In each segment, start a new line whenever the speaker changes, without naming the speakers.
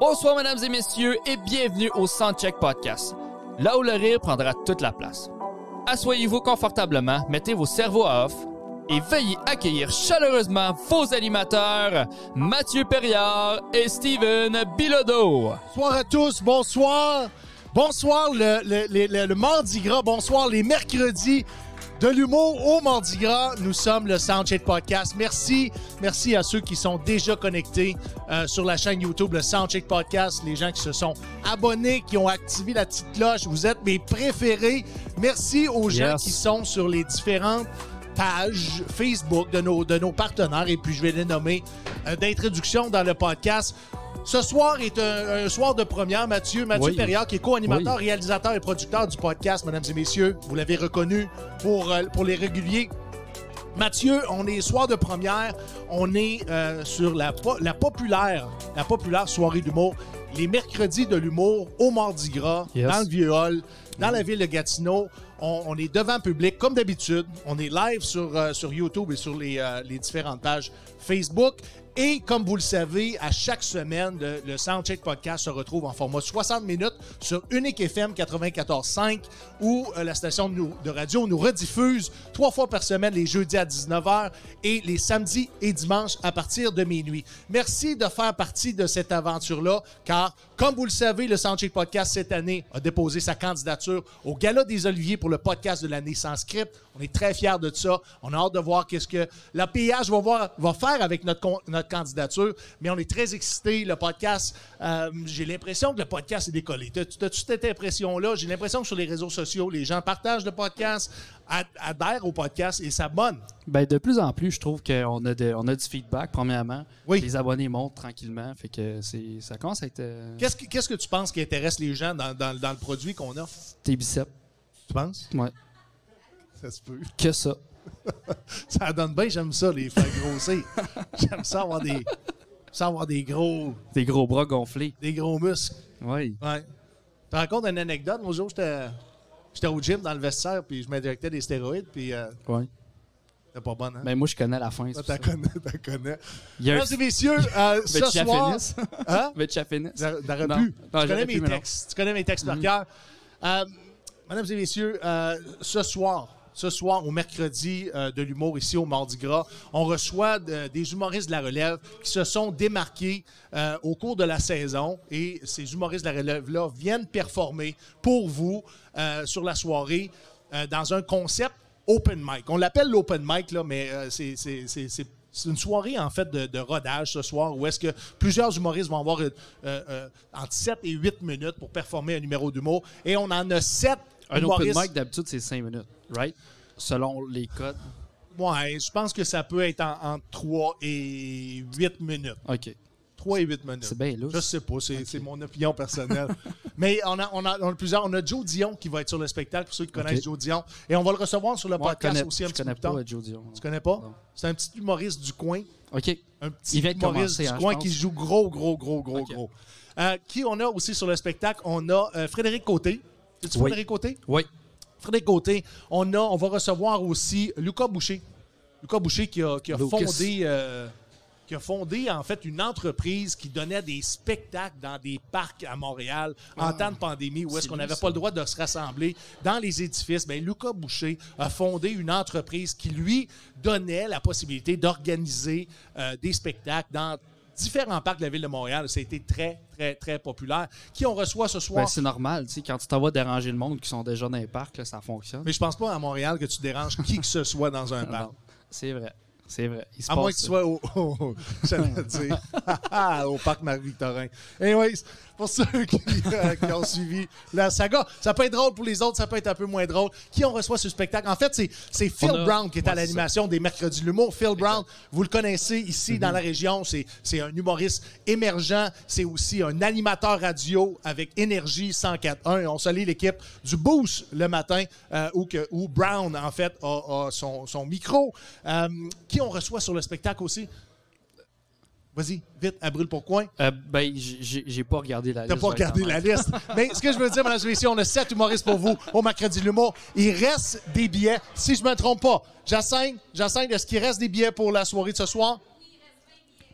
Bonsoir, mesdames et messieurs, et bienvenue au Soundcheck Podcast, là où le rire prendra toute la place. Assoyez-vous confortablement, mettez vos cerveaux à off et veuillez accueillir chaleureusement vos animateurs, Mathieu Perriard et Steven Bilodeau.
Bonsoir à tous, bonsoir. Bonsoir le, le, le- le- le Mardi Gras, bonsoir les mercredis de l'humour au Mardi Gras. Nous sommes le Soundcheck Podcast. Merci, merci à ceux qui sont déjà connectés euh, sur la chaîne YouTube, le Soundcheck Podcast, les gens qui se sont abonnés, qui ont activé la petite cloche. Vous êtes mes préférés. Merci aux gens
Yes.
qui sont sur les différentes pages Facebook de nos, de nos partenaires et puis je vais les nommer euh, d'introduction dans le podcast. Ce soir est un, un soir de première. Mathieu, Mathieu
Oui.
Perriard, qui est co-animateur, réalisateur et producteur du podcast, mesdames et messieurs, vous l'avez reconnu pour, euh, pour les réguliers. Mathieu, on est soir de première, on est euh, sur la, po- la populaire, la populaire soirée d'humour, les mercredis de l'humour au Mardi Gras,
Yes.
dans le vieux hall, dans la ville de Gatineau. On, on est devant public, comme d'habitude. On est live sur, euh, sur YouTube et sur les, euh, les différentes pages Facebook. Et comme vous le savez, à chaque semaine, le, le Soundcheck Podcast se retrouve en format 60 minutes sur Unique FM 94.5, où euh, la station de, nous- de radio nous rediffuse trois fois par semaine, les jeudis à 19h et les samedis et dimanches à partir de minuit. Merci de faire partie de cette aventure-là, car, comme vous le savez, le Soundcheck Podcast, cette année, a déposé sa candidature au Gala des Oliviers pour le podcast de l'année sans script. On est très fiers de ça. On a hâte de voir qu'est-ce que la PH va, voir, va faire avec notre, con- notre candidature, mais on est très excités. Le podcast, euh, j'ai l'impression que le podcast est décollé. T'as- T'as-tu cette impression-là? J'ai l'impression que sur les réseaux sociaux, les gens partagent le podcast, ad- adhèrent au podcast et s'abonnent.
Ben, de plus en plus, je trouve qu'on a, de- on a du feedback, premièrement.
Oui.
Les abonnés montent tranquillement. Fait que c'est, ça commence à être euh,
Qu'est-ce que, qu'est-ce que tu penses qui intéresse les gens dans, dans- dans le produit qu'on offre?
tes biceps.
Tu penses?
Ouais.
Ça se peut.
Que ça.
Ça donne bien, j'aime ça, les faire grossir. j'aime ça avoir des. Ça avoir des gros,
Tes gros bras gonflés.
des gros muscles.
Oui.
Ouais. Tu racontes une anecdote? Moi, un jour, j'étais j'étais au gym dans le vestiaire, puis je m'injectais des stéroïdes, puis euh,
Ouais.
t'es pas bonne, hein?
Ben, moi, je connais la fin. c'est
Ah,
pour ça.
T'en connais, t'en connais.
Il y a un-
Mesdames et messieurs, euh, ce
Veux-tu la
soir...
finisse?
Hein?
Veux-tu la finisse?
T'aurais
Non.
pu.
Non,
tu, connais
j'aurais pu, mais
mes
non. Mm-hmm.
textes, tu connais mes textes par cœur. Euh, mesdames et messieurs, euh, ce soir, ce soir, au mercredi euh, de l'humour ici au Mardi Gras, on reçoit de- des humoristes de la relève qui se sont démarqués euh, au cours de la saison et ces humoristes de la relève-là viennent performer pour vous euh, sur la soirée euh, dans un concept open mic. On l'appelle l'open mic, là, mais euh, c'est- c'est- c'est c'est- c'est une soirée, en fait, de, de rodage ce soir où est-ce que plusieurs humoristes vont avoir euh, euh, entre 7 et 8 minutes pour performer un numéro d'humour. Et on en a 7
Un open
humoristes.
mic, d'habitude, c'est 5 minutes. Right? Selon les codes.
Ouais, je pense que ça peut être en, entre 3 et 8 minutes.
OK.
3 et 8 minutes.
C'est bien lousse.
Je sais pas, c'est c'est mon opinion personnelle. Mais on a, on, a, on a plusieurs. On a Joe Dion qui va être sur le spectacle, pour ceux qui connaissent Joe Dion. Et on va le recevoir sur le
Moi, je
podcast
connais,
aussi un
je
petit peu
connais
plus tard.
pas euh, Joe Dion.
Tu connais pas?
Non.
C'est un petit humoriste du coin.
OK.
un petit
Il vient de
humoriste
commencer,
du
hein,
coin
je pense.
qui joue gros, gros, gros, gros,
Ok.
gros. Euh, qui on a aussi sur le spectacle? On a euh, Frédéric Côté. C'est-tu
Oui.
Frédéric Côté?
Oui.
Frédéric Côté. On, a, on va recevoir aussi Lucas Boucher. Lucas Boucher qui a, qui a
Lucas.
fondé... euh, qui a fondé en fait une entreprise qui donnait des spectacles dans des parcs à Montréal en temps de pandémie où est-ce
Ah. C'est
qu'on
lui,
n'avait
ça.
pas le droit de se rassembler dans les édifices. Ben, Lucas Boucher a fondé une entreprise qui lui donnait la possibilité d'organiser euh, des spectacles dans différents parcs de la ville de Montréal. Ça a été très, très, très populaire. Qui on reçoit ce soir?
Ben, c'est normal, tu sais, quand tu t'en vas déranger le monde qui sont déjà dans les parcs, là, ça fonctionne.
mais je pense pas à Montréal que tu déranges qui que ce soit dans un parc.
Non, c'est vrai. C'est vrai. Il se
À moins
passe
que tu
ça.
sois au, au- au- j'allais dire, au parc Marie-Victorin. Anyways, pour ceux qui, euh, qui ont suivi la saga, ça peut être drôle pour les autres, ça peut être un peu moins drôle. Qui on reçoit ce spectacle? En fait, c'est, c'est Phil
On a-
Brown qui est à
Ouais, c'est
l'animation des Mercredis de l'Humour. Phil Brown, vous le connaissez ici dans la
Mm-hmm.
région, c'est, c'est un humoriste émergent, c'est aussi un animateur radio avec Énergie 104.1. On salue l'équipe du Boost le matin euh, où, que, où Brown, en fait, a, a son, son micro. Euh, qui on reçoit sur le spectacle aussi? Vas-y, vite, à brûle pour coin.
Euh, ben, j'ai- j'ai j'ai pas regardé la
T'as
liste.
pas regardé la liste. Mais ce que je veux dire, mesdames et messieurs, on a sept humoristes pour vous au mercredi de l'humour. Il reste des billets, si je me trompe pas. Jacinthe, Jacinthe, est-ce qu'il reste des billets pour la soirée de ce soir?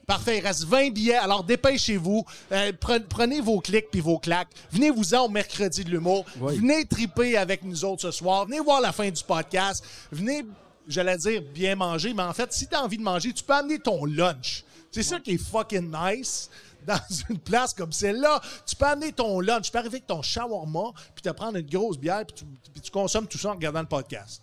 Parfait, il reste 20 billets. Alors dépêchez-vous. Euh, pre- prenez vos clics puis vos claques. Venez-vous-en au mercredi de l'humour.
Oui.
Venez triper avec nous autres ce soir. Venez voir la fin du podcast. Venez, j'allais dire bien manger, mais en fait, si tu as envie de manger, tu peux amener ton lunch. C'est ça qui est fucking nice dans une place comme celle-là. Tu peux amener ton lunch, tu peux arriver avec ton shawarma, puis te prendre une grosse bière, puis tu, puis tu consommes tout ça en regardant le podcast.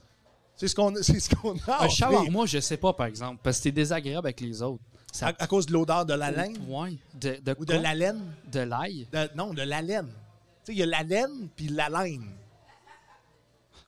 C'est ce qu'on c'est ce qu'on a. à
Un
offrir.
shawarma, je sais pas, par exemple, parce que t'es désagréable avec les autres.
à,
Ça
à cause de l'odeur de la laine
Ouais. De, de
ou de
quoi?
la laine.
De l'ail.
De- non, de la laine. Tu sais, il y a la laine puis la laine.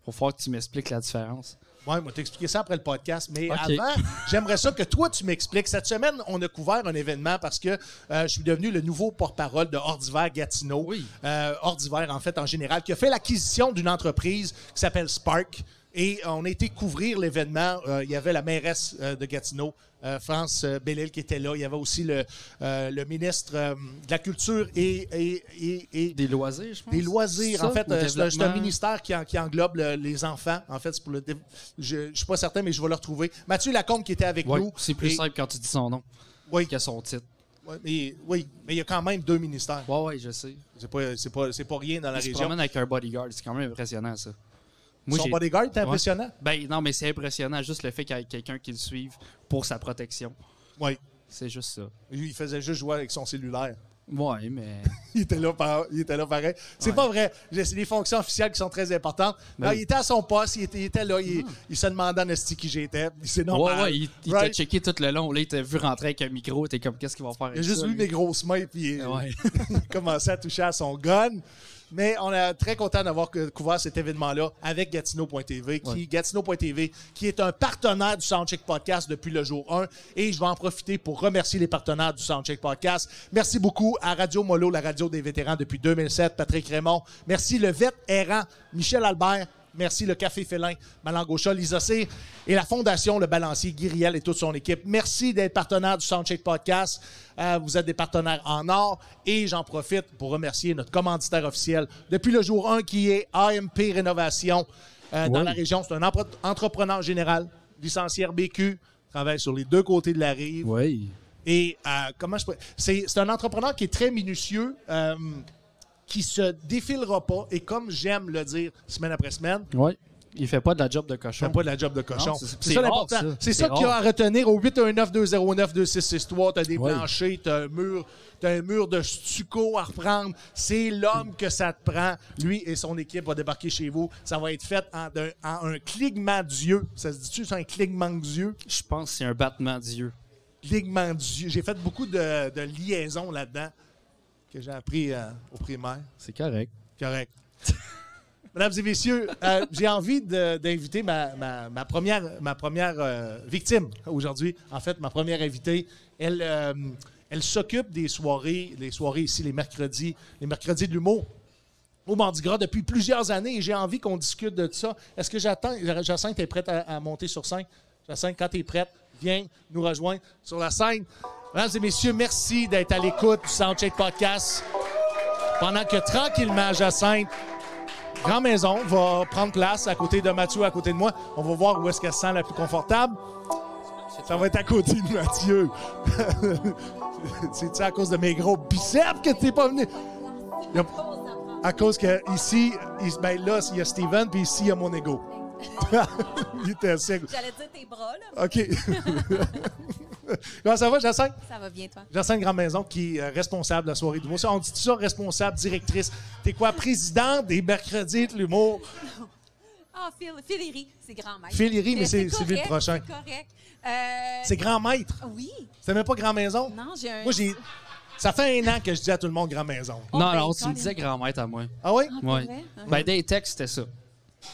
Faut falloir que tu m'expliques la différence.
Ouais, moi, t'expliquer ça après le podcast. Mais
Ok.
avant, j'aimerais ça que toi, tu m'expliques. Cette semaine, on a couvert un événement parce que euh, je suis devenu le nouveau porte-parole de Ordivaire Gatineau.
Oui.
Euh, Ordivaire, en fait, en général, qui a fait l'acquisition d'une entreprise qui s'appelle Spark. Et euh, on a été couvrir l'événement. Euh, il y avait la mairesse euh, de Gatineau, euh, France euh, Bellil, qui était là. Il y avait aussi le, euh, le ministre euh, de la Culture et- et- et- et
Des loisirs, je pense.
Des loisirs,
Ça,
en fait.
ou
euh, C'est un, c'est un
développement.
ministère qui, en- qui englobe le- les enfants, en fait. c'est Pour le dé- je ne suis pas certain, mais je vais le retrouver. Mathieu Lacombe qui était avec
Ouais,
nous.
c'est plus
et-
simple quand tu dis son nom
Oui,
que son titre.
ouais, mais, oui, mais il y a quand même deux ministères.
Ouais, ouais, je sais.
C'est pas, c'est pas, c'est pas rien dans la
Il se
région.
promène avec un bodyguard, c'est quand même impressionnant, ça. Moi,
Son
j'ai-
bodyguard était
Ouais.
impressionnant.
Ben non, mais c'est impressionnant juste le fait qu'il y ait quelqu'un qui le suive pour sa protection.
Oui.
C'est juste ça.
Il faisait juste jouer avec son cellulaire.
Ouais, mais.
Il était là, par- il était là pareil. C'est
Ouais.
pas vrai. C'est des fonctions officielles qui sont très importantes.
Ben
Non,
oui.
il était à son poste, il était, il était là, il, il se demandait en esti qui j'étais. C'est
ouais,
normal.
ouais, il, il t'a
Right?
checké tout le long. Là, il t'a vu rentrer avec un micro. T'es comme, qu'est-ce qu'il va faire avec
Il a juste
ça,
eu
lui? Ah
mes grosses mains puis il-
Ouais.
il commençait à toucher à son gun. Mais on est très content d'avoir que- couvert cet événement-là avec Gatineau.tv, qui,
Ouais.
Gatineau.tv, qui est un partenaire du Soundcheck Podcast depuis le jour 1. Et je vais en profiter pour remercier les partenaires du Soundcheck Podcast. Merci beaucoup à Radio Molo, la radio des vétérans depuis 2007, Patrick Raymond. Merci le Vet errant, Michel Albert. Merci le Café Félin, Malangocha, Lisa Cyr et la Fondation Le Balancier, Guiriel et toute son équipe. Merci d'être partenaire du Soundcheck Podcast. Euh, vous êtes des partenaires en or et j'en profite pour remercier notre commanditaire officiel depuis le jour 1 qui est AMP Rénovation euh, dans
Oui.
la région. C'est un empre- entrepreneur général, licencié BQ, travaille sur les deux côtés de la rive.
Oui.
Et euh, comment je pourrais- C'est c'est un entrepreneur qui est très minutieux, euh, qui se défilera pas. Et comme j'aime le dire semaine après semaine,
Ouais. Il fait pas de la job de cochon.
J'aime pas de la job de cochon.
Non, c'est-
C'est
c'est
ça
rare,
l'important.
ça.
C'est
C'est
ça qu'il y a à
rare.
retenir au 819-209-2663. T'as des
Ouais.
planchers, t'as un mur, t'as un mur de stucco à reprendre. C'est l'homme que ça te prend. Lui et son équipe va débarquer chez vous. Ça va être fait en, d'un- en un clignement d'yeux. Ça se dit-tu, c'est un clignement d'yeux?
Je pense que c'est un battement d'yeux.
Clignement d'yeux. J'ai fait beaucoup de, de liaisons là-dedans que j'ai appris euh, au primaire.
C'est correct.
Correct. Mesdames et messieurs, euh, j'ai envie de- d'inviter ma, ma- ma première, ma première euh, victime aujourd'hui. En fait, ma première invitée, elle, euh, elle s'occupe des soirées, les soirées ici, les mercredis, les mercredis de l'humour au Mardi Gras depuis plusieurs années et j'ai envie qu'on discute de ça. Est-ce que j'attends, Jacinthe est prête à, à monter sur scène? Jacinthe, quand tu es prête, viens nous rejoindre sur la scène. Mesdames et messieurs, merci d'être à l'écoute du Soundcheck Podcast. Pendant que tranquillement, Jacinthe, Grand Maison va prendre place à côté de Mathieu, à côté de moi. On va voir où est-ce qu'elle se sent la plus confortable. Ça va être à côté de Mathieu. C'est-tu à cause de mes gros biceps que t'es pas venu? Y a- À cause que ici, il- ben là, il y a Steven, puis ici, il y a mon ego. il était assez...
J'allais dire tes bras, là.
OK. Comment ça va, Jacinthe?
Ça va bien, toi?
Jacinthe Grandmaison, qui est responsable de la soirée d'humour. Ça, On dit ça, responsable, directrice. T'es quoi, présidente des mercredis de l'humour?
Ah, Phil, Phil Herry, c'est grand maître.
Phil Herry, mais c'est- c'est lui le
correct,
prochain.
C'est correct. Euh,
C'est grand maître.
Oui.
C'est même pas grand maison?
Non, j'ai un.
Moi, j'ai. Ça fait un an que je dis à tout le monde grand maison.
Oh,
non,
ben,
non, tu me
Colin.
disais grand maître à moi.
Ah oui?
Ah, pour
Ouais.
vrai? Ah,
Ben, des textes, c'était ça.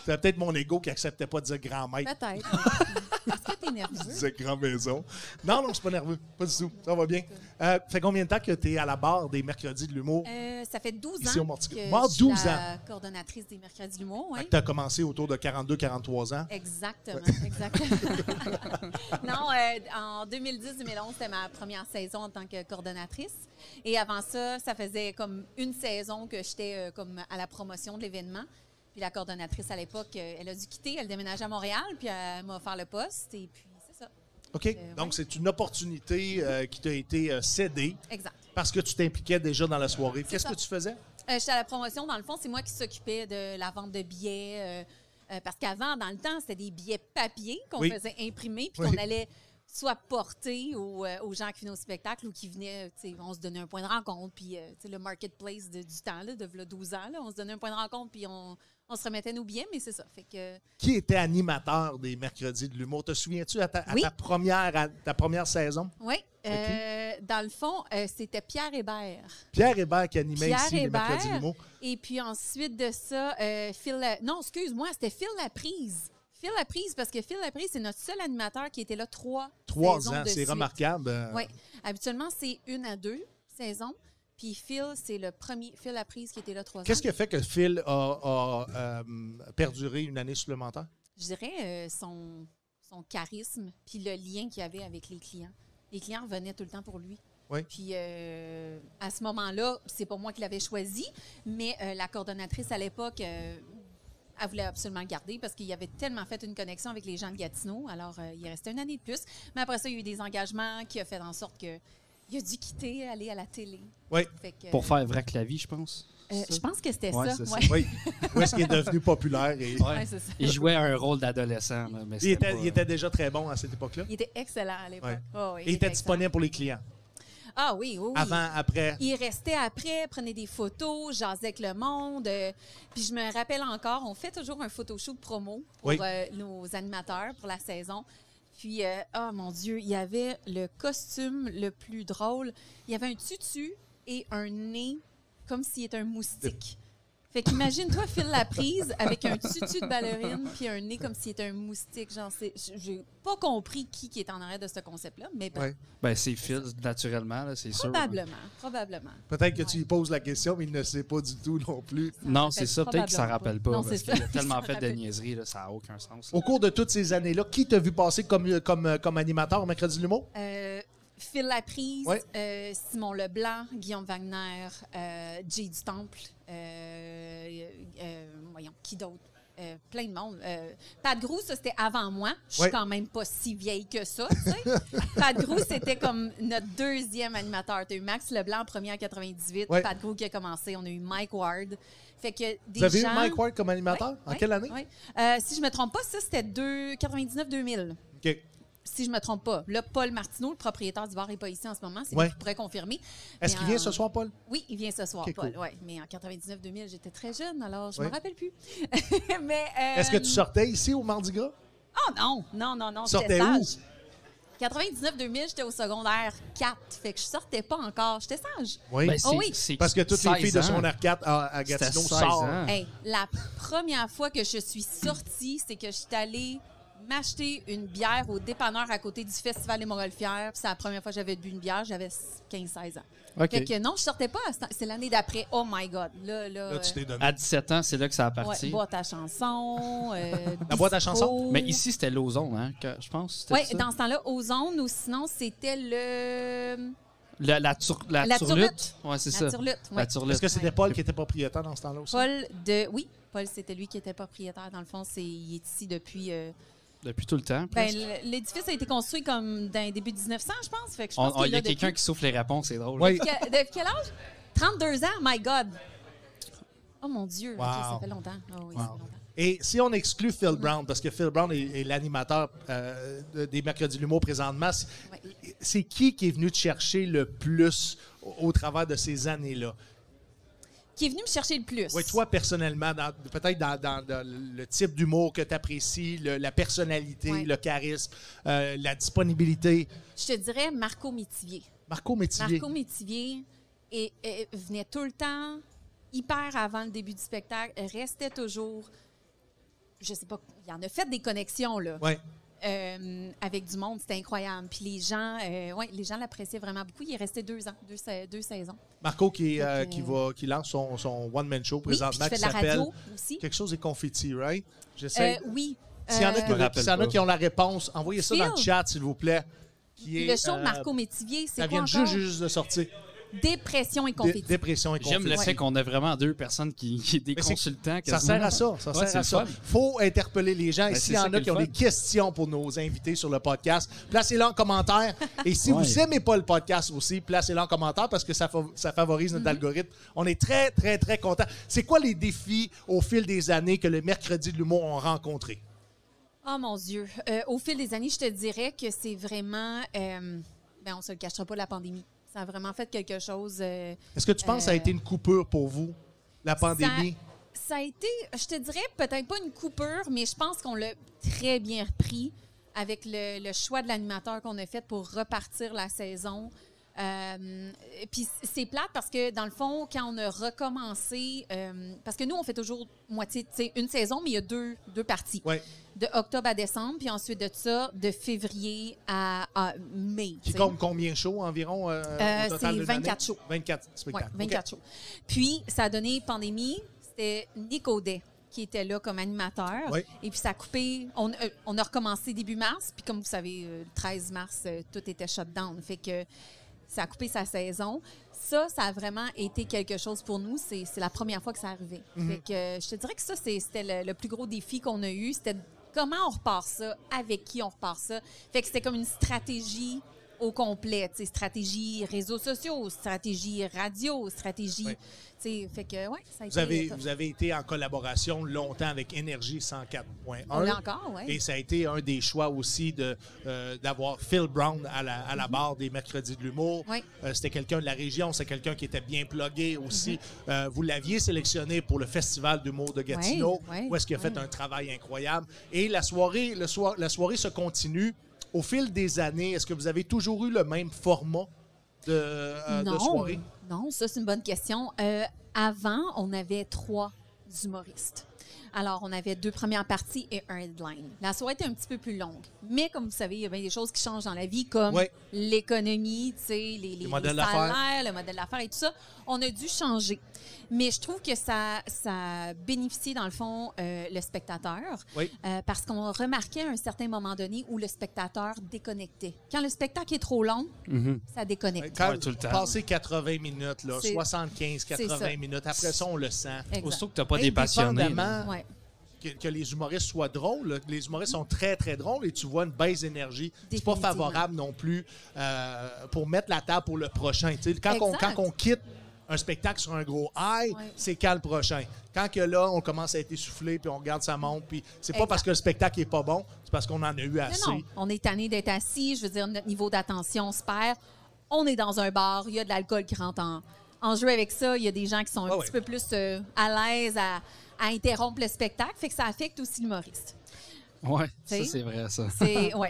C'est peut-être mon ego qui acceptait pas de dire grand maître.
Peut-être. Est-ce que t'es
Je
nerveux?
disais grand maison. Non, non, je suis pas nerveux. Pas du tout. Ça va bien. Euh, fait combien de temps que tu es à la barre des mercredis de l'humour?
Euh, ça fait 12
Ici, au
ans
Mortico.
que
Moi,
je suis
12
la coordonnatrice des Mercredis de l'humour.
Fait
Oui.
que tu as commencé autour de 42-43
Euh,
ans.
Exactement, exactement. non, euh, en 2010-2011, c'était ma première saison en tant que coordonnatrice. Et avant ça, ça faisait comme une saison que j'étais euh, comme à la promotion de l'événement. Puis la coordonnatrice à l'époque, euh, elle a dû quitter, elle déménage à Montréal, puis elle m'a offert le poste. Et puis, c'est ça.
OK? Donc, c'est une opportunité euh, qui t'a été euh, cédée
Exact.
parce que tu t'impliquais déjà dans la soirée. Qu'est-ce
ça.
que tu faisais?
Euh, J'étais à la promotion. Dans le fond, c'est moi qui s'occupais de la vente de billets. euh, euh, parce qu'avant, dans le temps, c'était des billets papier qu'on
Oui.
faisait imprimer puis
Oui.
qu'on allait soit porter aux, euh, aux gens qui venaient au spectacle ou qui venaient, euh, tu sais, on se donnait un point de rencontre, puis euh, tu sais, le marketplace de- du temps, là, de v'là 12 ans, là, on se donnait un point de rencontre, puis on, on se remettait nos billets, mais c'est ça. Fait que
Qui était animateur des mercredis de l'humour? Te souviens-tu à, ta, à
Oui.
ta première, à ta première saison?
Oui. euh, dans le fond, euh, c'était Pierre Hébert.
Pierre Hébert qui animait
Pierre
ici les mercredis de
Hébert.
l'humour.
Et puis ensuite de ça, euh, Phil. La- Non, excuse-moi, c'était Phil Laprise. Phil Laprise, parce que Phil Laprise, c'est notre seul animateur qui était là trois
Trois
saisons
ans,
de
c'est
suite.
remarquable. Euh,
Oui. Habituellement, c'est une à deux saisons. Puis Phil, c'est le premier. Phil Laprise qui était là trois
Qu'est-ce
ans.
qui a fait que Phil a, a, euh, perduré une année supplémentaire?
Je dirais euh, son, son charisme, puis le lien qu'il avait avec les clients. Les clients venaient tout le temps pour lui.
Oui.
Puis euh, à ce moment-là, c'est pas moi qui l'avais choisi, mais euh, la coordonnatrice à l'époque, euh, elle voulait absolument le garder parce qu'il avait tellement fait une connexion avec les gens de Gatineau. Alors, euh, il restait une année de plus. Mais après ça, il y a eu des engagements qui ont fait en sorte que il a dû quitter, aller à la télé.
Oui.
Fait que,
Pour faire vrac la vie, je pense.
euh, je pense que c'était
Ouais,
ça.
c'est ça.
Ouais.
Oui. Où est-ce qu'il est devenu populaire? et-
Ouais, c'est ça.
Il jouait un rôle d'adolescent. là, mais
Il,
c'était
était,
pas-
il était déjà très bon à cette époque-là.
Il était excellent à l'époque.
Ouais.
Oh, oui,
Et il était
excellent.
disponible pour les clients.
Ah oui, oui, oui.
Avant, après.
Il restait après, prenait des photos, jasait avec le monde. euh, puis je me rappelle encore, on fait toujours un photo shoot promo pour
Oui.
euh, nos animateurs pour la saison. Puis, euh, oh mon Dieu, il y avait le costume le plus drôle. Il y avait un tutu et un nez comme s'il était un moustique. Fait qu'imagine-toi, Phil la prise avec un tutu de ballerine puis un nez comme s'il était un moustique. Genre, c'est- j- j'ai pas compris qui, qui est en arrière de ce concept-là, mais bon,
Ouais.
Ben, c'est Phil, naturellement, là, c'est sûr.
probablement, probablement.
Peut-être que tu lui poses la question, mais il ne sait pas du tout non plus.
Non, c'est ça. Peut-être qu'il s'en
Probablement
rappelle
pas.
pas.
Non,
parce
c'est
qu'il
ça.
a tellement
Il s'en
fait de
rappelle.
niaiseries, là, ça n'a aucun sens. là.
Au cours de toutes ces années-là, qui t'a vu passer comme, euh, comme, comme animateur au Mercredi de l'humour?
Euh, Phil Laprise,
Ouais.
euh, Simon Leblanc, Guillaume Wagner, euh, Jay du Temple, euh, euh, voyons, qui d'autre? Euh, plein de monde. Euh, Pat Grou, ça c'était avant moi. Je suis
Ouais.
quand même pas si vieille que ça. tu sais. Pat Grou, c'était comme notre deuxième animateur. T'as eu Max Leblanc, premier en 98.
Ouais.
Pat Grou qui a commencé. On a eu Mike Ward. Fait que des
Vous avez
gens-
eu Mike Ward comme animateur?
Ouais,
en
ouais,
quelle année?
ouais. Euh, si je me trompe pas, ça c'était 99-2000
OK.
si je me trompe pas. Là, Paul Martineau, le propriétaire du bar, n'est pas ici en ce moment, c'est
Ouais.
lui qui pourrait confirmer.
Est-ce
Mais
qu'il vient
en-
ce soir, Paul?
Oui, il vient ce soir,
Ok,
Paul.
cool.
ouais. Mais en 99-2000, j'étais très jeune, alors je ne
Ouais.
me rappelle plus. Mais, euh,
Est-ce que tu sortais ici au Mardi Gras?
Oh non, non, non, non,
Tu
j'étais
sortais où?
sage. 99-2000, j'étais au secondaire 4, fait que je sortais pas encore, j'étais sage.
Oui.
Ben, c'est-
Oh oui.
c'est
Parce que toutes les
16
filles de
ans.
son 4 à, à
C'était
Gatineau
16
sortent.
ans.
Hey, la première fois que je suis sortie, c'est que je suis allée m'acheter une bière au dépanneur à côté du Festival des Montgolfières. Puis C'est la première fois que j'avais bu une bière, j'avais 15-16 ans.
OK.
Fait que non, je sortais pas. à ce temps- C'est l'année d'après. Oh my God. Là, là.
Là, tu t'es donné.
À 17 ans, c'est là que ça a
euh,
parti.
ouais, boîte à chansons. euh,
La boîte à
disco.
chansons?
Mais ici, c'était l'ozone, hein, que- je pense. c'était
Oui,
ça?
dans ce temps-là, Ozone, ou sinon, c'était le.
La, la, tur- la,
La
turlute.
turlute.
Ouais, c'est ça.
La turlute.
La
ouais.
turlute.
Est-ce que c'était Paul qui était propriétaire dans ce temps-là aussi?
Paul de. Oui, Paul, c'était lui qui était propriétaire. Dans le fond, c'est... il est ici depuis. euh,
Depuis tout le temps.
Ben,
presque.
l- l'édifice a été construit comme dans les débuts 1900, je pense. Fait que je
On-
pense
on-
qu'il
Il y a
est là
quelqu'un
depuis-
qui souffle les réponses, c'est drôle.
Oui.
Que- depuis quel âge? 32 ans, my God! Oh mon Dieu, ok,
Wow.
ça fait longtemps. Ah oui, ça fait
Wow.
longtemps.
Et si on exclut Phil Brown, parce que Phil Brown est, est l'animateur euh, de- des Mercredis de l'Humour présentement, c'est-
Ouais.
c'est qui qui est venu te chercher le plus au, au travers de ces années-là?
Qui est venu me chercher le plus?
Oui, toi, personnellement, dans- peut-être dans, dans- dans le type d'humour que tu apprécies, la personnalité,
Ouais.
le charisme, euh, la disponibilité.
Je te dirais Marco Métivier.
Marco Métivier.
Marco Métivier et, et venait tout le temps, hyper avant le début du spectacle, restait toujours. Je sais pas, il en a fait des connexions, là.
Ouais.
euh, avec du monde, c'était incroyable. Puis les gens, euh, ouais, les gens l'appréciaient vraiment beaucoup. Il est resté deux ans, deux, sa- deux saisons.
Marco qui, euh,
Donc, euh,
qui, va, qui lance son, son one-man show
Oui, puis
présentement
tu fais
qui
de la
s'appelle
radio aussi.
Quelque chose est confetti, right? J'essaie.
Euh, oui.
S'il y en a
Euh,
qui,
me rappelle
s'il y en a
pas.
qui ont la réponse, envoyez ça dans le
Phil.
chat, s'il vous plaît. Qui est,
le show
euh,
de Marco Métivier, c'est
Ça
quoi
vient
encore?
juste, juste de sortir.
Dépression et
Dé-
confetti.
dépression et
J'aime le
conflit.
fait qu'on a vraiment deux personnes qui, qui des
Mais c'est-
consultants.
Ça
quasiment.
sert à ça. Ça
Ouais, c'est
sert à
le
ça.
fun.
faut interpeller les gens.
Ben,
Et s'il
c'est
y
ça
en
qui
a
est
qui
le
ont
fun.
des questions pour nos invités sur le podcast, placez-les en commentaire. Et si
Ouais.
vous aimez pas le podcast aussi, placez-les en commentaire parce que ça, fa- ça favorise
Mm-hmm.
notre algorithme. On est très, très, très contents. C'est quoi les défis au fil des années que le mercredi de l'humour ont rencontrés?
Oh mon Dieu. Euh, au fil des années, je te dirais que c'est vraiment. euh, ben, on se le cachera pas, la pandémie. Ça a vraiment fait quelque chose. euh,
Est-ce que tu penses que ça a
Euh,
été une coupure pour vous, la pandémie?
Ça, ça a été, je te dirais, peut-être pas une coupure, mais je pense qu'on l'a très bien repris avec le, le choix de l'animateur qu'on a fait pour repartir la saison. Euh, Puis c'est plate parce que, dans le fond, quand on a recommencé, euh, parce que nous, on fait toujours moitié, tu sais, une saison, mais il y a deux, deux parties
Oui.
de octobre à décembre, puis ensuite de ça, de février à, à mai. tu
Qui
sais.
compte combien chaud environ? euh,
Euh,
au total
c'est
de l'année?
24 shows.
24
Ouais,
spectacles.
24 shows. Puis, ça a donné pandémie. C'était Nico Day qui était là comme animateur.
Oui.
Et puis, ça a coupé. On, euh, on a recommencé début mars. Puis, comme vous savez, euh, le 13 mars, euh, tout était shut down. Fait que ça a coupé sa saison. Ça, ça a vraiment été quelque chose pour nous. C'est c'est la première fois que ça arrivait.
Mhm.
Fait que euh, je te dirais que ça, c'est- c'était le, le plus gros défi qu'on a eu. C'était comment on repart ça, avec qui on repart ça. Fait que c'était comme une stratégie au complet. tu sais, stratégie réseaux sociaux, stratégie radio, stratégie.
Oui.
tu sais, Fait que, ouais, ça a
Vous
été.
avez,
top.
vous avez été en collaboration longtemps avec Énergie 104.1.
On l'a encore, ouais.
Et ça a été un des choix aussi de, euh, d'avoir Phil Brown à la,
Mm-hmm.
à la barre des mercredis de l'humour.
Oui.
Euh, c'était quelqu'un de la région, c'est quelqu'un qui était bien plugué aussi.
Mm-hmm.
Euh, vous l'aviez sélectionné pour le Festival d'humour de Gatineau,
Oui, oui,
où est-ce qu'il a fait un travail incroyable. Et la soirée, le soir, la soirée se continue. Au fil des années, est-ce que vous avez toujours eu le même format de, euh, de
non,
soirée?
non, ça c'est une bonne question. Euh, avant, on avait trois humoristes. Alors, on avait deux premières parties et un headline. La soirée était un petit peu plus longue. Mais comme vous savez, il y a bien des choses qui changent dans la vie, comme
Ouais.
l'économie, tu sais, les, les, les
modèles d'affaires.
salaires, le modèle d'affaires et tout ça. On a dû changer. Mais je trouve que ça, ça bénéficie, dans le fond, euh, le spectateur.
Oui.
Euh, parce qu'on remarquait à un certain moment donné où le spectateur déconnectait. Quand le spectacle est trop long,
Mhm.
ça déconnecte.
Quand
Ouais, tout le temps.
passer 80 minutes, là,
C'est-
75,
c'est ça.
80 minutes, après ça, on le sent.
Exact.
Aussitôt que t'as pas des passionnés. là.
Indépendamment
Ouais.
que, que les humoristes soient drôles, là, les humoristes sont très, très drôles et tu vois une baisse d'énergie. C'est pas
Définitivement.
favorable non plus euh, pour mettre la table pour le prochain. Tu sais, Quand, on,
Exact.
quand on quitte un spectacle sur un gros high,
Ouais.
c'est quand le prochain? Quand que là, on commence à être essoufflé, puis on regarde sa montre, puis c'est pas
Exact.
parce que le spectacle est pas bon, c'est parce qu'on en a eu assez.
Non, non, on est tanné d'être assis. Je veux dire, notre niveau d'attention se perd. On est dans un bar, il y a de l'alcool qui rentre en, en jeu avec ça. Il y a des gens qui sont un
Ah
petit
ouais.
peu plus euh, à l'aise à, à interrompre le spectacle. Fait que ça affecte aussi l'humoriste.
Ouais, ça
T'sais?
c'est vrai ça.
C'est, ouais.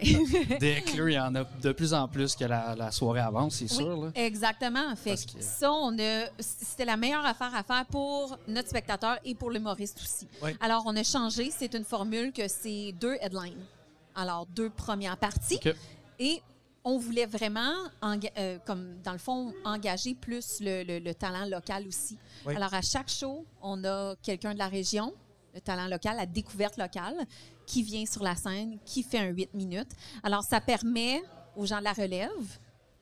Des clés, il y en a de plus en plus que la, la soirée avance, c'est sûr.
Oui,
là.
Exactement. Fait
Parce
que
que-
ça, on a, c'était la meilleure affaire à faire pour notre spectateur et pour l'humoriste aussi.
Oui.
Alors, on a changé. C'est une formule que c'est deux headlines. Alors, deux premières parties.
OK.
Et on voulait vraiment, enga- euh, comme dans le fond, engager plus le, le- le talent local aussi.
Oui.
Alors, à chaque show, on a quelqu'un de la région, le talent local, la découverte locale, qui vient sur la scène, qui fait un 8 minutes. Alors, ça permet aux gens de la relève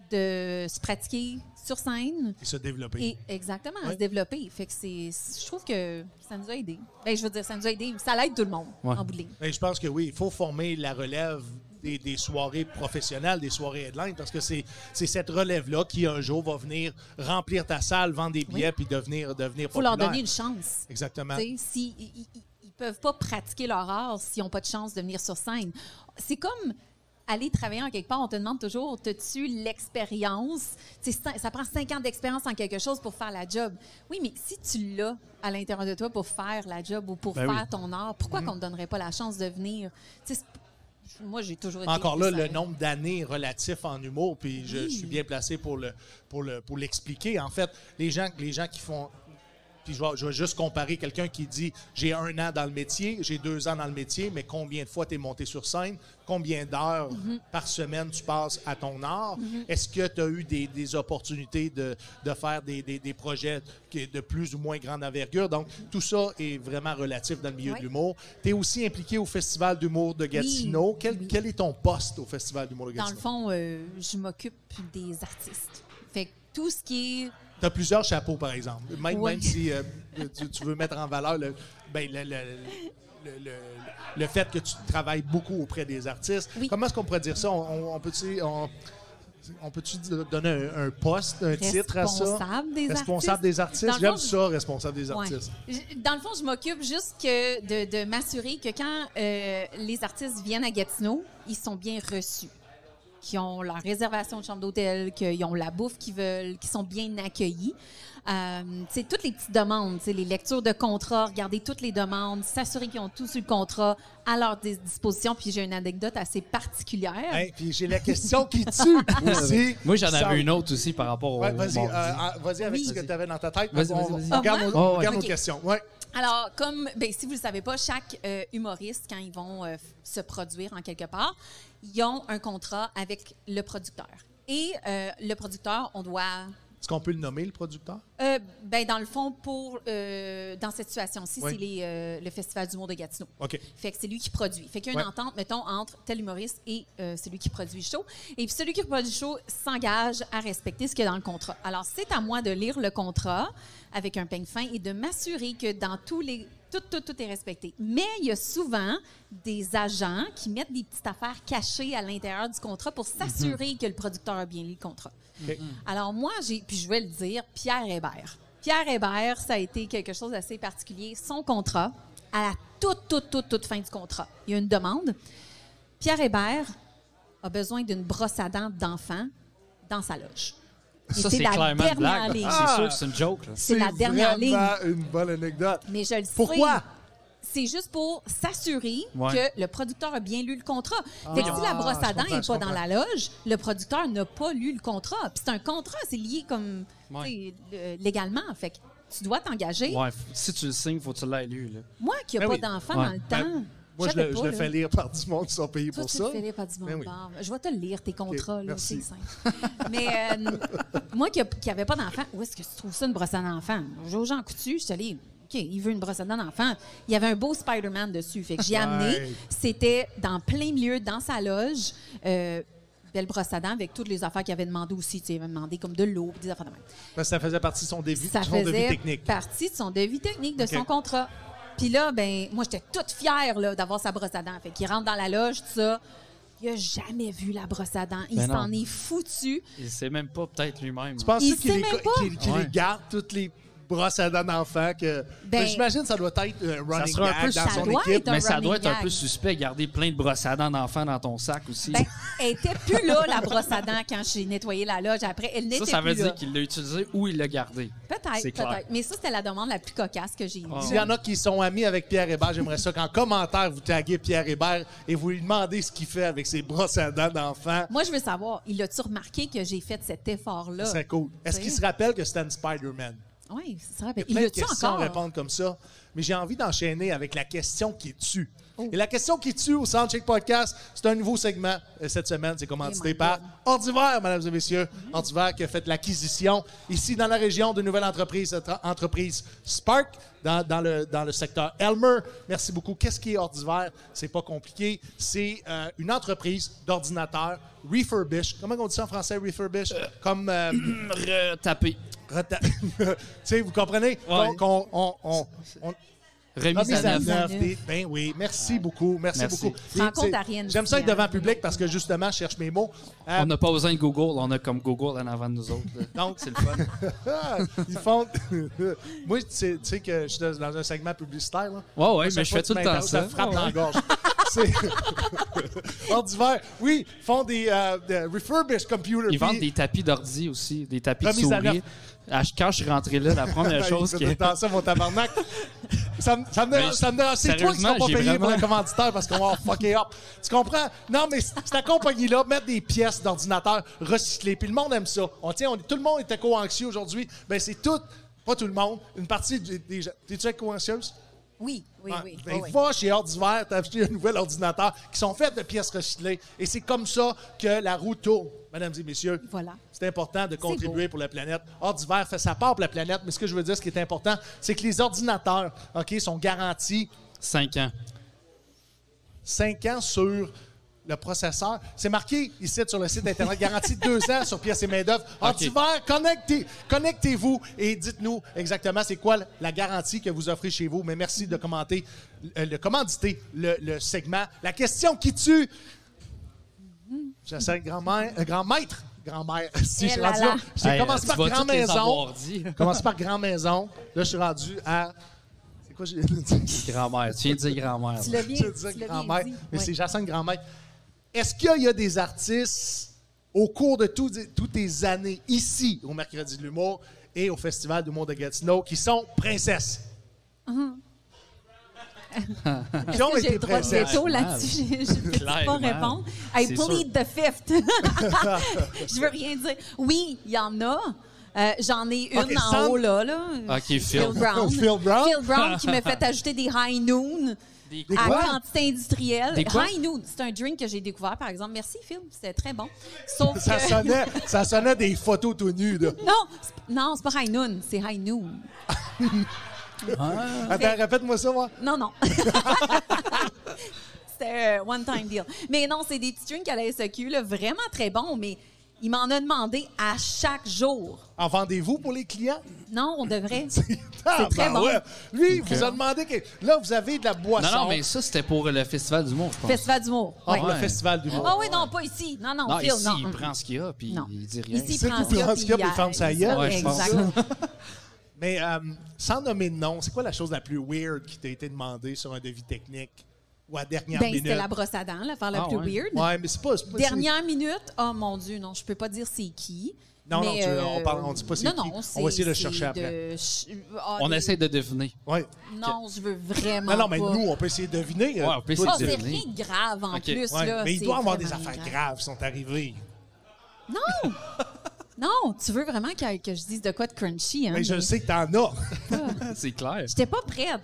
de se pratiquer sur scène
Et se développer.
et exactement à
Oui.
se développer. Fait que c'est, je trouve que ça nous a aidés. Ben, je veux dire, ça nous a aidés. Ça l'aide tout le monde
Ouais.
en bout de ligne.
Ben, je pense que oui, il faut former la relève des, des soirées professionnelles, des soirées headlines, parce que c'est c'est cette relève-là qui, un jour, va venir remplir ta salle, vendre des billets, puis devenir, devenir
Il faut leur
populaire.
donner une chance.
Exactement.
Tu sais, si i- i- i- ils peuvent pas pratiquer leur art s'ils n'ont pas de chance de venir sur scène. C'est comme aller travailler en quelque part, on te demande toujours, as-tu l'expérience? Tu sais, cin- Ça prend cinq ans d'expérience en quelque chose pour faire la job. Oui, mais si tu l'as à l'intérieur de toi pour faire la job ou pour
Ben
faire
oui.
ton art,
Mm-hmm.
pourquoi qu'on ne te donnerait pas la chance de venir? Tu sais, c'est- moi, j'ai toujours été...
Encore là,
plus à-
le nombre d'années relatif en humour, puis je, je suis bien placé pour le pour le pour l'expliquer. En fait, les gens les gens qui font puis je vais, je vais juste comparer quelqu'un qui dit j'ai un an dans le métier, j'ai deux ans dans le métier, mais combien de fois tu es monté sur scène, combien d'heures par semaine tu passes à ton art, est-ce que tu as eu des, des opportunités de, de faire des, des- des projets qui- de plus ou moins grande envergure. Donc, tout ça est vraiment relatif dans le milieu
Ouais.
de l'humour. Tu es aussi impliqué au Festival d'humour de Gatineau. Quel,
oui.
quel est ton poste au Festival d'humour de
Dans le
Gatineau?
fond, euh, je m'occupe des artistes. Fait que tout ce qui est
Tu as plusieurs chapeaux, par exemple. Même,
Oui.
même si euh, tu, tu veux mettre en valeur le, ben, le, le- le- le- le fait que tu travailles beaucoup auprès des artistes.
Oui.
Comment est-ce qu'on pourrait dire ça? On, on- on peut-tu on, on peut-tu donner un, un poste, un titre à ça?
responsable des
Responsable des artistes.
Dans le
J'aime
fond, je-
ça, responsable des
Ouais.
artistes.
J- Dans le fond, je m'occupe juste que de, de m'assurer que quand euh, les artistes viennent à Gatineau, ils sont bien reçus. Qu'ils ont leur réservation de chambre d'hôtel, qu'ils ont la bouffe qu'ils veulent, qu'ils sont bien accueillis. Euh, tu sais, toutes les petites demandes, tu sais, les lectures de contrat, regarder toutes les demandes, s'assurer qu'ils ont tout sur le contrat à leur dis- disposition. Puis j'ai une anecdote assez particulière.
Hey, puis j'ai la question qui tue aussi.
Moi, j'en
Ça-
avais une autre aussi par rapport au.
Ouais, vas-y,
mardi.
euh, ah, vas-y avec
Oui.
ce que tu avais dans ta tête.
Vas-y,
On-
vas-y, vas-y.
on regarde
Ah,
nos,
moi?
on
Oh, ouais.
regarde nos
Ok.
questions. Ouais.
Alors, comme, ben, si vous le savez pas, chaque euh, humoriste, quand ils vont euh, f- se produire en quelque part, ils ont un contrat avec le producteur. Et euh, le producteur, on doit,
Est-ce qu'on peut le nommer, le producteur?
euh, ben, dans le fond, pour euh, dans cette situation-ci,
Oui.
c'est les, euh, le Festival d'humour de Gatineau.
OK.
Fait que c'est lui qui produit. Fait qu'il y a une
Ouais.
entente, mettons, entre tel humoriste et euh, celui qui produit le show. Et puis celui qui produit le show s'engage à respecter ce qu'il y a dans le contrat. Alors, c'est à moi de lire le contrat avec un peigne fin et de m'assurer que dans tous les. Tout, tout, tout est respecté. Mais il y a souvent des agents qui mettent des petites affaires cachées à l'intérieur du contrat pour s'assurer que le producteur a bien lu le contrat.
Mm-hmm.
OK.
Alors moi, j'ai, puis je vais le dire, Pierre Hébert. Pierre Hébert, ça a été quelque chose d'assez particulier. Son contrat, à la toute, toute, toute, toute fin du contrat, il y a une demande. Pierre Hébert a besoin d'une brosse à dents d'enfant dans sa loge. Et
Ça,
c'est
c'est
la
clairement une
dernière
blague.
ligne.
C'est
Ah!
sûr que Ah, c'est une joke. là.
C'est la dernière ligne.
vraiment une bonne anecdote.
Mais je le sais.
Pourquoi?
C'est juste pour s'assurer
Ouais.
que le producteur a bien lu le contrat. Fait que si la brosse
Ah, je
à dents n'est
comprends,
pas
je
dans la loge, le producteur n'a pas lu le contrat. Puis c'est un contrat, c'est lié comme tu
Ouais.
sais, euh, légalement. Fait que tu dois t'engager.
Ouais, f- si tu le signes, faut que tu l'aies lu. Là.
Moi qui n'ai
Ben
pas
oui.
d'enfant
Ouais.
dans le temps,
Ben, Moi, je
savais
le, je
pas,
le
là.
fais lire par du monde qui sont payés
Toi,
pour
tu
ça.
le fais lire par du monde
Ben oui.
barbe. Je vais te lire tes contrats, là,
merci.
c'est simple. Mais euh, moi qui n'avais pas d'enfant, où est-ce que tu trouves ça une brosse à dents d'enfant? J'ai aux gens coutus, je suis allée, OK, il veut une brosse à dents d'enfant. Il y avait un beau Spider-Man dessus, fait que j'y ai
Ouais.
amené. C'était dans plein milieu, dans sa loge. euh, belle brosse à dents avec toutes les affaires qu'il avait demandé aussi. Tu sais, il avait demandé comme de l'eau, des affaires de même
Parce que ça faisait partie de son, début,
ça
son devis
faisait
technique.
partie de son devis technique, de
OK.
son contrat. Puis là, ben, moi, j'étais toute fière là, d'avoir sa brosse à dents. Fait qu'il rentre dans la loge, tout ça. Il a jamais vu la brosse à dents. Il
Ben
s'en
non.
est foutu.
Il sait même pas peut-être lui-même.
Tu penses
Il
qu'il
sait
les,
même
co-
pas.
qu'il- qu'il les
Ouais.
garde toutes les brosses à dents d'enfants que.
Ben,
Mais J'imagine que ça doit être un running
sera un
gag
peu
dans
ça
son
doit
équipe.
être un
Mais ça
running
doit être un
gag.
peu suspect, garder plein de brosses à dents d'enfants dans ton sac aussi.
Ben, elle était plus là, la brosse à dents, quand j'ai nettoyé la loge. Après, elle n'était
ça,
plus
ça veut
là.
dire qu'il l'a utilisé ou il l'a gardé.
Peut-être,
C'est clair.
peut-être. Mais ça, c'était la demande la plus cocasse que j'ai eue.
S'il y en a qui sont amis avec Pierre Hébert, j'aimerais ça qu'en commentaire, vous taguez Pierre Hébert et vous lui demandez ce qu'il fait avec ses brosses à dents d'enfants.
Moi, je veux savoir, il a-tu remarqué que j'ai fait cet effort-là?
Ça serait cool. Est-ce
Oui.
qu'il se rappelle que c'était un Spider-Man?
Oui, ça serait...
Il
Il
y a plein de
l'a-tu
questions à
encore?
répondre comme ça, mais j'ai envie d'enchaîner avec la question qui tue.
Oh.
Et la question qui tue au Soundcheck Podcast, c'est un nouveau segment euh, cette semaine. C'est
Eh
commandité
my
par
God.
Ordiver, mesdames et messieurs.
Mm-hmm.
Ordiver qui a fait l'acquisition ici dans la région de nouvelle entreprise, cette tra- entreprise Spark, dans, dans le, dans le secteur Elmer. Merci beaucoup. Qu'est-ce qui est Ordiver? C'est pas compliqué. C'est euh, une entreprise d'ordinateurs refurbish. Comment on dit ça en français, refurbish? Comme... euh,
Mm, Retapé.
reta- tu sais, vous comprenez? Qu'on-
Ouais.
qu'on- on- on- on-
Remis
Remise
à
à
neuf.
neuf.
neuf.
Des- Ben oui, merci beaucoup. Merci,
Merci.
beaucoup.
Tu te rends
Et,
compte
tu sais,
à rien,
J'aime ça être
Sylvia.
devant le public parce que justement, je cherche mes mots. Euh,
On n'a pas besoin de Google, on a comme Google en avant de nous autres. là.
Donc-
c'est le fun.
ah, ils font. Moi, tu sais, tu sais que je suis dans dans un segment publicitaire. Là.
Ouais, ouais,
Chaque
mais je
fois
fais
que
tout
tu
le temps
m'interromps,
ça.
me frappe
Ouais,
dans la
ouais.
gorge. C'est- Hors d'hiver. Oui, font des, euh, des refurbished computers.
Ils vendent
Puis-
des tapis d'ordi aussi, des tapis de
Remise à
souris. Ah, je- Quand je suis rentré là, la première
Ben,
chose
c'est
qui
tout le temps ça, mon tabarnak. ça me, ça me dérange.
Mais
ça me dérange. C'est toi qui ne
sérieusement,
pas
j'ai
payé pour
vraiment-
le commanditaire parce qu'on va fucker up. Tu comprends? Non, mais c- cette compagnie-là, mettre des pièces d'ordinateur recyclées. Puis le monde aime ça. On, tient, on, tout le monde est éco-anxieux aujourd'hui. Ben, c'est tout. Pas tout le monde. Une partie des, des gens. T'es-tu éco-anxieuse?
Oui, oui,
Ouais.
oui.
Ben,
oui, oui.
Va chez Hors d'hiver, t'acheter un nouvel ordinateur qui sont faits de pièces recyclées. Et c'est comme ça que la roue tourne, mesdames et messieurs.
Voilà.
C'est important de contribuer
beau.
pour la planète. Hors d'hiver fait sa part pour la planète, mais ce que je veux dire, ce qui est important, c'est que les ordinateurs ok, sont garantis
Cinq ans.
5 ans sur le processeur. C'est marqué ici sur le site Internet, garantie 2 ans sur pièces et main-d'œuvre. Ah, Antivers, connectez, connectez-vous et dites-nous exactement c'est quoi la garantie que vous offrez chez vous. Mais merci de commenter, euh, de commanditer le, le segment. La question qui tue.
Mm-hmm.
J'essaie grand-mère, euh, grand-maître, grand-mère. Si
Eh
je suis
là
rendu
là.
là, j'ai
Hey,
commencé
tu
par
vas toutes les
grand-maison.
avoir dit.
Commence par grand-maison. Là, je suis rendu à. C'est quoi, j'ai
Grand-mère. Tu viens de dire grand-mère.
Tu l'as bien,
Je veux
tu l'as
dire
bien
grand-mère,
dit.
mais
Ouais.
c'est Jacinthe grand-mère. Est-ce qu'il y a- il y a des artistes au cours de tout- toutes tes années ici au Mercredi de l'humour et au Festival d'humour de Gatineau qui sont princesses? Qui ont
Mm-hmm. Est-ce que j'ai
été
le droit de
princesses.
veto là-dessus? Je ne peux pas
Clairement.
répondre. I
C'est
plead the fifth. je veux rien dire. Oui, il y en a. Euh, J'en ai une
Ok,
en
Sam-
haut, là. là.
Ok, Ah, Phil.
Brown.
Phil Brown?
Phil Brown qui me fait ajouter des high noon
Des
à
quoi?
quantité industrielle.
Des quoi?
High noon, c'est un drink que j'ai découvert, par exemple. Merci, Phil. C'était très bon. Sauf
Ça
que-
sonnait, ça sonnait des photos tout nues. Là.
Non, c'est- non, c'est pas high noon, c'est high noon.
Attends, répète-moi ça, moi.
Non, non. C'était un one-time deal. Mais non, c'est des petits drinks à la SEQ, là, vraiment très bons, mais il m'en a demandé à chaque jour.
En vendez-vous pour les clients?
Non, on devrait.
Ah,
très
ben
bon.
ouais. Lui, il vous a demandé que. Là, vous avez de la boisson.
Non, non, mais ça, c'était pour le Festival du Monde, je pense.
Festival d'humour.
Ah,
ouais.
le Festival d'humour.
Ah oui, non, pas ici. Non, non,
non,
Phil,
ici,
non.
il prend ce qu'il y a, puis
Non.
il dit rien.
Ici,
C'est
il prend
tout
ça,
prend
puis
ce qu'il y a, puis il ferme sa gueule.
Ouais, je pense.
Exactement.
Mais euh, sans nommer de nom, c'est quoi la chose la plus weird qui t'a été demandée sur un devis technique ou à dernière
Ben,
minute?
c'était la brosse à dents, l'affaire la
Ah,
plus
ouais.
weird.
Ouais, mais c'est pas. c'est pas-
Dernière minute, oh mon Dieu, non, je peux pas dire c'est qui.
Non,
mais, euh,
non, tu- on parle- on dit pas c'est
non,
qui.
Non,
On va
c'est-
essayer de le
c'est
chercher après.
de- ch- ah,
On
des-
essaie de deviner.
c'est- Ouais.
Non, je veux vraiment
Non, non, mais
pas.
nous, on peut essayer de deviner. euh,
Ouais, on peut
toi,
Oh,
essayer
c'est
deviner.
rien de grave en
Ok.
plus.
ouais,
là,
mais il
c'est
doit avoir des
vraiment
affaires
grave. Ah,
graves qui sont arrivées.
Non! non, tu veux vraiment que, que je dise de quoi de crunchy, hein?
Mais je
mais
sais que t'en as.
C'est clair.
J'étais pas prête.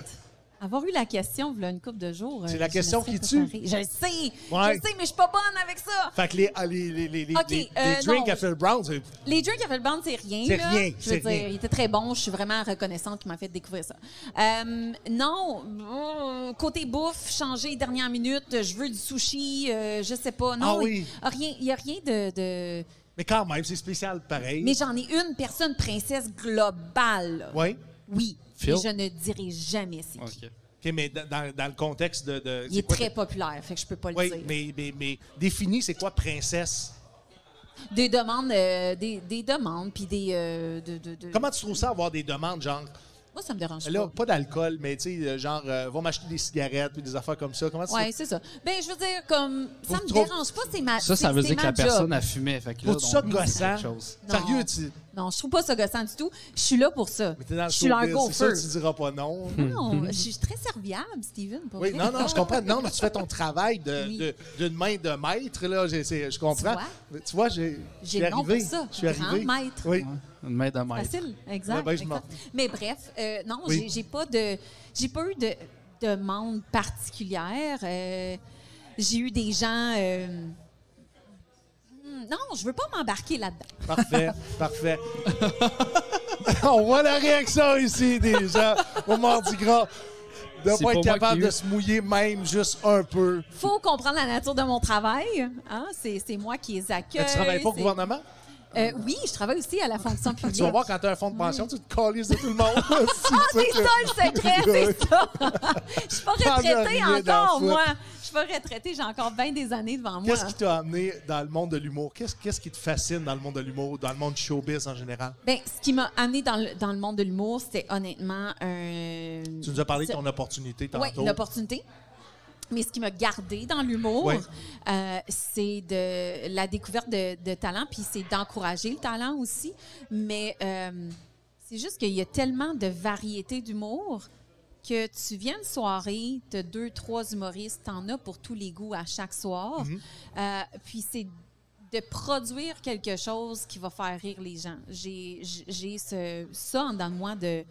Avoir eu la question, voilà une couple de jours.
C'est
euh,
la
je
question
laisserais
qui tue.
préparer. Je le sais!
Ouais.
Je le sais, mais je suis pas bonne avec ça!
Fait que les, ah, les, les, les, les-
Ok,
les-
euh,
les drinks
non.
à Phil Brown, c'est-
Les drinks à Felband, c'est rien.
C'est
là.
rien,
Je veux
c'est
dire,
rien.
il était très bon. Je suis vraiment reconnaissante qu'il m'a fait découvrir ça. Euh, non, mm, côté bouffe, changer dernière minute, je veux du sushi, euh, je sais pas.
Ah
Non,
oui.
il- rien- il n'y a rien de- de...
Mais quand même, c'est spécial pareil.
Mais j'en ai une personne princesse globale. là.
Oui.
Oui.
Phil?
Mais je ne dirai jamais c'est qui.
OK.
Ok, mais dans- dans, dans le contexte de. de-
Il
c'est
est
quoi-
très populaire, fait que je peux pas le
Oui,
dire.
mais, mais, mais définis, c'est quoi princesse?
Des demandes, euh, des, des demandes, puis des, euh, de, de- de-
Comment tu trouves ça avoir des demandes, genre.
Moi, ça me dérange
Là, pas
pas.
d'alcool, mais tu sais, euh, genre, euh, va m'acheter des cigarettes puis des affaires comme ça. Comment tu
Oui, c'est ça. Ben, je veux dire, comme, ça
Faut
me
trop-
dérange pas, c'est ma
Ça, ça
c'est-
veut
c'est
dire que
ma
la personne
job.
a fumé. Fait que là,
Trouves-tu ça
donc, c'est
gossant?
quelque chose.
Non.
Sérieux, tu.
Non, je trouve pas ça gossant du tout. Je suis là pour ça.
Mais t'es dans le
je suis là un
showbiz, c'est sûr que
gopher.
tu diras pas non.
Non,
Hmm.
je suis très serviable, Steven, pour
Oui,
vrai.
non, non, je comprends. Non, mais tu fais ton travail de-
Oui.
de- d'une main de maître, là. j'ai- c'est- Je comprends.
vois?
Mais Tu vois, j'ai. je
J'ai
suis
le nom
arrivé.
pour ça,
Je suis
grand
arrivé.
maître.
Oui.
Une main de maître.
Facile, exact.
Ouais, ben, je m'en-
exact. Mais bref, euh, non,
Oui.
j'ai- j'ai pas de, j'ai pas eu de demande particulière. Euh, j'ai eu des gens. euh, hmm, non, je veux pas m'embarquer là-dedans.
Parfait, parfait. On voit la réaction ici des gens au Mardi Gras. De
C'est
pas
pas
être
moi
capable
qui-
de se mouiller même juste un peu.
Faut comprendre la nature de mon travail. Hein? C'est c'est moi qui les accueille.
Mais tu travailles pas au
c'est-
gouvernement?
Euh, oui, je travaille aussi à la fonction publique.
Tu vas voir quand tu as un fonds de pension, tu te calises de tout le monde. Si
Ah,
tu sais
c'est
que-
ça le secret, c'est ça. Je suis pas retraitée
rien dans
encore,
ça.
moi. Je suis pas retraitée, j'ai encore 20 des années devant moi.
Qu'est-ce qui t'a amené dans le monde de l'humour? Qu'est-ce qu'est-ce qui te fascine dans le monde de l'humour, dans le monde du showbiz en général?
Ben, ce qui m'a amené dans le, dans le monde de l'humour, c'était honnêtement un.
Tu nous as parlé de ton opportunité
Oui,
tantôt.
une opportunité. Mais ce qui m'a gardé dans l'humour,
Ouais.
euh, c'est de la découverte de, de talent, puis c'est d'encourager le talent aussi. Mais euh, c'est juste qu'il y a tellement de variété d'humour que tu viens une soirée, tu deux, trois humoristes, t'en as pour tous les goûts à chaque soir.
Mm-hmm.
Euh, puis c'est de produire quelque chose qui va faire rire les gens. J'ai j'ai- j'ai ce, ça en dedans de moi de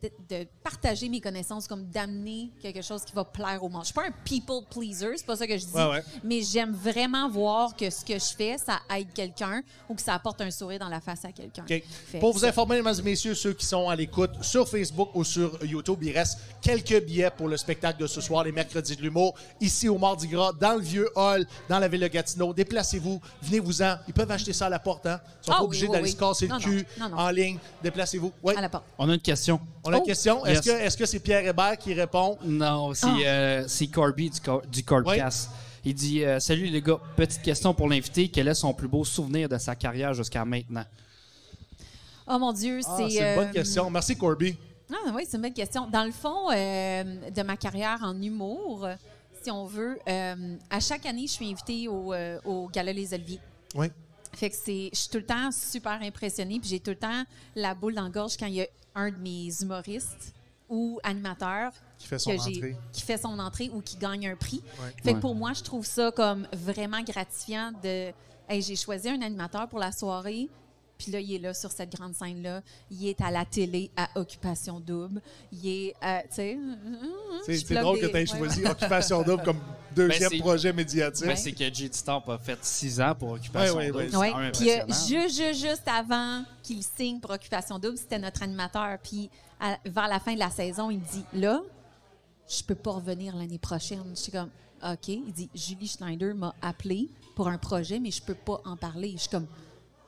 de, de partager mes connaissances, comme d'amener quelque chose qui va plaire au monde. Je suis pas un people pleaser, c'est pas ça que je dis,
Ouais, ouais.
mais j'aime vraiment voir que ce que je fais, ça aide quelqu'un ou que ça apporte un sourire dans la face à quelqu'un.
OK.
Fait
Pour
que
vous informer, mesdames et messieurs, ceux qui sont à l'écoute sur Facebook ou sur YouTube, il reste quelques billets pour le spectacle de ce soir, les mercredis de l'humour, ici au Mardi Gras, dans le vieux hall, dans la ville de Gatineau. Déplacez-vous, venez-vous-en. Ils peuvent acheter ça à la porte, hein? Ils sont
Ah
pas
oui,
obligés
oui,
d'aller
oui.
se casser
Non,
le
non,
cul
non, non.
en ligne. Déplacez-vous. Oui,
À la porte.
On a une question.
on a une
Oh.
question. Est-ce
Yes.
que est-ce que c'est Pierre Hébert qui répond?
Non, c'est
Ah.
euh, c'est Corby du, Cor- du Corbcast. Il dit euh, Salut les gars, petite question pour l'invité. Quel est son plus beau souvenir de sa carrière jusqu'à maintenant
Oh mon Dieu,
Ah,
c'est.
c'est une bonne
euh,
question. Merci, Corby.
Ah oui, c'est une bonne question. Dans le fond, euh, de ma carrière en humour, euh, si on veut, euh, à chaque année, je suis invitée au, euh, au Gala Les Oliviers.
Oui.
Fait que c'est, je suis tout le temps super impressionnée, puis j'ai tout le temps la boule dans la gorge quand il y a un de mes humoristes ou animateurs
Qui fait son
que j'ai,
entrée.
qui fait son entrée ou qui gagne un prix.
Ouais.
Fait que
Ouais.
pour moi, je trouve ça comme vraiment gratifiant de. Hey, j'ai choisi un animateur pour la soirée. Puis là, il est là sur cette grande scène-là. Il est à la télé à Occupation Double. Il est, euh, tu sais...
C'est
je
c'est
plug
drôle
des-
que tu aies
ouais,
choisi
ouais.
Occupation Double comme
Ben,
deuxième
c'est-
projet médiatique.
Ben, C'est que J. Stamp a fait 6 ans pour Occupation
Ouais,
Double.
ouais, ouais.
C'est
Oui,
quand même
puis euh,
Ah, impressionnant.
ju- ju- juste avant qu'il signe pour Occupation Double, c'était notre animateur. Puis à- vers la fin de la saison, il me dit Là, je peux pas revenir l'année prochaine. Je suis comme OK. Il dit Julie Schneider m'a appelé pour un projet, mais je peux pas en parler. Je suis comme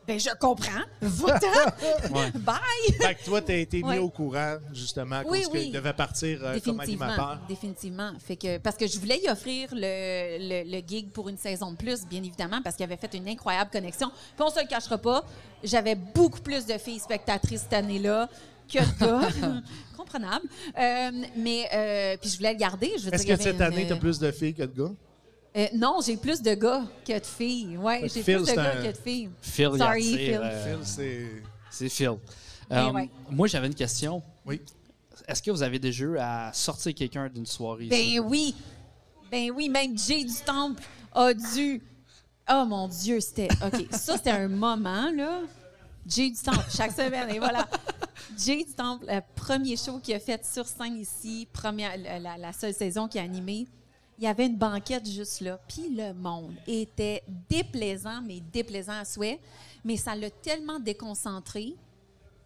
Ben, je comprends. Va-t'en. Bye.
Fait que toi, tu as été mis
Ouais.
au courant, justement, à
Oui,
cause
oui.
qu'il devait partir euh, comme
Définitivement,
animateur.
définitivement. Fait que, parce que je voulais y offrir le, le, le gig pour une saison de plus, bien évidemment, parce qu'il avait fait une incroyable connexion. Puis on se le cachera pas, j'avais beaucoup plus de filles spectatrices cette année-là que de gars. Comprenable. Euh, mais euh, puis je voulais le garder. Je veux
Est-ce
dire,
que
il y avait
cette année,
une-
tu as plus de filles que de gars?
Euh, non, j'ai plus de gars que de filles.
Fait
Ouais,
que
j'ai
Phil,
plus de
c'est
gars
un-
que de filles.
Phil, il
Sorry,
attire,
Phil.
euh,
Phil, c'est.
C'est Phil.
Eh
Euh,
ouais.
Moi, j'avais une question.
Oui.
Est-ce que vous avez déjà eu à sortir quelqu'un d'une soirée? ici?
Ben oui. Ben oui, même Jay du Temple a dû. Oh mon Dieu, c'était. OK, ça, c'était un moment, là. Jay du Temple, chaque semaine, et voilà. Jay du Temple, le premier show qu'il a fait sur scène ici, première, la, la- la seule saison qu'il a animée, il y avait une banquette juste là. Puis le monde était déplaisant, mais déplaisant à souhait. Mais ça l'a tellement déconcentré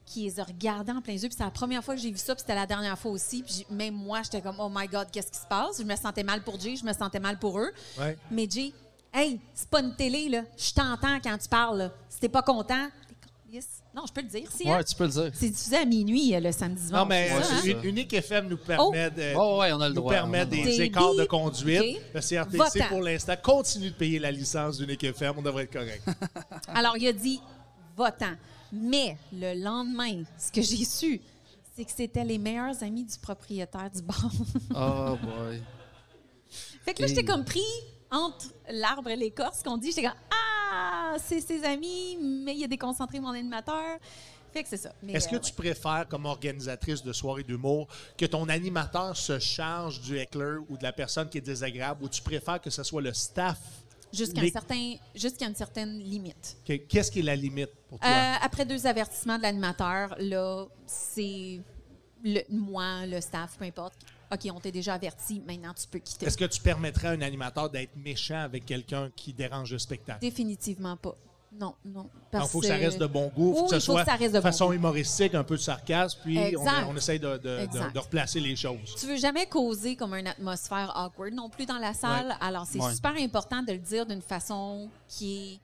qui les a regardés en plein yeux. Puis c'est la première fois que j'ai vu ça, puis c'était la dernière fois aussi. Puis j'ai- même moi, j'étais comme, oh my God, qu'est-ce qui se passe? Je me sentais mal pour Jay, je me sentais mal pour eux.
Ouais.
Mais Jay, hey, c'est pas une télé, là. Je t'entends quand tu parles. là. Si t'es pas content, t'es con- yes. Non, je peux le dire, si. hein?
Ouais, tu peux le dire.
C'est diffusé à minuit euh, le samedi
Non,
dimanche.
mais
c'est
Ouais,
ça,
euh,
hein?
c'est
Un- Unique FM nous permet, de-
Oh, ouais, on a le
nous
droit. on a
permet
le droit.
des
Des
écarts de
billes,
conduite.
ok.
Le CRTC,
Votant.
pour l'instant, continue de payer la licence d'Unique FM. On devrait être correct.
Alors, il a dit votant. Mais le lendemain, ce que j'ai su, c'est que c'était les meilleurs amis du propriétaire du bar. Ah,
Oh, boy.
Fait que là,
Hey.
j'étais comme pris entre l'arbre et l'écorce qu'on dit. J'étais comme Ah, c'est ses amis, mais il a déconcentré mon animateur. Fait que c'est ça. Mais,
Est-ce que
euh,
tu
ouais.
préfères, comme organisatrice de soirée d'humour, que ton animateur se charge du heckler ou de la personne qui est désagréable ou tu préfères que ce soit le staff?
Jusqu'à
les-
un certain- jusqu'à une certaine limite.
Que- Qu'est-ce qui est la limite pour toi?
Euh, après deux avertissements de l'animateur, là, c'est le- moi, le staff, peu importe. OK, on t'est déjà averti, maintenant tu peux quitter.
Est-ce que tu permettrais à un animateur d'être méchant avec quelqu'un qui dérange le spectacle?
Définitivement pas. Non, non.
Il
Parce
faut que ça reste de bon
Oui,
goût, faut
il
que ce soit
que ça reste de bon
façon
goût.
humoristique, un peu de sarcasme, puis on,
Exact.
on essaye de, de- de-
Exact.
de replacer les choses.
Tu veux jamais causer comme une atmosphère awkward non plus dans la salle. Alors, c'est
Ouais.
super important de le dire d'une façon qui est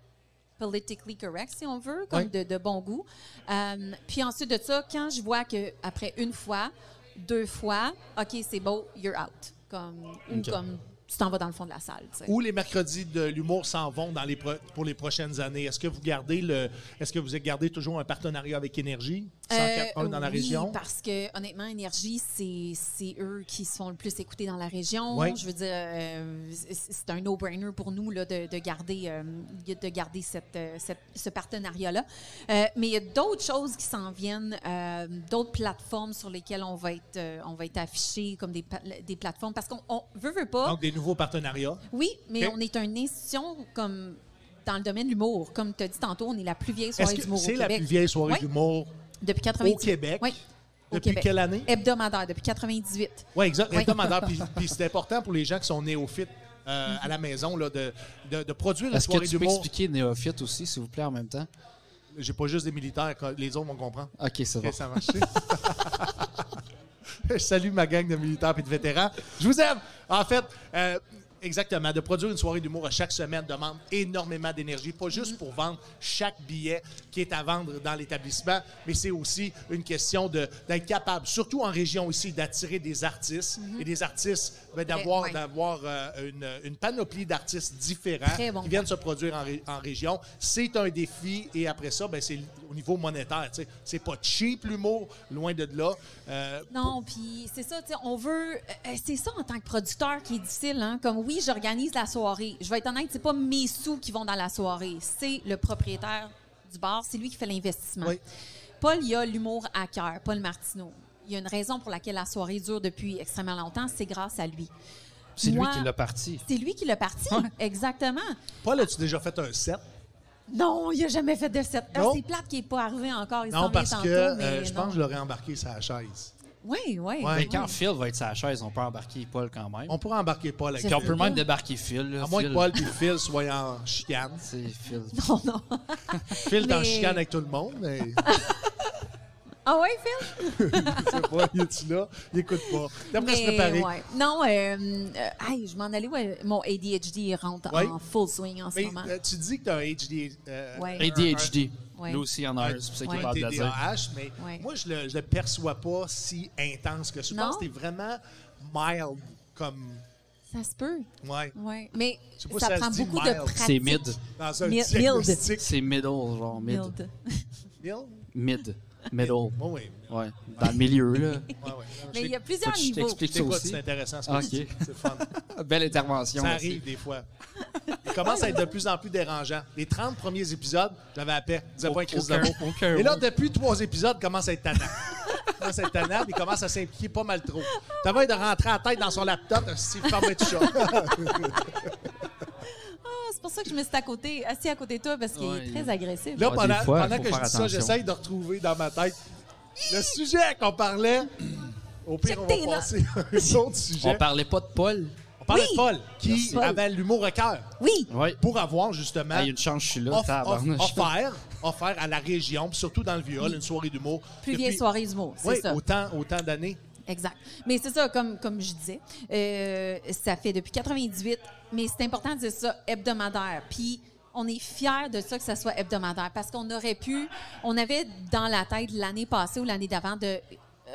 politically correct, si on veut, comme de, de bon goût. Euh, puis ensuite de ça, quand je vois que après une fois, deux fois, OK, c'est beau, you're out. Comme, Ou
OK.
comme tu t'en vas dans le fond de la salle. tu sais.
Où les mercredis de l'humour s'en vont dans les pro- pour les prochaines années? Est-ce que vous gardez le est-ce que vous gardez toujours un partenariat avec Énergie, 104.1 dans la
Euh, oui,
région?
Parce que honnêtement, Énergie, c'est c'est eux qui se font le plus écouter dans la région.
Oui.
Je veux dire, euh, c'est- c'est un no-brainer pour nous là, de, de garder, euh, de garder cette, euh, cette- ce partenariat-là. Euh, mais il y a d'autres choses qui s'en viennent, euh, d'autres plateformes sur lesquelles on va être, euh, on va être affiché comme des, pa- des plateformes. Parce qu'on on veut, veut pas.
Donc des nouveaux partenariats.
oui, mais
OK.
on est une institution comme dans le domaine de l'humour. Comme tu as dit tantôt, on est la plus vieille
Est-ce
soirée
que
d'humour au
c'est la
Québec.
plus vieille soirée
Oui.
d'humour
Depuis 90.
Au Québec?
Oui. au
Depuis
Québec.
quelle année?
Hebdomadaire, depuis 98.
Oui, exact.
Oui.
hebdomadaire. Puis, puis c'est important pour les gens qui sont néophytes euh, à la maison là, de, de, de produire une
Est-ce que
soirée
tu peux
d'humour.
expliquer néophyte aussi, s'il vous plaît, en même temps?
J'ai pas juste des militaires, quand les autres vont comprendre.
OK, c'est bon.
Ok, ça a marché. Je salue ma gang de militaires et de vétérans. Je vous aime. En fait, euh, exactement, de produire une soirée d'humour à chaque semaine demande énormément d'énergie, pas juste pour vendre chaque billet qui est à vendre dans l'établissement, mais c'est aussi une question de- d'être capable, surtout en région ici, d'attirer des artistes et des artistes, ben, d'avoir
ouais.
d'avoir, euh, une, une panoplie d'artistes différents
Très bon
qui viennent se produire en, ré- en région. C'est un défi et après ça, ben, c'est l- au niveau monétaire. tu sais. C'est pas cheap l'humour, loin de là. Euh,
Non, puis c'est ça, tu sais, on veut. euh, C'est ça en tant que producteur qui est difficile, hein? Comme oui, j'organise la soirée. Je vais être honnête, c'est pas mes sous qui vont dans la soirée. C'est le propriétaire du bar, c'est lui qui fait l'investissement.
Oui.
Paul, il a l'humour à cœur, Paul Martineau. Il y a une raison pour laquelle la soirée dure depuis extrêmement longtemps, c'est grâce à lui.
C'est lui
Moi-
qui l'a parti.
C'est lui qui l'a parti, exactement.
Paul, as-tu déjà fait un set?
Non, il a jamais fait de cette. Ah,
Non.
C'est plate qu'il n'est pas arrivé encore. Il s'en
Non,
vient
parce
tantôt,
que euh,
mais
je
non.
pense que je l'aurais embarqué sur la chaise.
Oui, oui.
Ouais.
oui.
Mais quand Phil va être sa chaise, on peut embarquer Paul quand même.
On pourrait embarquer Paul avec
C'est
Puis on
Phil.
peut même débarquer Phil. là.
À moins que
Phil-
Paul et Phil soient en chicane.
C'est Phil.
Non, Oh, non.
Phil est en
Mais-
chicane avec tout le monde, mais
Ah oui, Phil?
je sais pas, il est-tu là? Il écoute pas. D'après se
Mais,
préparer.
ouais. Non, euh, euh, aïe, je m'en allais où euh, mon ADHD rentre
Ouais.
en full swing en ce
Mais
moment.
euh, tu dis que tu as un HD. euh,
Ouais.
un-
ADHD.
Ouais.
Lui aussi en a un,
Ouais.
c'est pour ça
Ouais.
qu'il parle de la zone.
TDAH, mais
Ouais.
moi, je le, je le perçois pas si intense que ça. Je
Non.
pense que t'es vraiment mild comme.
Ça se peut.
Ouais.
Ouais. Mais
Je sais
ça,
pas si ça
prend
se dit
beaucoup
mild.
de pratique.
C'est mid.
Dans un
Mi-
diagnostic.
C'est middle, genre mid.
Mild.
Mild?
Mid. Middle.
Oui, oui.
Ouais. Dans le milieu, là.
Ouais, ouais.
Mais il y a
Faut
plusieurs
que je
niveaux.
t'explique ça
C'est quoi, c'est
aussi.
intéressant. ce
Ah,
que tu
ok.
dis. C'est le fun.
Belle intervention.
Ça
aussi.
arrive des fois. Il commence à être de plus en plus dérangeant. Les 30 premiers épisodes, j'avais à paix. Je disais pas un crise de
Aucun-
mot.
aucun
Et là,
mot.
depuis trois épisodes, il commence à être tannant. Il commence à être tannant, puis il commence à s'impliquer pas mal trop. T'as envie de rentrer la tête dans son laptop, si fermé tout chat.
Ah, c'est pour ça que je me suis à côté, assis à côté de toi parce qu'il
Ouais,
est
il-
très agressif.
Là,
Ah,
pendant,
des fois,
pendant
faut
que je dis
faire
ça,
attention.
j'essaye de retrouver dans ma tête le sujet qu'on parlait. Au pire,
Check
on
tes
va passer à un autre sujet.
On parlait pas de Paul.
On parlait
Oui.
de Paul, qui
Merci. Paul.
avait l'humour à cœur
Oui.
Ouais.
pour avoir justement
Ah, Il y a une chance, je suis là.
off-
tabarnak.
off- offert, offert à la région, puis surtout dans le viol, une soirée d'humour.
Plus vieille
Depuis-
soirée du mot, c'est
Oui,
ça.
autant, autant d'années.
Exact. Mais c'est ça, comme, comme je disais, euh, ça fait depuis 98, mais c'est important de dire ça hebdomadaire. Puis on est fiers de ça que ça soit hebdomadaire parce qu'on aurait pu, on avait dans la tête l'année passée ou l'année d'avant de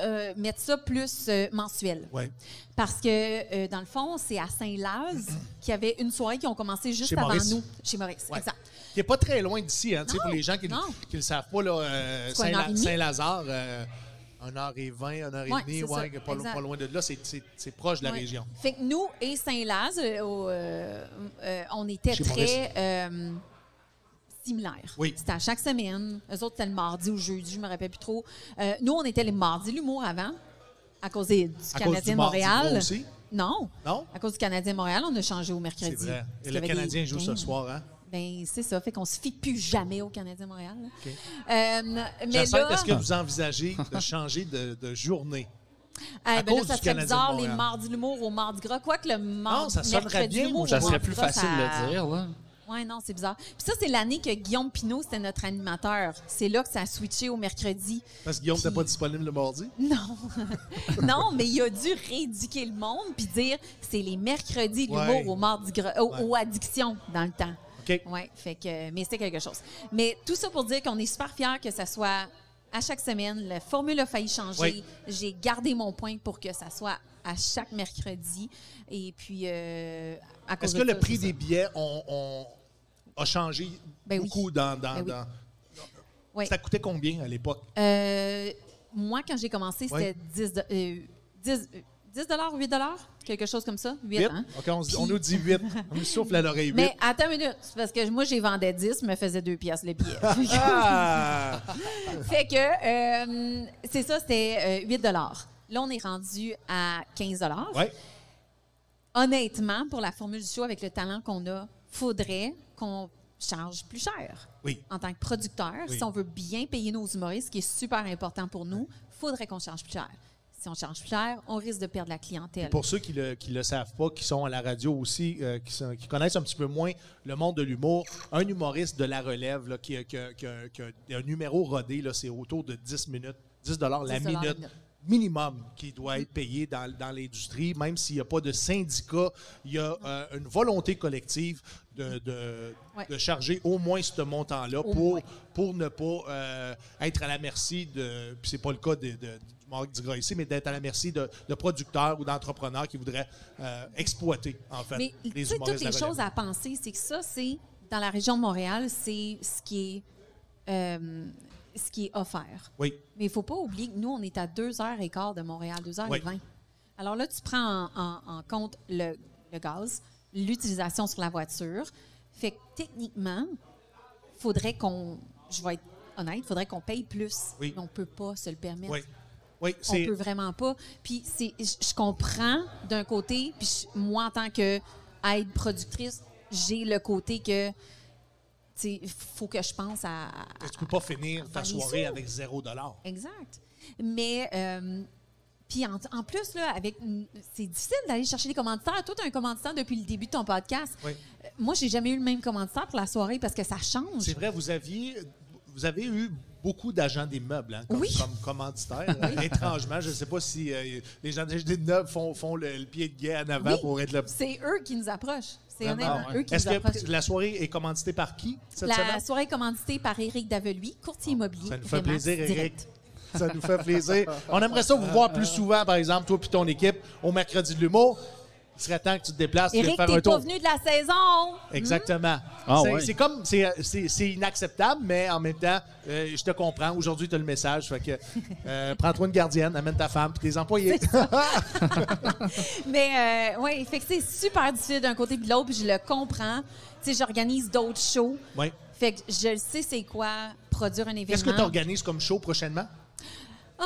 euh, mettre ça plus euh, mensuel.
Ouais.
Parce que, euh, dans le fond, c'est à Saint-Laz qu'il y avait une soirée qui ont commencé juste
Mm-hmm. Chez
avant
Maurice.
nous, chez Maurice.
Ouais.
Exact.
Qui n'est pas très loin d'ici. Hein, tu sais,
Non,
pour les gens qui ne
non.
le savent pas, là, euh,
C'est quoi, une heure et
Saint-La-
demie?
Saint-Lazare, euh, 1h20, 1h30,
Ouais,
ouais,
c'est ça,
pas, lo-
exact.
pas loin de là. c'est- C'est c'est proche de la
Ouais.
région.
Fait que nous et Saint-Laz, euh, au, euh, euh, on était
Chez Maurice.
très euh, similaires.
Oui.
C'était à chaque semaine. Eux autres, c'était le mardi ou jeudi, je me rappelle plus trop. Euh, nous, on était les mardis, l'humour avant, à cause des- du
À cause du
Canadien de
mardi
Montréal.
gras aussi.
Non.
Non?
À cause du Canadien de Montréal, on a changé au mercredi.
C'est vrai.
Parce
Et
qu'il
le
y avait
Canadien
des
joue ce
games.
soir, hein?
Ben, c'est ça. Fait qu'on se fie plus jamais au Canadien de Montréal. là.
OK.
Euh, mais
Jacinthe,
là,
est-ce que vous envisagez de changer de, de journée?
Eh
À
ben là,
cause
ça
du
serait
Canadien de
bizarre, les
Montréal.
mardis de l'humour au mardi gras. Quoique le mardi,
ça sonnerait
mercredi
bien,
l'humour
Ça
au
serait
mardi
plus
gras,
facile
ça-
de le dire, là.
Oui, non, c'est bizarre. Puis ça, c'est l'année que Guillaume Pinault, c'était notre animateur. C'est là que ça a switché au mercredi.
Parce que Guillaume n'était
Puis-
pas disponible le mardi.
Non. non, mais il a dû rééduquer le monde puis dire c'est les mercredis de
Ouais.
l'humour au mardi gras, au-
Ouais.
aux addictions dans le temps.
OK.
Oui, fait que, mais c'est quelque chose. Mais tout ça pour dire qu'on est super fiers que ça soit à chaque semaine. La formule a failli changer.
Oui.
J'ai gardé mon point pour que ça soit à chaque mercredi. Et puis, euh, à cause
Est-ce
de
que le
ça,
prix
c'est ça.
des billets on, on- a changé
Ben oui.
beaucoup dans. dans-
Ben oui.
dans-
Oui.
Ça coûtait combien à l'époque?
Euh, moi, quand j'ai commencé,
Oui.
c'était 10, do- euh, 10, euh, 10 8 quelque chose comme ça, 8,
Huit?
hein?
OK, on, se- on
Puis-
nous dit 8. On nous souffle à l'oreille 8.
Mais attends une minute, parce que moi, j'ai vendais 10, me faisais 2 piastres le billet.
Ah!
fait que, euh, c'est ça, c'était euh, 8 Là, on est rendu à 15
Ouais.
Honnêtement, pour la formule du show, avec le talent qu'on a, faudrait qu'on charge plus cher.
Oui.
En tant que producteur,
Oui.
si on veut bien payer nos humoristes, ce qui est super important pour nous, faudrait qu'on charge plus cher. Si on charge plus cher, on risque de perdre la clientèle.
Pour ceux qui ne le, qui le savent pas, qui sont à la radio aussi, euh, qui, sont- qui connaissent un petit peu moins le monde de l'humour, un humoriste de la relève là, qui, a- qui a- qui a- qui a un numéro rodé, là, c'est autour de 10 minutes, 10 dollars la
10 la
minute
minute.
minimum qui doit être payé dans, dans l'industrie, même s'il n'y a pas de syndicat, il y a euh, une volonté collective de, de-
Ouais.
de charger au moins ce montant-là
Au
pour,
moins.
pour ne pas euh, être à la merci de. Puis c'est pas le cas de, de, du Marc Dugas ici, mais d'être à la merci de, de producteurs ou d'entrepreneurs qui voudraient euh, exploiter, en fait,
Mais tu
euh, les
sais,
humoristes de
toutes
la
les
relève.
choses à penser, c'est que ça, c'est dans la région de Montréal, c'est ce qui est euh, ce qui est offert.
Oui,
Mais il faut pas oublier que nous, on est à 2h15 de Montréal, 2h20.
Oui.
Alors là, tu prends en, en- en compte le, le gaz, l'utilisation sur la voiture. Fait que techniquement, faudrait qu'on, je vais être honnête, faudrait qu'on paye plus.
Oui.
Mais on peut pas se le permettre.
oui. Oui,
On
c'est.
peut vraiment pas. Puis c'est, je je comprends d'un côté, puis je- moi en tant que aide productrice, j'ai le côté que, tu sais, faut que je pense à. à-
Tu peux pas finir ta
Faire les
soirée
sous.
avec zéro dollar.
Exact. Mais euh, puis en, en plus là, avec, c'est difficile d'aller chercher des commanditaires. Toi, as un commanditaire depuis le début de ton podcast.
Oui.
Euh, Moi, j'ai jamais eu le même commanditaire pour la soirée parce que ça change.
C'est vrai, vous aviez, vous avez eu beaucoup d'agents des meubles hein, comme,
Oui.
comme commanditaires. Étrangement, je ne sais pas si euh, les gens des meubles font, font le, le pied de guet en avant
Oui.
pour être là.
C'est eux qui nous approchent. C'est honnêtement
Vraiment.
eux qui
Ah, Est-ce
nous approchent.
que la soirée est commanditée par qui cette
La
semaine? Ah,
soirée est commanditée par Éric Daveluy, courtier immobilier.
Ça nous fait
Remax
plaisir, Éric.
Direct.
Ça nous fait plaisir. On aimerait ça vous voir plus souvent, par exemple, toi et ton équipe, au mercredi de l'humour. Il serait temps que tu te déplaces et
Éric,
faire un
t'es
tour.
pas venu de la saison!
Exactement.
Ah
c'est
ouais.
c'est comme c'est c'est- c'est inacceptable, mais en même temps, euh, je te comprends. Aujourd'hui, tu as le message. Fait que euh, prends-toi une gardienne, amène ta femme puis tes employés.
Mais euh, ouais, fait que c'est super difficile d'un côté et de l'autre, puis je le comprends. Tu sais, j'organise d'autres shows.
Ouais.
Fait que je sais c'est quoi produire un événement.
Qu'est-ce que tu organises comme show prochainement?
Ah,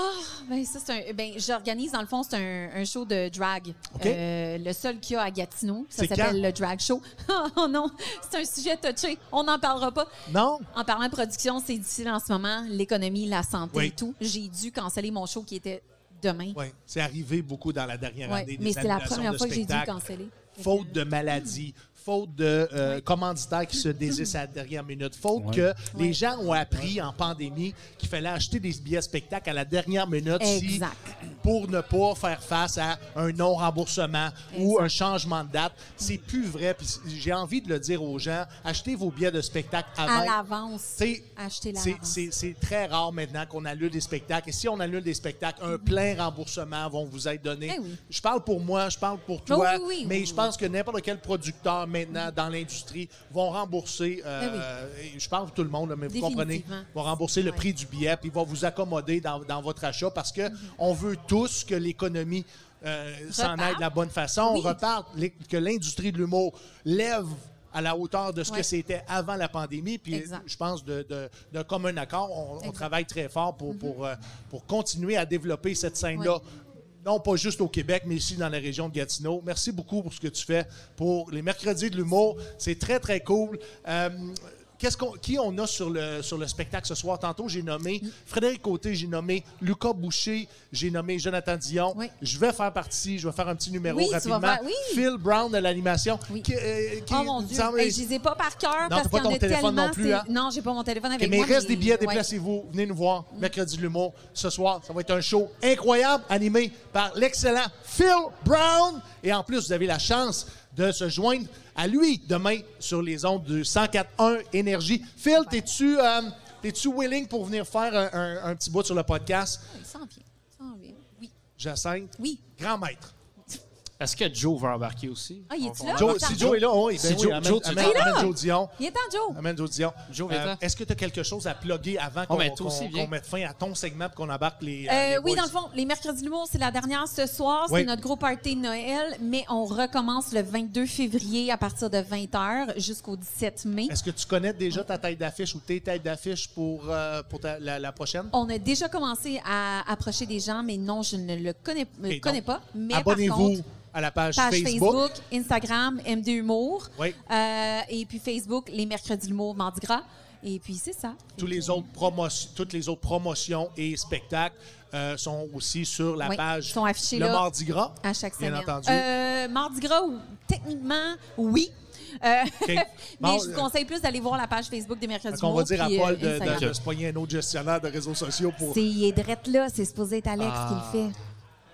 ben ça c'est un ben j'organise dans le fond c'est un, un show de drag.
OK.
Euh, le seul qu'il y a à Gatineau, ça
C'est
s'appelle
quand?
le drag show. oh non, c'est un sujet touché, on n'en parlera pas.
Non?
En parlant de production, c'est difficile en ce moment, l'économie, la santé
Oui.
et tout. J'ai dû canceller mon show qui était demain.
Oui. C'est arrivé beaucoup dans la dernière
Ouais,
année. des
mais c'est la
annulations
première
de
fois que j'ai dû
spectacles.
canceller.
faute de maladie, faute de euh, commanditaires qui se désistent à la dernière minute, faute que les
Ouais.
gens ont appris en pandémie qu'il fallait acheter des billets spectacles à la dernière minute si-
Exact.
pour ne pas faire face à un non-remboursement ou un changement de date. C'est plus vrai. Puis J'ai envie de le dire aux gens, achetez vos billets de spectacle avant.
À l'avance.
Ah ben, C'est-
Acheter la
c'est- C'est c'est très rare maintenant qu'on annule des spectacles. Et si on annule des spectacles, un plein remboursement vont vous être donnés.
Mm-hmm. Eh oui.
Je parle pour moi, je parle pour
Ben
toi,
oui, oui, oui,
mais
oui,
je
oui.
pense que n'importe quel producteur maintenant dans l'industrie vont rembourser, euh, et je parle pour tout le monde, là, mais vous comprenez,
Eh Définitivement.
vont rembourser le
Ouais.
prix du billet, puis va vous accommoder dans, dans votre achat parce que
Mm-hmm.
on veut tous que l'économie euh, s'en
Reparte.
aille de la bonne façon,
Oui.
reparte, l'é- que l'industrie de l'humour lève à la hauteur de ce que
Ouais.
c'était avant la pandémie, puis
Exact.
je pense, de, de, de commun accord. On, on
Exact. Mm-hmm.
travaille très fort pour, pour, euh, pour continuer à développer cette scène-là. Non, pas juste au Québec, mais ici dans la région de Gatineau. Merci beaucoup pour ce que tu fais pour les mercredis de l'humour. C'est très, très cool. Euh, Qu'est-ce qu'on, qui on a sur le, sur le spectacle ce soir? Tantôt, j'ai
Mm.
nommé Frédéric Côté, j'ai nommé Lucas Boucher, j'ai nommé Jonathan Dion.
Oui.
Je vais faire partie, je vais faire un petit numéro
Oui, tu vas
rapidement.
faire- oui.
Phil Brown de l'animation.
Oui.
qui- euh, qui-
Oh mon
il
Dieu,
me semble-
Hey, je les ai pas par cœur
t'as
parce
pas
qu'il y en
ton
a
téléphone
tellement.
non plus,
c'est-
hein?
Non, j'ai pas mon téléphone avec
mais
moi.
il reste
mais-
des billets,
ouais. Mm.
déplacez-vous. Venez nous voir. Mercredi de l'humour, ce soir. Ça va être un show incroyable animé par l'excellent Phil Brown. Et en plus, vous avez la chance de se joindre à lui demain sur les ondes du 104.1 Énergie. Phil, t'es-tu euh, t'es-tu willing pour venir faire un, un- un petit bout sur le podcast?
Il s'en Ben, vient, il s'en vient. Oui,
Jacinthe,
oui.
grand maître.
Est-ce que Joe va embarquer aussi?
Ah, il est-tu là?
Joe,
Il est
si
en-
Joe est là, oh, ben
Si
oui,
Joe-
amène,
Joe, tu-
amène-
Il est là!
amène Joe Dion.
Il est en Joe.
Amène Joe Dion. Euh,
Joe, viens-t'en.
Est-ce que tu as quelque chose à plugger avant qu'on
mais toi
qu'on-
aussi, viens.
qu'on mette fin à ton segment et qu'on embarque les. euh,
Euh,
les
oui,
boys?
dans le fond, les mercredis de l'humour, c'est la dernière ce soir. C'est
Oui.
notre gros party de Noël, mais on recommence le 22 février à partir de 20h jusqu'au 17 mai.
Est-ce que tu connais déjà ta tête d'affiche ou tes têtes d'affiche pour, euh, pour ta- la, la prochaine?
On a déjà commencé à approcher des gens, mais non, je ne le connais, me
Et
connais
donc,
pas. Mais par
Abonnez-vous
contre,
à à la page,
Page
Facebook.
Facebook, Instagram, MD Humour.
Oui.
Euh, et puis Facebook, les mercredis de l'humour, Mardi Gras. Et puis c'est ça.
Tous
Fait
les
que-
autres promos- toutes les autres promotions et spectacles euh, sont aussi sur la
Oui,
page
sont affichés
Le
là.
Mardi Gras.
À chaque
Bien
semaine.
entendu.
Euh, Mardi Gras, ou- techniquement, oui. Euh, mais
Bon,
je
euh,
vous conseille plus d'aller voir la page Facebook des Mercredis
Fait qu'on va
d'Humour,
dire à
puis, euh,
Paul de, de-
Instagram.
de se pogner un autre gestionnaire de réseaux sociaux pour. Ah.
C'est il est drette là, c'est supposé être Alex qui le fait.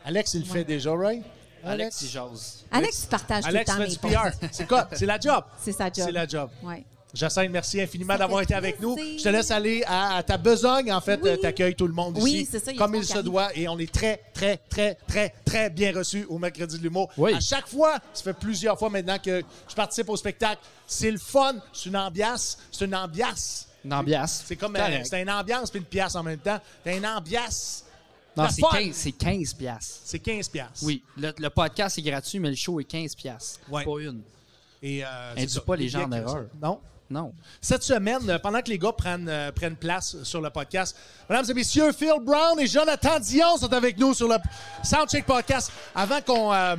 Alex, il le fait déjà, right?
Alex, il jase.
Alex il partage
Alex
tout
fait
le
du
temps mes
PR.
posts.
C'est quoi? C'est la job.
C'est sa job.
C'est la job.
Ouais.
Jacinthe, merci infiniment
Ça
d'avoir
fait
été avec nous.
plaisir.
Je te laisse aller à, à ta besogne. En fait,
Oui.
euh, t'accueilles tout le monde
Oui,
ici.
c'est ça, il y a
comme
du
il
monde
se
qui arrive.
doit. Et on est très, très, très, très, très bien reçus au Mercredi de l'Humour.
Oui.
À chaque fois, ça fait plusieurs fois maintenant que je participe au spectacle. C'est le fun. C'est une ambiance. C'est une ambiance.
Une ambiance.
C'est comme euh,
Correct.
c'est une ambiance puis une pièce en même temps. C'est une ambiance.
Non,
la
c'est
fun.
15, c'est 15 piastres.
C'est 15 pièces.
Oui, le, le podcast est gratuit, mais le show est 15 piastres.
Ouais.
Pas une.
Et euh,
Induis
c'est ça.
pas les gens en
Bien que-
erreur.
Non.
Non.
Cette semaine, euh, pendant que les gars prennent, euh, prennent place sur le podcast, mesdames et messieurs, Phil Brown et Jonathan Dion sont avec nous sur le Soundcheck Podcast. Avant qu'on... euh,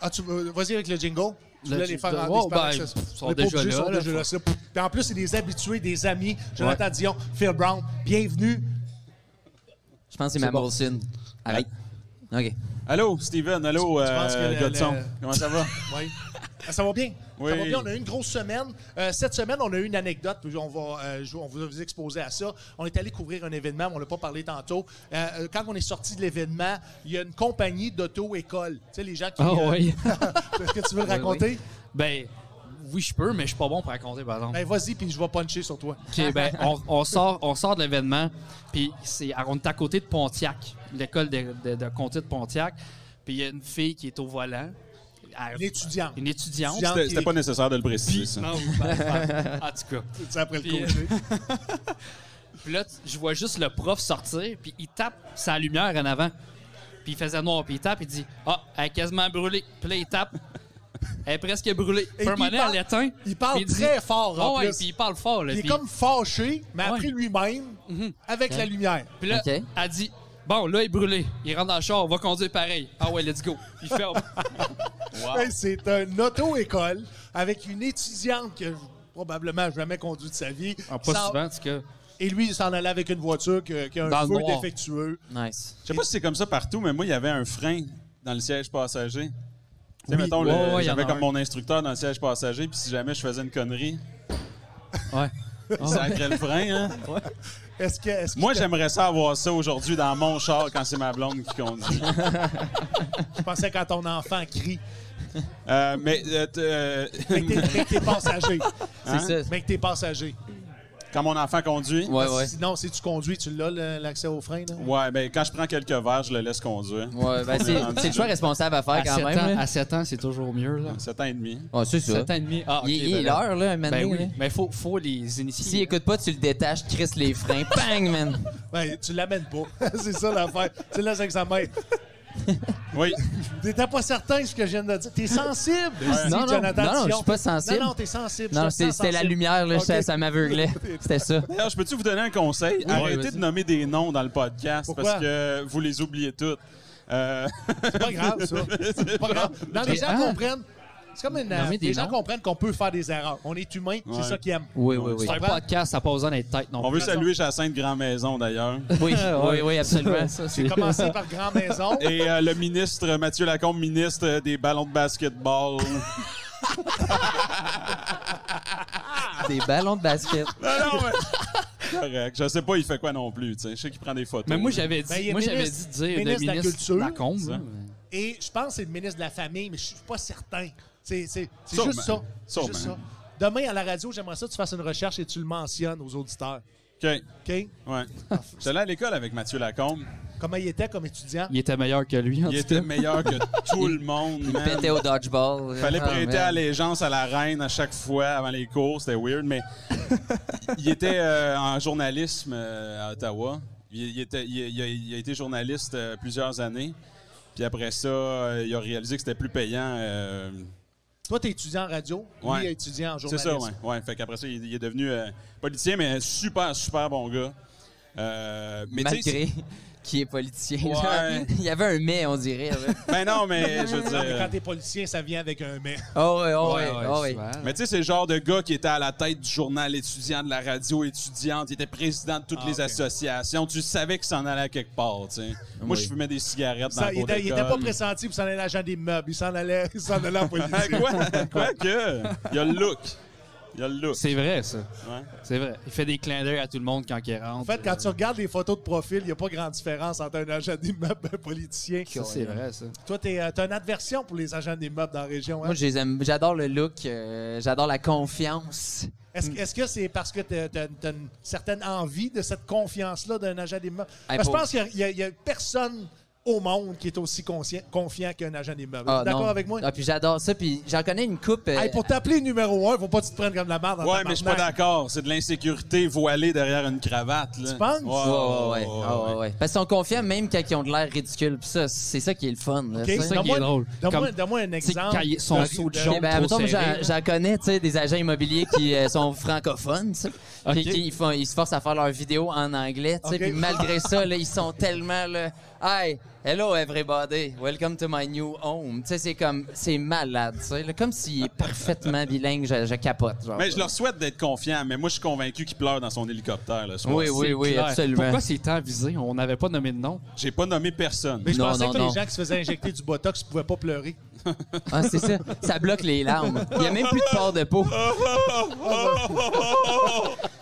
ah, tu- euh, Vas-y avec le jingle. Tu
Le
voulais les
jingle.
faire en-
Oh,
les faire en-
ben,
ça-
ils sont
les pauvres
déjà
jeux
là,
sont
là,
déjà
faut-
là, ça. Puis en plus, c'est des habitués, des amis. Jonathan Dion, Phil Brown, bienvenue.
Je pense que c'est Ah. ma
bon.
Molson. Arrête. OK.
Allô, Steven, allô,
Tu- tu penses que
euh,
le-
gars de son.
le-
Comment ça va?
Oui. Euh, Ça va bien.
Oui.
Ça va bien. On a eu une grosse semaine. Euh, cette semaine, on a eu une anecdote. puis On va, euh, je- on va vous exposer à ça. On est allé couvrir un événement, mais on l'a pas parlé tantôt. Euh, euh, quand on est sorti de l'événement, il y a une compagnie d'auto-école. Tu sais, les gens qui.
Ah
euh,
oui.
Est-ce que tu veux le raconter?
Ben, oui, je peux, mais je suis pas bon pour raconter, par exemple.
Ben, vas-y, puis je vais puncher sur toi.
OK, ben, on, on sort, on sort de l'événement, puis c'est, on est à côté de Pontiac, l'école de, de, de comté de Pontiac, puis il y a une fille qui est au volant. Elle-
Une étudiante.
une étudiante. Ah,
Étudiante.
C'était c'était pas nécessaire de le préciser, ça.
Non, ben, en tout cas.
Tu sais, après le
Puis, euh,
coacher.
Puis là, tu- je vois juste le prof sortir, puis il tape sa lumière en avant. Puis il faisait noir, puis il tape, il dit Ah, elle est quasiment brûlée. Puis là, il tape. Elle est presque brûlée.
Et
Puis un
puis,
moment
il
donné, elle
parle-
l'éteint.
il parle
puis dit-
très fort, en
Ah ouais,
plus.
puis il parle fort. Là,
Il est
puis-
comme fâché, mais
Ah Ouais. Mhm.
après lui-même, avec la lumière.
Puis là,
Ok.
elle dit Bon, là, il est brûlé. Il rentre dans le char, on va conduire pareil. Ah ouais, let's go. Il ferme.
Ah, Hey, C'est un auto-école avec une étudiante que probablement jamais conduite de sa vie.
Ah, pas
Sans-
souvent, en tout cas.
Et lui, il s'en allait avec une voiture que- qui a
Dans
un
le
feu
noir.
défectueux.
Nice.
Je sais pas si c'est comme ça partout, mais moi, il y avait un frein dans le siège passager. Tu sais,
Oui.
mettons, le-
Ouais, ouais, il y en
j'avais
a
comme
un.
mon instructeur dans le siège passager, puis si jamais je faisais une connerie,
Ah, Ouais.
il sacrait le frein, hein.
Est-ce que. est-ce que-
Moi, j'aimerais ça avoir ça aujourd'hui dans mon char quand c'est ma blonde qui conduit.
Je pensais quand ton enfant crie.
Euh, mais euh, t- euh,
Mais que t'es- mais que t'es passager.
hein?
C'est ça.
Mais que t'es passager.
quand mon enfant conduit,
Ouais, Ah ouais.
Sinon, si tu conduis, tu l'as le- l'accès au frein. là?
ouais, ben, quand je prends quelques verres, je le laisse conduire.
Ouais, ben c'est c'est le choix responsable à faire
À
Ah, quand
7
même.
ans,
là.
à sept ans, c'est toujours mieux. Là.
7 ans et demi.
Ouais, c'est ça.
7 ans et demi. Ah, ok,
Il il est
ben là.
l'heure, là, un moment
Ben
donné,
oui,
là.
mais faut, faut les initier.
S'il écoute pas, tu le détaches, Chris les freins. Bang, man!
Ben, tu l'amènes pas. C'est ça l'affaire. Tu le laisses avec sa mère.
Oui.
T'étais pas certain de ce que je viens de dire. T'es sensible. Si,
Non, non,
Jonathan
non, non,
Dion.
je suis pas sensible.
Non, non, t'es sensible. Je
Non,
te
c'est-
sens
c'était la
sensible.
lumière, là,
Ok.
ça, ça m'aveuglait. C'était ça.
Alors, je peux-tu vous donner un conseil? Arrêtez
vas-y.
de nommer des noms dans le podcast
Pourquoi?
parce que vous les oubliez tous. Euh,
C'est pas grave, ça. C'est pas grave. Non, les
Mais,
gens
ah.
hein?
comprennent. C'est comme une.
Non, mais
les
des
gens
noms.
comprennent qu'on peut faire des erreurs. On est humain, c'est
Ouais.
ça qu'ils aiment.
Oui, oui, oui.
C'est un podcast, ça passe dans les têtes. Non
on veut saluer Jacinthe Grand-Maison, d'ailleurs.
Oui, oui, oui, absolument.
J'ai commencé par Grand Maison.
Et euh, le ministre Mathieu Lacombe, ministre des ballons de basketball.
Des ballons de basket.
non, non, mais... Correct. Je sais pas, il fait quoi non plus. tu sais. Je sais qu'il prend des photos.
Mais moi, j'avais dit,
Ben, il est
moi, j'avais dit
ministre-
de dire
ministre de la
le ministre
Culture.
Lacombe.
Ça.
là.
Et je pense que c'est le ministre de la Famille, mais je suis pas certain. C'est c'est- c'est
Sûrement.
juste ça. C'est juste ça.
Sûrement.
Demain, à la radio, j'aimerais ça que tu fasses une recherche et tu le mentionnes aux auditeurs.
OK.
OK?
Ouais. J'étais allé à l'école avec Mathieu Lacombe.
Comment il était comme étudiant?
Il était meilleur que lui, en
Il
tout
était
cas.
meilleur que tout le monde.
Il
man.
pétait au dodgeball.
fallait
Ah,
prêter
man.
allégeance à la reine à chaque fois avant les cours. C'était weird, mais il était euh, en journalisme euh, à Ottawa. Il, il était, il, il a, il a été journaliste euh, plusieurs années. Puis après ça, euh, il a réalisé que c'était plus payant. euh,
Toi, t'es étudiant en radio, lui,
Ouais.
il est étudiant en
c'est
journalisme.
ça, ouais. ouais. Fait qu'après ça, il, il est devenu euh, politicien, mais super, super bon gars. Euh, mais tu sais,
Malgré qui est politicien.
Ouais.
Genre, Il y avait un mais, on dirait. ouais.
Ben non, mais je veux
Non, mais
dire.
quand t'es policier, ça vient avec un
Ben,
mais.
Oh, ouais, oh, ouais, oh, ouais.
souvent.
Mais tu sais, c'est le genre de gars qui était à la tête du journal étudiant, de la radio étudiante, il était président de toutes
Ah,
les
ok.
associations. Tu savais que ça en allait à quelque part, tu sais. Moi, je fumais des cigarettes dans
Ça,
le
il,
cours
était, il était
d'école.
pas pressenti pour s'en aller à l'agent des meubles. Il s'en allait, il s'en allait en politique.
Ah, Quoi, quoi que? Il y a le look. Il y a le look.
C'est vrai, ça.
Ouais.
C'est vrai. Il fait des clins d'œil à tout le monde quand il rentre.
En fait, quand tu regardes les photos de profil, il n'y a pas grande différence entre un agent d'immeuble et un politicien.
Ça, c'est vrai, ça.
Toi, tu as une adversion pour les agents d'immeuble dans la région. hein?
Moi, je les aime. J'adore le look, euh, j'adore la confiance.
Est-ce est-ce que c'est parce que tu as, une certaine envie de cette confiance-là d'un agent d'immeuble?
Hey,
Parce que je
pour-
pense qu'il n'y a, personne au monde qui est aussi conscient- confiant qu'un agent d'immeuble.
Ah, non.
D'accord avec moi?
Ah, puis j'adore ça. Puis j'en connais une coupe. euh,
Hey, pour t'appeler numéro un, faut pas que tu te prennes comme la merde. en
Ouais, mais je suis pas
tabarnak.
d'accord. C'est de l'insécurité voilée derrière une cravate. Là.
Tu penses?
Ouais, ouais, ouais. Ah, ouais, ouais. Parce qu'ils sont confiants même quand ils ont de l'air ridicule. Puis ça, c'est ça qui est le fun. là,
OK?
tu sais.
ça qui
Donne-moi-
est drôle.
Donne-moi
Comme-
donne-moi un
C'est
exemple.
quand ils sont
de-
sous
de-
de jaune
Ok, ben,
trop
mettons, j'en,
serré.
j'en connais, tu sais, des agents immobiliers qui euh, sont francophones, tu sais,
Ok.
qui, qui font- ils se forcent à faire leurs vidéos en anglais, tu sais,
Ok.
puis malgré ça, là, ils sont tellement, là, Hey, hello everybody, welcome to my new home. Tu sais, c'est comme, c'est malade, tu sais, là, comme s'il est parfaitement bilingue, je, je capote, genre.
Mais je leur souhaite d'être confiants, mais moi, je suis convaincu qu'il pleure dans son hélicoptère le soir.
Oui, oui, oui,
Claire.
absolument.
Pourquoi c'est tant visé? On n'avait pas nommé de nom.
J'ai pas nommé personne.
Mais je
Non,
pensais
non,
que
non.
les gens qui se faisaient injecter du Botox pouvaient pas pleurer.
Ah, c'est ça, ça bloque les larmes. Il n'y a même plus de port de peau.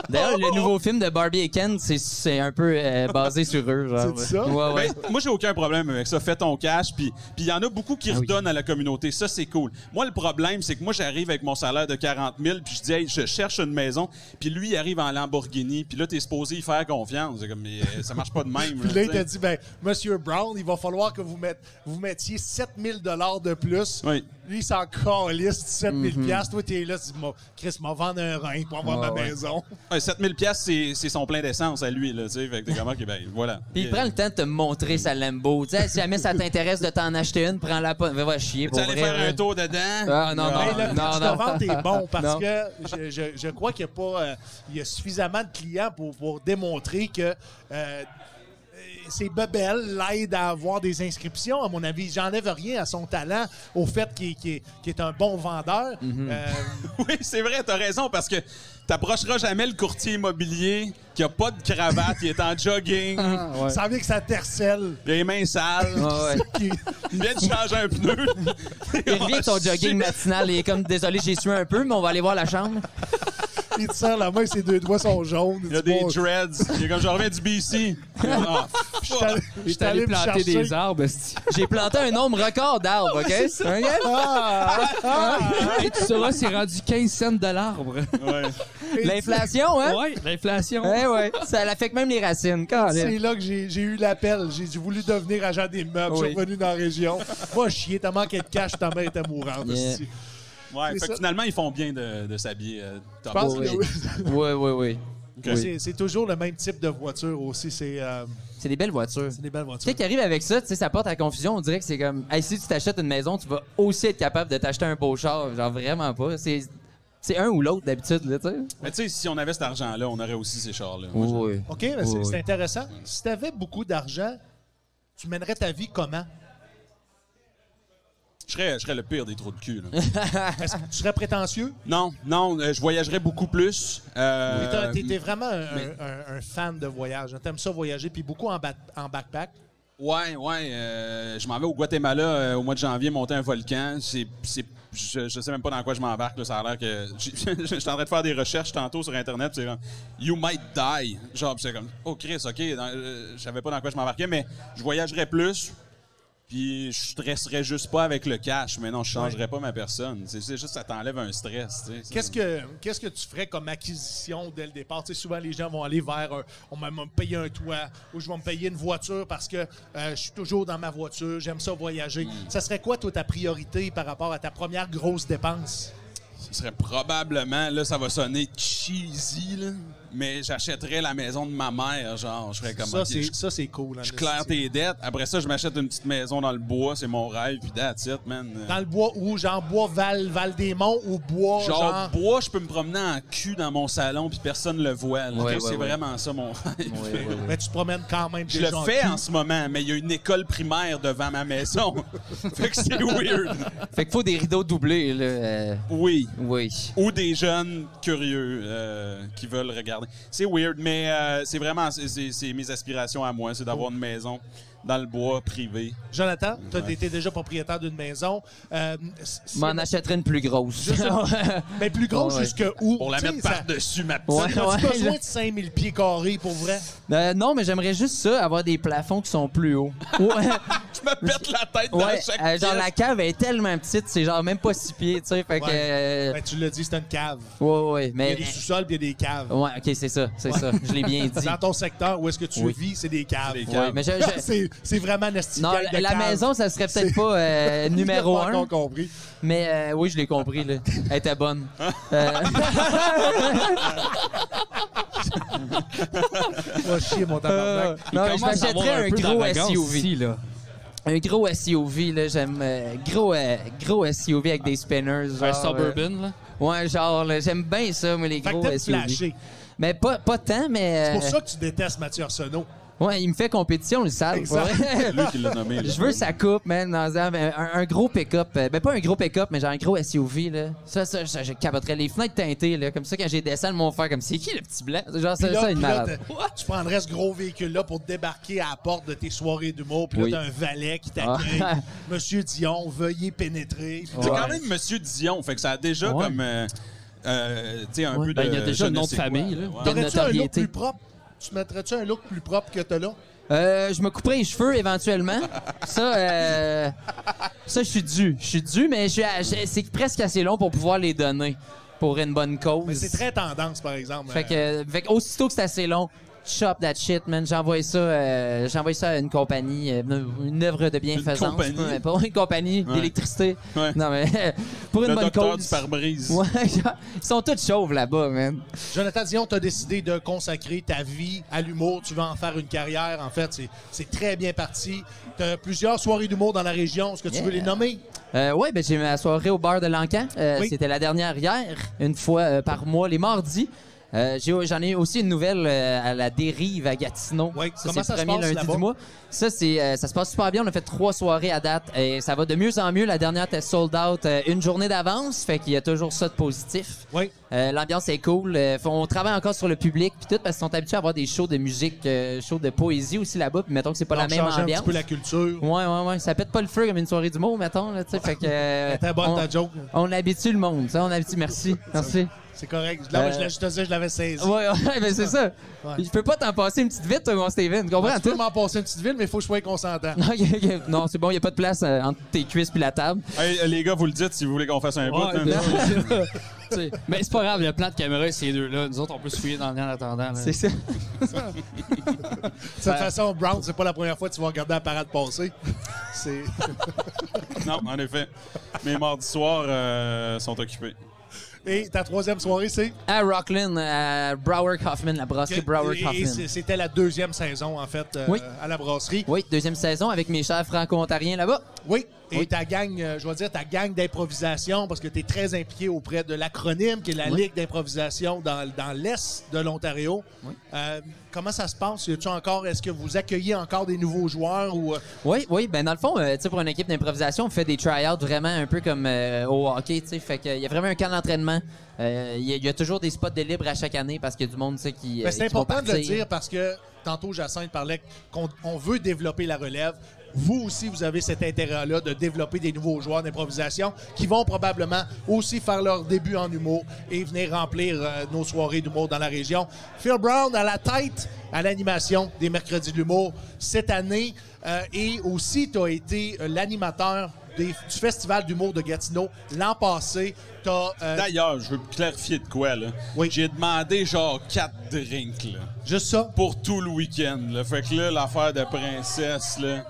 D'ailleurs, le nouveau film de Barbie et Ken, c'est, c'est un peu euh, basé sur eux, genre.
C'est ça?
Ouais, ouais.
Ben, moi, j'ai aucun problème avec ça. Fais ton cash. Puis puis il y en a beaucoup
Ah
qui redonnent à la communauté. Ça, c'est cool. Moi, le problème, c'est que moi, j'arrive avec mon salaire de 40 000, puis je dis, Hey, je cherche une maison. Puis lui, il arrive en Lamborghini. Puis là, t'es supposé y faire confiance. C'est comme, mais euh, ça marche pas de même.
Puis
là,
là, il
tu sais.
t'a dit, ben, Monsieur Brown, il va falloir que vous, mette- vous mettiez 7000 dollars de plus.
Oui.
Lui, il s'en calisse, 7000 piastres. Toi, t'es là, tu dis, Moi, Chris m'a vendu un rein pour avoir ma
Mhm. Ah Ouais, ouais.
maison.
Ouais, 7 000 piastres, c'est c'est son plein d'essence à lui. Là, tu sais. fait que t'es comme, OK, ben voilà.
Puis il
Euh,
prend le temps de te montrer sa Lambo. Tu sais, si jamais ça t'intéresse de t'en acheter une, prends-la pas. Va, va chier,
Tu
pour
allais
vrai. euh,
faire
là.
un tour dedans?
Ah, non, non.
Mais le
non,
pitch
non.
de vente est bon parce
Non.
que je, je- je crois qu'il n'y a pas euh, il y a suffisamment de clients pour, pour démontrer que euh, ces bebelles l'aident à avoir des inscriptions. À mon avis, j'enlève rien à son talent au fait qu'il qu'il est- qu'il est un bon vendeur.
Mhm.
Euh,
Oui, c'est vrai, t'as raison, parce que t'approcheras jamais le courtier immobilier qui a pas de cravate, il est en jogging,
Ça vient que ça tercelle.
il a les mains sales,
Ah, ouais.
qui-
il vient de changer un pneu.
Il revient avec son jogging matinal et il est comme désolé, j'ai sué un peu, mais on va aller voir la chambre.
il te serre la main, ses deux doigts sont jaunes.
Il y a des dreads. Il est comme, je reviens du BC. Ah, fuck.
Je
J'étais allé planter des arbres. esti.
J'ai planté un nombre record d'arbres, OK?
Ah,
OK?
Et tout ça, c'est rendu 15 cents de l'arbre.
Ouais.
L'inflation, hein?
Ouais, l'inflation.
Ouais, ouais. Ça l'affecte même les racines.
C'est
calme.
là que j'ai j'ai eu l'appel. J'ai j'ai voulu devenir agent des meubles. Je
Oui.
suis revenu dans la région. Va chier, t'as manqué de cash, ta mère était mourante.
Yeah.
aussi.
Ouais,
C'est
fait que
ça.
finalement, ils font bien de, de s'habiller euh, top.
Je pense
Oui.
que oui.
Ouais, ouais, ouais.
Oui.
C'est- c'est toujours le même type de voiture aussi. C'est euh,
C'est des belles voitures.
c'est des belles
Tu sais,
voitures.
qui arrive avec ça, tu sais, ça porte à confusion. On dirait que c'est comme, hey, si tu t'achètes une maison, tu vas aussi être capable de t'acheter un beau char. Genre, vraiment pas. C'est, c'est un ou l'autre d'habitude, là, tu sais.
Mais tu sais, si on avait cet argent-là, on aurait aussi ces chars-là. Moi, je-
Oui.
OK, mais c'est
Oui.
c'est intéressant. Si t'avais beaucoup d'argent, tu mènerais ta vie comment?
Je serais, je serais le pire des trous de cul. là.
Est-ce que tu serais prétentieux?
non, non, euh, je voyagerais beaucoup plus. Euh,
T'es un- T'es t'es vraiment un, un- un fan de voyage. T'aimes ça voyager, puis beaucoup en, ba- en backpack.
Ouais, ouais. euh, je m'en vais au Guatemala euh, au mois de janvier monter un volcan. C'est, c'est- je, je sais même pas dans quoi je m'embarque. là. Ça a l'air que. Je suis en train de faire des recherches tantôt sur Internet. puis C'est comme. You might die. Genre, puis c'est comme. Oh, Chris, OK. dans- euh, je savais pas dans quoi je m'embarquais, mais je voyagerais plus. Puis je stresserais juste pas avec le cash. Mais non, je changerais pas ma personne. C'est, c'est juste ça t'enlève un stress. tu sais. C'est-
Qu'est-ce que qu'est-ce que tu ferais comme acquisition dès le départ? Tu sais, souvent, les gens vont aller vers un- on va me payer un toit ou je vais me payer une voiture parce que euh, je suis toujours dans ma voiture, j'aime ça voyager. Ça serait quoi, toi, ta priorité par rapport à ta première grosse dépense?
Ce serait probablement, là, ça va sonner cheesy, là, mais j'achèterais la maison de ma mère, genre. Je ferais comme
Ça,
OK,
c'est-
je-
ça, c'est cool. en
Je claire
esti.
tes dettes. Après ça, je m'achète une petite maison dans le bois. C'est mon rêve. Puis that's it, man. Euh,
Dans le bois où, genre bois Val, Val des Monts ou bois,
Genre,
genre.
bois, je peux me promener en cul dans mon salon puis personne le voit. là.
Ouais,
Tu sais,
ouais,
c'est
ouais.
vraiment ça mon rêve.
Mais tu te promènes quand même
Je
des
le
gens
fais hein.
cul.
en ce moment, mais il y a une école primaire devant ma maison. fait que c'est weird.
Fait qu'il faut des rideaux doublés, là. euh,
Oui.
oui.
Ou des jeunes curieux euh, qui veulent regarder. C'est weird, mais euh, c'est vraiment c'est- c'est c'est mes aspirations à moi, c'est d'avoir une maison dans le bois privé.
Jonathan, tu
Ouais.
été déjà propriétaire d'une maison. Euh, c- c-
M'en achèterais une plus grosse.
Je sais pas. mais plus gros
Ouais, ouais.
jusque où?
Pour la
Tu sais,
mettre
ça-
par-dessus ma petite.
Ouais,
T'as-tu
ouais,
besoin de 5000 pieds carrés pour vrai?
Euh, non, mais j'aimerais juste ça, avoir des plafonds qui sont plus hauts. Ouais.
Je me pète la tête dans
Ouais,
chaque
euh, genre
pièce.
la cave est tellement petite, c'est genre même pas six pieds, tu sais. Fait que. euh,
Ben, tu l'as dit, c'est une cave.
ouais, ouais,
Il y
mais.
a des sous-sols puis il y a des caves.
Ouais, ok, c'est ça, c'est ça. Je l'ai bien dit.
Dans ton secteur où est-ce que tu
Oui.
vis, c'est des caves.
C'est des
Ouais, mais je- je-
C'est c'est vraiment nasty.
non,
gang de
la, la
caves.
maison, ça serait
C'est-
peut-être pas euh, numéro
J'ai pas
un,
encore compris.
mais euh, oui, je l'ai compris, là. Elle était bonne. Euh,
Va chier, mon tabarnak.
non,
Il
je
commence à avoir
m'achèterais un
peu
gros
d'arrogance
SUV.
ici, là.
Un gros SUV, là, j'aime. euh, gros, euh, gros SUV avec des spinners. Genre,
Un suburban, là.
euh, ouais, genre, là, j'aime bien ça, moi, les
Fait
gros
que t'aimes
SUV.
flasher.
Mais pas, pas tant, mais.
C'est pour
euh,
ça que tu détestes Mathieu Arsenault.
Ouais, il me fait compétition, le sale. pour vrai.
Lui qui l'a nommé. là.
Je veux sa coupe, man, dans un, un- un gros pick-up. Euh, Ben, pas un gros pick-up, mais genre un gros SUV, là. Ça, ça, ça, je capoterais les fenêtres teintées, là. Comme ça, quand j'ai descendu, mon frère, comme c'est qui le petit blanc? Genre,
Puis
ça,
là,
ça, une
puis là,
malade.
t'as- tu prendrais ce gros véhicule-là pour te débarquer à la porte de tes soirées d'humour. Puis
Oui.
là, t'as un valet qui t'accueille.
Ah.
Monsieur Dion, veuillez pénétrer. Puis
C'est
Ouais.
quand même Monsieur Dion, fait que ça a déjà
Ouais.
comme euh, euh, tu sais un
Ouais.
peu de
Ben, il y a déjà le
je
nom
ne
de
sais quoi,
famille, là.
ouais.
Quelle
T'aurais-tu un look
notoriété.
plus propre? Tu mettrais-tu un look plus propre que t'as là?
Euh, je me couperais les cheveux éventuellement. Ça, euh, ça, je suis dû. Je suis dû, mais je suis à- je- c'est presque assez long pour pouvoir les donner pour une bonne cause.
Mais c'est très tendance, par exemple.
Fait
Euh,
que, fait que aussitôt que c'est assez long, chop that shit, man. J'envoie ça, euh, j'envoie ça à une compagnie, euh, une œuvre de bienfaisance.
compagnie.
peu importe, une compagnie
Ouais.
d'électricité.
Ouais.
Non, mais pour une
Le
bonne
docteur
cause.
du pare-brise.
Ouais, genre, ils sont tous chauves là-bas, man.
Jonathan Dion, t'as décidé de consacrer ta vie à l'humour. Tu vas en faire une carrière. En fait, c'est- c'est très bien parti. T'as plusieurs soirées d'humour dans la région. Est-ce que tu
Yeah.
veux les nommer?
Euh, ouais, ben j'ai ma soirée au bar de l'Ancan. Euh,
Oui.
C'était la dernière hier, une fois euh, par mois, les mardis. Euh, j'ai- J'en ai, aussi une nouvelle euh, à la dérive à Gatineau.
Oui,
ça,
comment
c'est
ça
le
se
premier
passe
lundi
là-bas?
du mois. Ça, c'est, euh, ça se passe super bien. On a fait trois soirées à date et ça va de mieux en mieux. La dernière était sold out euh, une journée d'avance, fait qu'il y a toujours ça de positif.
Oui.
Euh, L'ambiance est cool. Euh, faut- on travaille encore sur le public puis tout parce qu'ils sont habitués à avoir des shows de musique, euh, shows de poésie aussi là-bas. Puis mettons que c'est pas la même
changer un
ambiance.
petit peu la culture.
Ouais, ouais, ouais. Ça pète pas le feu comme une soirée du mot, mettons. Là, tu sais, fait que, euh,
T'as bonne
on-
ta joke.
on habitue le monde, ça. On habitue. Merci. Merci.
C'est correct. Là,
Euh,
je, l'ai- je te disais, je l'avais saisi.
Ouais, ouais, mais c'est ça.
Ouais.
Je peux pas t'en passer une petite vite, toi, mon Steven. Tu
Ah,
comprends
tu peux
tout?
m'en passer une petite ville, mais il faut que je sois consentant.
Ok, ok. Non, c'est bon, il a pas de place euh, entre tes cuisses puis la table.
Hey, euh, les gars, vous le dites si vous voulez qu'on fasse un bout.
Ouais, ben
hein.
non. Tu sais, Mais c'est pas grave, le plan de caméra, c'est deux-là. Nous autres, on peut se fouiller dans le nez en attendant. là.
C'est ça.
De toute façon, Brown, c'est pas la première fois que tu vas regarder la parade passer. C'est.
Non, en effet. Mes mardis soirs euh, sont occupés.
Et ta troisième soirée, c'est.
À Rockland, à Brower Kaufman, la brasserie Brower
Et- et c'est-
Kaufman.
C'était la deuxième saison, en fait, euh,
Oui.
à la brasserie.
Oui, deuxième saison avec mes chers franco-ontariens là-bas.
Oui. Et
Oui.
ta gang, euh, je vais dire, ta gang d'improvisation, parce que tu es très impliqué auprès de l'acronyme, qui est la
Oui.
Ligue d'improvisation dans, dans l'Est de l'Ontario. Euh, comment ça se passe? Y a-tu encore, est-ce que vous accueillez encore des nouveaux joueurs ou. euh,
Oui, oui, ben dans le fond, euh, tu sais, pour une équipe d'improvisation, on fait des tryouts vraiment un peu comme euh, au hockey, tu sais, fait qu'il y a vraiment un camp d'entraînement. Euh, Il y, a- il y a toujours des spots de libre à chaque année parce qu'il y a du monde, tu sais, qui. euh,
Mais Ben, c'est
qui vont
important de le
partir.
dire parce que tantôt Jacinthe parlait qu'on on veut développer la relève. Vous aussi, vous avez cet intérêt-là de développer des nouveaux joueurs d'improvisation qui vont probablement aussi faire leur début en humour et venir remplir euh, nos soirées d'humour dans la région. Phil Brown à la tête à l'animation des Mercredis de l'humour cette année Euh, et aussi tu as été euh, l'animateur des- du Festival d'humour de Gatineau l'an passé. T'as, euh,
D'ailleurs, je veux clarifier de quoi là.
Oui.
J'ai demandé genre quatre drinks là,
juste ça.
pour tout le week-end. là. Fait que là, l'affaire de princesse là.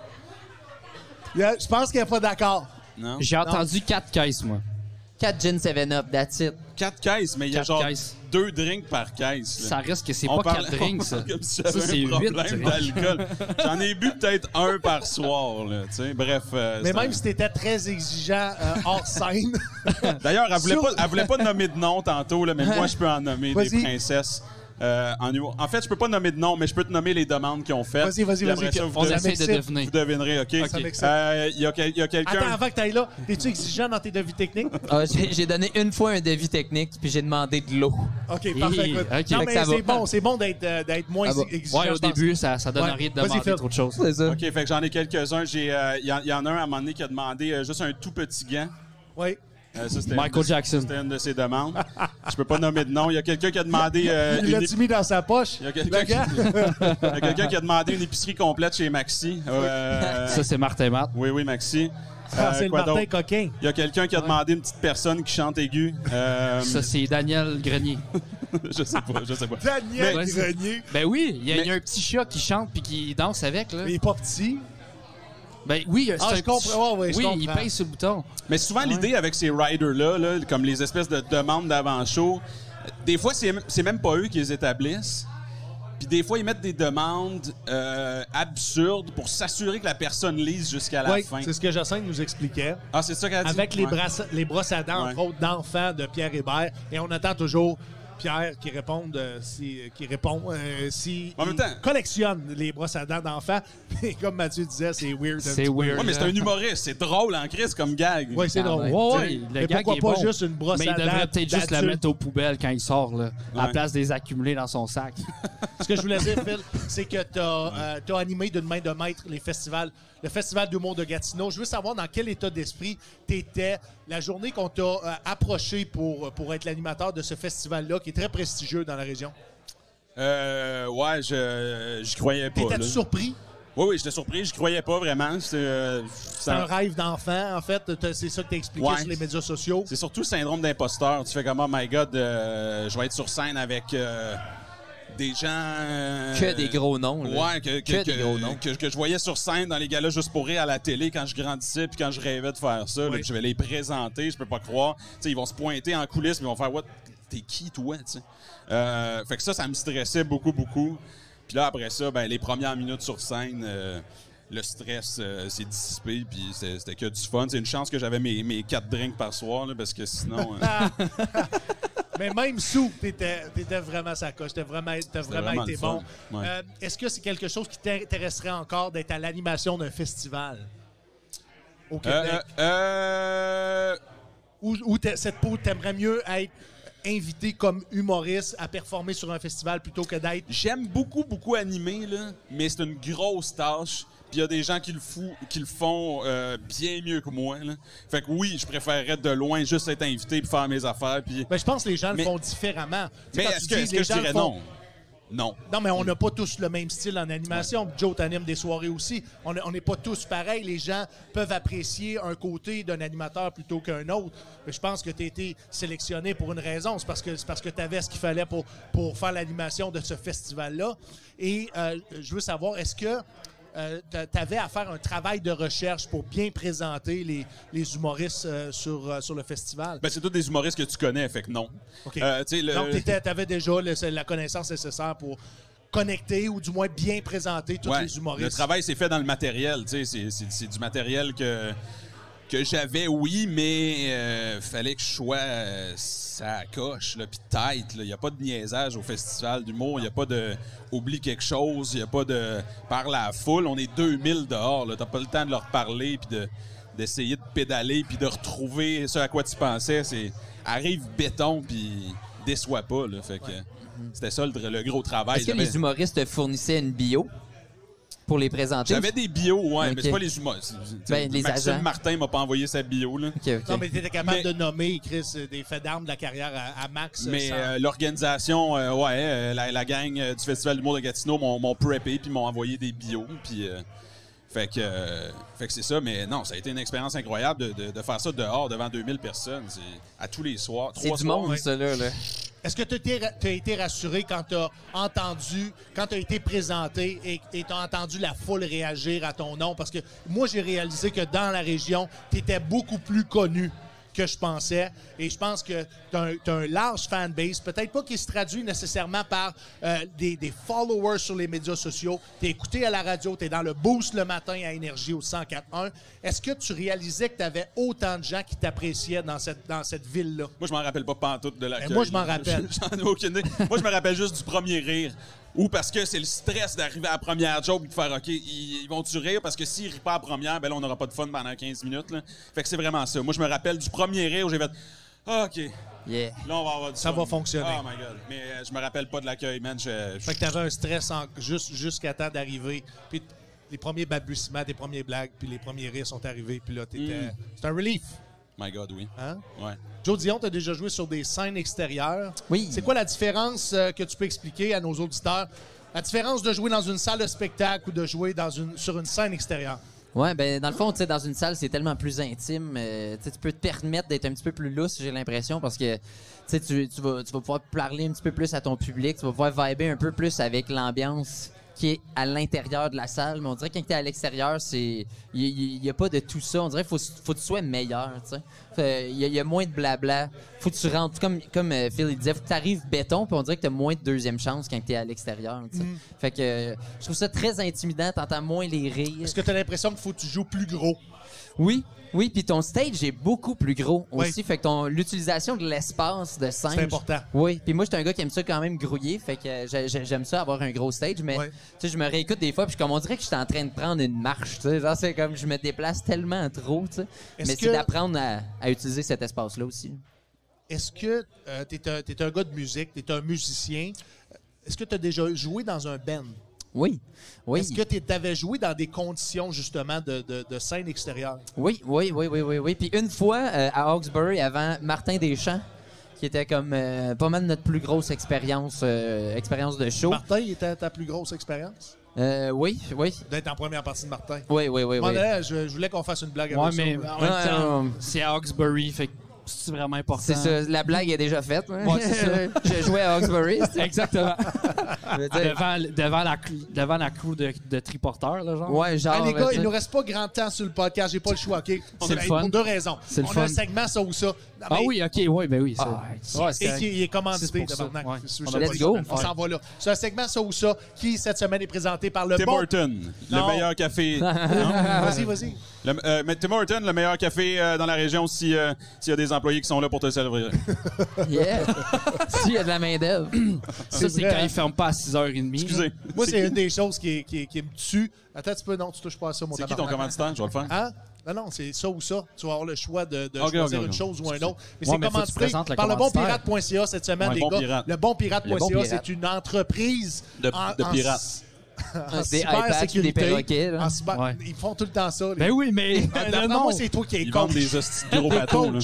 Il y a- Je pense qu'elle n'est pas d'accord.
Non.
J'ai entendu quatre caisses, moi.
4 gin 7-up, that's it.
Quatre caisses, mais il y a
Quatre
genre
caisses.
deux drinks par caisse. là.
Ça risque que c'est
On
pas
parle-
quatre drinks, ça.
on parle Comme
Ça,
si
c'est
j'avais un
huit
problème
drinks.
d'alcool. J'en ai bu peut-être un par soir, là, tu sais. Bref. euh,
Mais
c'est
même
un-
si t'étais très exigeant euh, hors scène,
D'ailleurs, elle voulait,
Sur-
pas, elle voulait pas nommer de nom tantôt, là, mais moi, je peux en nommer
Vas-y.
des princesses. euh, en, humour. en fait, je peux pas nommer de nom, mais je peux te nommer les demandes qu'ils ont faites.
Vas-y, vas-y,
Puis
vas-y,
après ça, vous,
On
devez-
essaie de
m'excite.
deviner.
vous devinerez, OK?
Ça m'excite.
Euh, Il y a, quel- il y a
attends,
quelqu'un...
avant que t'ailles là, es-tu exigeant dans tes devis techniques?
Ah, j'ai j'ai donné une fois un devis technique, puis j'ai demandé de l'eau.
OK, parfait. écoute.
ok.
Non,
Fait que
mais
ça
c'est
va.
bon, c'est bon d'être euh, d'être moins
Ah bon.
exigeant.
Ouais, au
je pense.
début, ça, ça donne
Ouais.
rien de
Vas-y,
demander
Phil.
trop de choses.
C'est ça.
OK, fait que j'en ai quelques-uns. J'ai, euh, Il y, en- il y en a un, à un moment donné, qui a demandé euh, juste un tout petit gant.
Ouais.
Euh, ça, c'était
Michael
une de-
Jackson.
C'était une de ses demandes. Je peux pas nommer de nom. Il y a quelqu'un qui a demandé... euh,
Il
une Euh,
l'a-tu mis dans sa poche?
Il y a quelqu'un
Le
qui,
gars?
il y a quelqu'un qui a demandé une épicerie complète chez Maxi. Euh,
Ça, c'est Martin et Matt.
oui, oui, Maxi.
Ah,
Euh,
c'est le
quoi
Martin
d'autre?
Coquin.
Il y a quelqu'un qui a demandé une petite personne qui chante aiguë. Euh,
Ça, c'est Daniel Grenier.
je sais pas, je sais pas.
Daniel
Mais-
Grenier.
Ben oui, il y, a-
Mais-
il y a un petit chat qui chante puis qui danse avec, là.
Mais il est pas petit.
Ben oui, c'est
Ah,
un petit-
je comprends. Ouais, ouais, je
oui, il
comprends.
paye sur le bouton.
Mais souvent, l'idée avec ces riders-là, là, comme les espèces de demandes d'avant-show, des fois, c'est c'est même pas eux qui les établissent. Puis des fois, ils mettent des demandes euh, absurdes pour s'assurer que la personne lise jusqu'à la
Oui,
fin.
c'est ce que Jacinthe nous expliquait.
Ah, c'est ça qu'elle a dit?
Avec les,
Ouais.
brasses- les brosses à dents,
Ouais.
entre autres, d'enfants de Pierre Hébert. Et on attend toujours Pierre qui réponde euh, si, qui répond, euh, si
En même
il
temps-
collectionne les brosses à dents d'enfants. Et comme Mathieu disait, c'est weird. un
C'est
petit peu.
weird.
Ouais, mais c'est un humoriste. C'est drôle en crise comme gag.
Oui, c'est
Ah,
drôle.
Ouais,
ouais.
Tu sais,
ouais, le
mais
gag
pourquoi
est bon.
pas juste une brosse
Mais il
à dents
devrait peut-être juste la
d'adulte?
mettre aux poubelles quand il sort, là, à
Ouais.
la place de les accumuler dans son sac.
Ce que je voulais dire, Phil, c'est que tu as, animé d'une main de maître les festivals, le Festival d'humour de Gatineau. Je veux savoir dans quel état d'esprit tu étais la journée qu'on t'a euh, approché pour, pour être l'animateur de ce festival-là, qui est très prestigieux dans la région.
Euh, ouais, je, je croyais pas.
T'étais-tu
là.
surpris?
Oui, oui, j'étais surpris. Je croyais pas vraiment. C'est euh,
C'est un
ça-
rêve d'enfant, en fait. T'as- C'est ça que tu expliqué
Ouais.
sur les médias sociaux.
c'est surtout le syndrome d'imposteur. Tu fais comme, oh my god, euh, je vais être sur scène avec euh, des gens. euh,
Que des gros noms, là.
Ouais, que, que,
Que des
que-
gros noms.
que- que je voyais sur scène dans les galas juste pour rire à la télé quand je grandissais puis quand je rêvais de faire ça. là, puis je vais les présenter, je peux pas croire. Tu sais, ils vont se pointer en coulisses, puis ils vont faire What? T'es qui toi? tu sais? Euh, fait que ça, ça me stressait beaucoup, beaucoup. Puis là, après ça, ben, les premières minutes sur scène. euh, le stress euh, s'est dissipé, puis c'est- c'était que du fun. C'est une chance que j'avais mes, mes quatre drinks par soir, là, parce que sinon, euh,
Mais même sous, t'étais étais vraiment sa coche. T'as vraiment, t'as vraiment,
vraiment
été
le
bon.
fun. Ouais.
Euh, Est-ce que c'est quelque chose qui t'intéresserait encore d'être à l'animation d'un festival au Québec?
euh, euh, euh,
Ou, ou t'a- cette peau, t'aimerais mieux être invité comme humoriste à performer sur un festival plutôt que d'être.
J'aime beaucoup, beaucoup animer, là, mais c'est une grosse tâche. Puis il y a des gens qui le, fou- qui le font euh, bien mieux que moi. Là. Fait que oui, je préférerais de loin juste être invité puis faire mes affaires. Puis...
Ben, je pense que les gens
Mais-
le font différemment. Tu sais,
Mais
quand tu
est-ce que,
dis,
est-ce
les
que je
gens le
dirais
font-
non? Non.
Non, mais on n'a pas tous le même style en animation. Joe t'anime des soirées aussi. On est- on n'est pas tous pareils. Les gens peuvent apprécier un côté d'un animateur plutôt qu'un autre. Mais je pense que tu as été sélectionné pour une raison. C'est parce que c'est parce que tu avais ce qu'il fallait pour, pour faire l'animation de ce festival-là. Et euh, je veux savoir, est-ce que tu avais à faire un travail de recherche pour bien présenter les, les humoristes euh, sur, euh, sur le festival?
Ben, c'est tous des humoristes que tu connais, fait que non.
OK.
Euh, tu sais, le-
Donc, tu avais déjà le- la connaissance nécessaire pour connecter ou du moins bien présenter tous
Ouais.
les humoristes.
Le travail, c'est fait dans le matériel. tu sais, C'est, c'est- c'est du matériel que, que j'avais, oui, mais euh, fallait que je sois euh, ça coche, là, puis tête. Il n'y a pas de niaisage au festival d'humour. Il n'y a pas de oublie quelque chose. Il n'y a pas de parle à la foule. On est 2000 dehors. Tu n'as pas le temps de leur parler puis de, d'essayer de pédaler puis de retrouver ce à quoi tu pensais. C'est arrive béton puis déçois pas. là. Fait que, C'était ça le, le gros travail.
Est-ce que
J'avais-
les humoristes te fournissaient une bio pour les présenter?
j'avais des bios, ouais,
Ok.
mais c'est pas les humoristes.
Ben, les
Maxime
agents.
Martin m'a pas envoyé sa bio, là.
Ok, ok.
Non, mais tu étais capable
Mais-
de nommer, Chris, euh, des faits d'armes de la carrière à, à Max. euh,
Mais
sans-
euh, l'organisation, euh, ouais, euh, la, la gang euh, du Festival d'humour de Gatineau m'ont m'ont preppé puis m'ont envoyé des bios. Puis, euh, fait que, euh, fait que c'est ça. Mais non, ça a été une expérience incroyable de, de- de faire ça dehors devant 2000 personnes. C'est à tous les soirs.
C'est
trois
du
soirs, hein.
monde,
ouais.
ça, là. là.
Est-ce que tu as été rassuré quand tu as entendu, quand tu as été présenté et tu as entendu la foule réagir à ton nom? Parce que moi, j'ai réalisé que dans la région, tu étais beaucoup plus connu que je pensais. Et je pense que tu as, un large fanbase, peut-être pas qui se traduit nécessairement par euh, des, des followers sur les médias sociaux. Tu es écouté à la radio, tu es dans le boost le matin à Énergie au 104.1. Est-ce que tu réalisais que tu avais autant de gens qui t'appréciaient dans cette, dans cette ville-là?
Moi, je m'en rappelle pas pantoute de la
Mais Ben, moi, je m'en rappelle.
J'en ai aucune idée. Moi, je me rappelle juste du premier rire. Ou parce que c'est le stress d'arriver à la première joke et de faire OK, ils, ils vont-tu rire? Parce que s'ils rient pas à la première, ben là, on n'aura pas de fun pendant 15 minutes. là. Fait que c'est vraiment ça. Moi, je me rappelle du premier rire où j'ai fait Ah, OK,
Yeah.
là, on va avoir du
Ça
fun.
va fonctionner.
Oh my God. Mais euh, je me rappelle pas de l'accueil, man. Je, je-
Fait que tu avais un stress en- juste, jusqu'à temps d'arriver. Puis t- les premiers balbutiements, tes premières blagues, puis les premiers rires sont arrivés. Puis là, t'étais-
Mm.
c'est un relief.
My God, oui.
Hein?
Ouais.
Joe Dion, tu as déjà joué sur des scènes extérieures.
Oui.
C'est quoi la différence euh, que tu peux expliquer à nos auditeurs? La différence de jouer dans une salle de spectacle ou de jouer dans une, sur une scène extérieure?
Ouais, ben dans le fond, tu sais, dans une salle, c'est tellement plus intime. euh, tu sais, tu peux te permettre d'être un petit peu plus lousse, j'ai l'impression, parce que tu sais, tu, tu vas, tu vas pouvoir parler un petit peu plus à ton public, tu vas pouvoir vibrer un peu plus avec l'ambiance qui est à l'intérieur de la salle. Mais on dirait que quand t'es à l'extérieur, c'est il n'y a pas de tout ça. On dirait qu'il faut, faut que tu sois meilleur, tu sais. Fait, Il y, a- il y a moins de blabla. Faut que tu rentres, comme, comme euh, Phil il disait, faut que tu arrives béton, puis on dirait que tu as moins de deuxième chance quand tu es à l'extérieur, tu sais. Fait que euh, je trouve ça très intimidant, t'entends moins les rires.
Est-ce que tu as l'impression qu'il faut que tu joues plus gros?
Oui, oui, puis ton stage est beaucoup plus gros aussi,
Oui.
fait que ton l'utilisation de l'espace de scène.
C'est important.
Oui, puis moi j'étais un gars qui aime ça quand même grouiller, fait que euh, j'ai- j'ai- j'aime ça avoir un gros stage, mais
Ouais.
tu sais je me réécoute des fois puis je suis comme on dirait que je suis en train de prendre une marche, tu sais, genre c'est comme je me déplace tellement trop, tu sais. Mais
Est-ce
c'est
que-
d'apprendre à, à utiliser cet espace là aussi.
Est-ce que tu es, un gars de musique, tu es un musicien? Est-ce que tu as déjà joué dans un band?
Oui. Oui.
Est-ce que tu avais joué dans des conditions justement de, de- de scène extérieure?
Oui, oui, oui, oui, oui, oui. Puis une fois euh, à Hawkesbury avant Martin Deschamps, qui était comme euh, pas mal notre plus grosse expérience euh, expérience de show.
Martin, il était ta plus grosse expérience?
Euh, oui, oui.
D'être en première partie de Martin.
Oui, oui, oui,
Moi,
oui.
là, je, je voulais qu'on fasse une blague
Ouais,
avec
mais
ça.
en même
Ouais,
temps,
ouais.
c'est à Hawkesbury, fait que c'est vraiment important.
C'est ça, la blague est déjà faite. hein.
Ouais, c'est ça.
J'ai joué à Hawkesbury. tu sais.
Exactement.
Je veux dire,
Ah, devant, devant, la, cl- devant la crew de, de triporteurs, là, genre.
Ouais, genre.
Ah, les
euh,
gars,
tu sais.
il nous reste pas grand temps sur le podcast. J'ai pas le choix, OK? On
C'est
a-
le fun.
Pour deux raisons.
C'est le
On
fun.
a un segment, ça ou ça. Non,
Ah
mais-
oui, ok, oui, ben oui. ça.
Ah,
Ouais,
Et qui
c'est
il est
C'est
commandité,
pour ça,
tabarnak.
ouais.
Je- je-
On
je-
a-
je-
let's go.
On s'en va là. C'est un segment, ça ou ça, qui, cette semaine, est présenté par le
Tim
bon...
Horton,
Non.
le meilleur café.
Ah.
Vas-y, vas-y.
Le- euh, mais Tim Horton, le meilleur café euh, dans la région si, euh, s'il y a des employés qui sont là pour te servir.
Yeah. S'il y a de la main-d'œuvre.
ça, c'est
vrai,
quand
hein.
ils ferment pas à 6h30.
Excusez.
Moi, c'est une des choses qui, qui, qui me tue. Attends un petit peu, non, tu touches pas à ça, mon
C'est qui ton
tabarnak.
commanditaire? Je vais le faire.
Hein? Non, non, c'est ça ou ça. Tu vas avoir le choix de, de
Ok,
choisir
ok, ok.
une chose ou un autre. Mais
Ouais, mais
c'est
faut que tu
commandité
présentes le
par le
commanditaire.
bonpirate.ca cette semaine,
Ouais,
les
Bon
gars.
Pirate.
Le
Le Bon
bonpirate.ca,
Pirate.
c'est une entreprise
De-
en,
de
en-
pirates.
en
Des iPads, puis des
cybersécurité,
perroquets. là.
en cyber-
Ouais.
Ils font tout le temps ça. les
Ben oui, mais
D'après
le nom.
moi, c'est toi qui es
Ils vendent
coach.
des Ah, hosties de gros bateaux, là.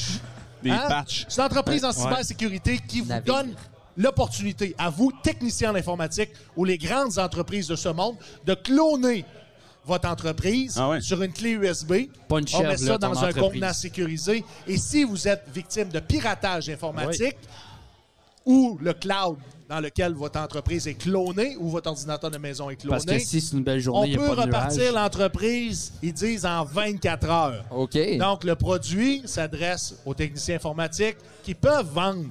des
Hein?
patchs.
C'est une entreprise en cybersécurité qui vous
Navire.
donne l'opportunité à vous, techniciens en informatique ou les grandes entreprises de ce monde, de cloner votre entreprise
Ah ouais.
sur une clé USB.
Pas une
On
chèvre,
met ça
là, ton
dans un
entreprise.
contenant sécurisé. Et si vous êtes victime de piratage informatique
Ah
ou le cloud dans lequel votre entreprise est clonée ou votre ordinateur de maison est
Parce
cloné,
que si c'est une belle
on
journée, il n'y
peut
a pas de
repartir
nuages.
l'entreprise, ils disent, en 24 heures.
OK.
Donc, le produit s'adresse aux techniciens informatiques qui peuvent vendre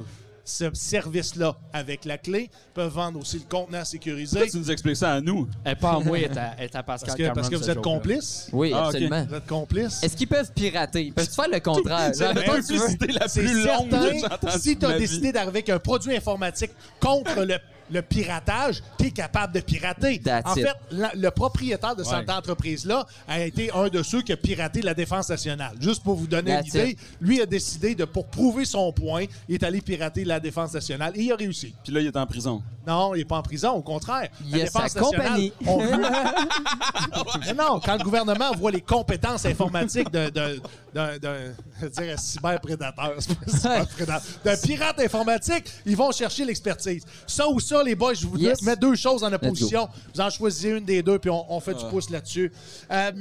ce service-là avec la clé, peuvent vendre aussi le contenant sécurisé.
Pourquoi tu nous expliques ça à nous?
Elle est pas à moi, elle est à, elle est à Pascal
Parce que,
Cameron,
parce que vous
ce
êtes
joke-là.
complices.
Oui,
Ah, ok.
absolument.
Vous êtes complices.
Est-ce qu'ils peuvent pirater? Ils peuvent faire le contraire?
C'est la
Genre, mettons, tu veux-
publicité la
C'est
plus longue que j'ai
certain,
entendue
si
de
tu as
ma vie.
décidé d'arriver avec un produit informatique contre le, le piratage, tu es capable de pirater.
That's
en
it.
fait, la- le propriétaire de cette entreprise-là a été un de ceux qui a piraté la Défense nationale. Juste pour vous donner une
That's
idée, lui a décidé de, pour prouver son point, il est allé pirater la Défense nationale et il a réussi.
Puis là, il est en prison.
Non, il n'est pas en prison, au contraire.
Il a sa compagnie.
on- Mais non, quand le gouvernement voit les compétences informatiques d'un, d'un, d'un, d'un- je dirais cyberprédateur, c'est pas un cyberprédateur, d'un pirate informatique, ils vont chercher l'expertise. Ça ou ça, les boys, je vous
Yes.
mets deux choses en
go. Ah.
opposition. Vous en choisissez une des deux, puis on, on fait du pouce là-dessus. Euh,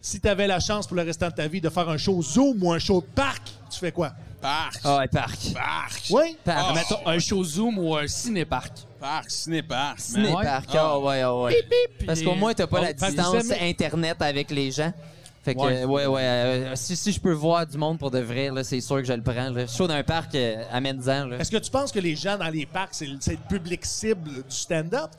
si tu avais la chance pour le restant de ta vie de faire un show Zoom ou un show de parc, tu fais quoi?
Parc,
Ah, ouais, parc.
parc,
Oui?
Parc.
Ah, mettons, un show Zoom ou un cinéparc.
parc, ciné-parc. man.
Ciné-parc. Ah, ouais, ah, ouais. Parce qu'au moins, t'as pas
Oh,
la
fait que vous
distance
aimez-
Internet avec les gens. Fait que,
Ouais.
euh, ouais, ouais. euh, si, si je peux voir du monde pour de vrai, là, c'est sûr que je le prends. Là. Show d'un parc, euh, amène-en. là.
Est-ce que tu penses que les gens dans les parcs, c'est le, c'est le public cible du stand-up?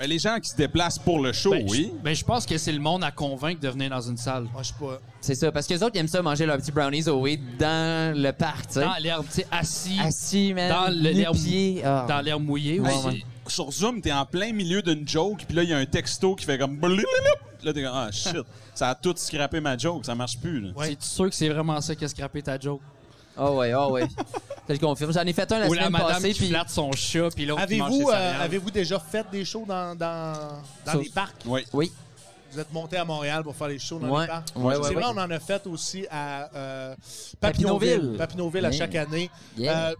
Mais les gens qui se déplacent pour le show,
Ben, je-
Oh oui.
ben, je pense que c'est le monde à convaincre de venir dans une salle.
Moi, je sais pas.
C'est ça, parce que les autres, ils aiment ça manger leurs petits brownies au weed dans le parc, tu sais.
Dans l'herbe, tu sais, assis,
Assis, man.
euh,
dans le- l'herbe-
nu-pied. Ah.
dans l'herbe mouillée.
Ouais,
aussi.
ouais.
Sur Zoom, t'es en plein milieu d'une joke, puis là, il y a un texto qui fait comme. blululup. Là, t'es comme, ah, shit, ça a tout scrappé ma joke, ça marche plus. là.
Ouais.
C'est sûr que c'est vraiment ça qui a scrappé ta joke.
Ah ouais, ah ouais. Je le confirme. J'en ai fait un la
Ou la
semaine
madame
passée,
qui
puis
flatte son chat, puis l'autre qui mange ses
Avez-vous euh,
céréales.
avez-vous déjà fait des shows dans, dans, dans
Sauf-
les parcs?
Oui.
oui.
Vous êtes monté à Montréal pour faire les shows dans
Ouais.
les parcs?
Ouais,
c'est
ouais,
vrai,
ouais.
on en a fait aussi à euh,
Papineauville.
Papineauville. Papineauville à
Yeah.
chaque année.
Yeah.
Euh,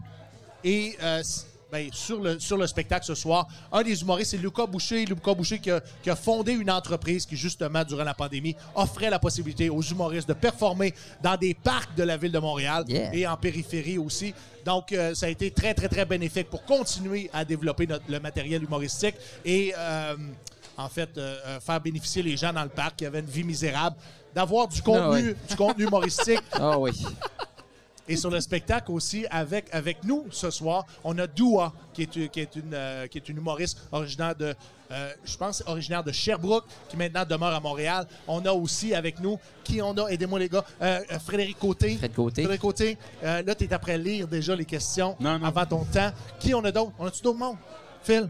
et euh, s- ben, sur, le, sur le spectacle ce soir, un des humoristes, c'est Lucas Boucher. Lucas Boucher qui a, qui a fondé une entreprise qui, justement, durant la pandémie, offrait la possibilité aux humoristes de performer dans des parcs de la ville de Montréal
Yeah.
et en périphérie aussi. Donc, euh, ça a été très, très, très bénéfique pour continuer à développer notre- le matériel humoristique et, euh, en fait, euh, euh, faire bénéficier les gens dans le parc qui avaient une vie misérable d'avoir du contenu,
Ah ouais.
du contenu humoristique
Ah oui.
et sur le spectacle aussi, avec, avec nous ce soir, on a Doua, qui est, une- qui est, une, euh, qui est une humoriste originaire de, euh, je pense, originaire de Sherbrooke, qui maintenant demeure à Montréal. On a aussi avec nous, qui on a, aidez-moi les gars, euh, euh, Frédéric Côté.
Fred Côté.
Frédéric Côté, euh, là, tu es après lire déjà les questions
Non, non.
avant ton temps. Qui on a d'autres? On a-tu d'autres monde? Phil?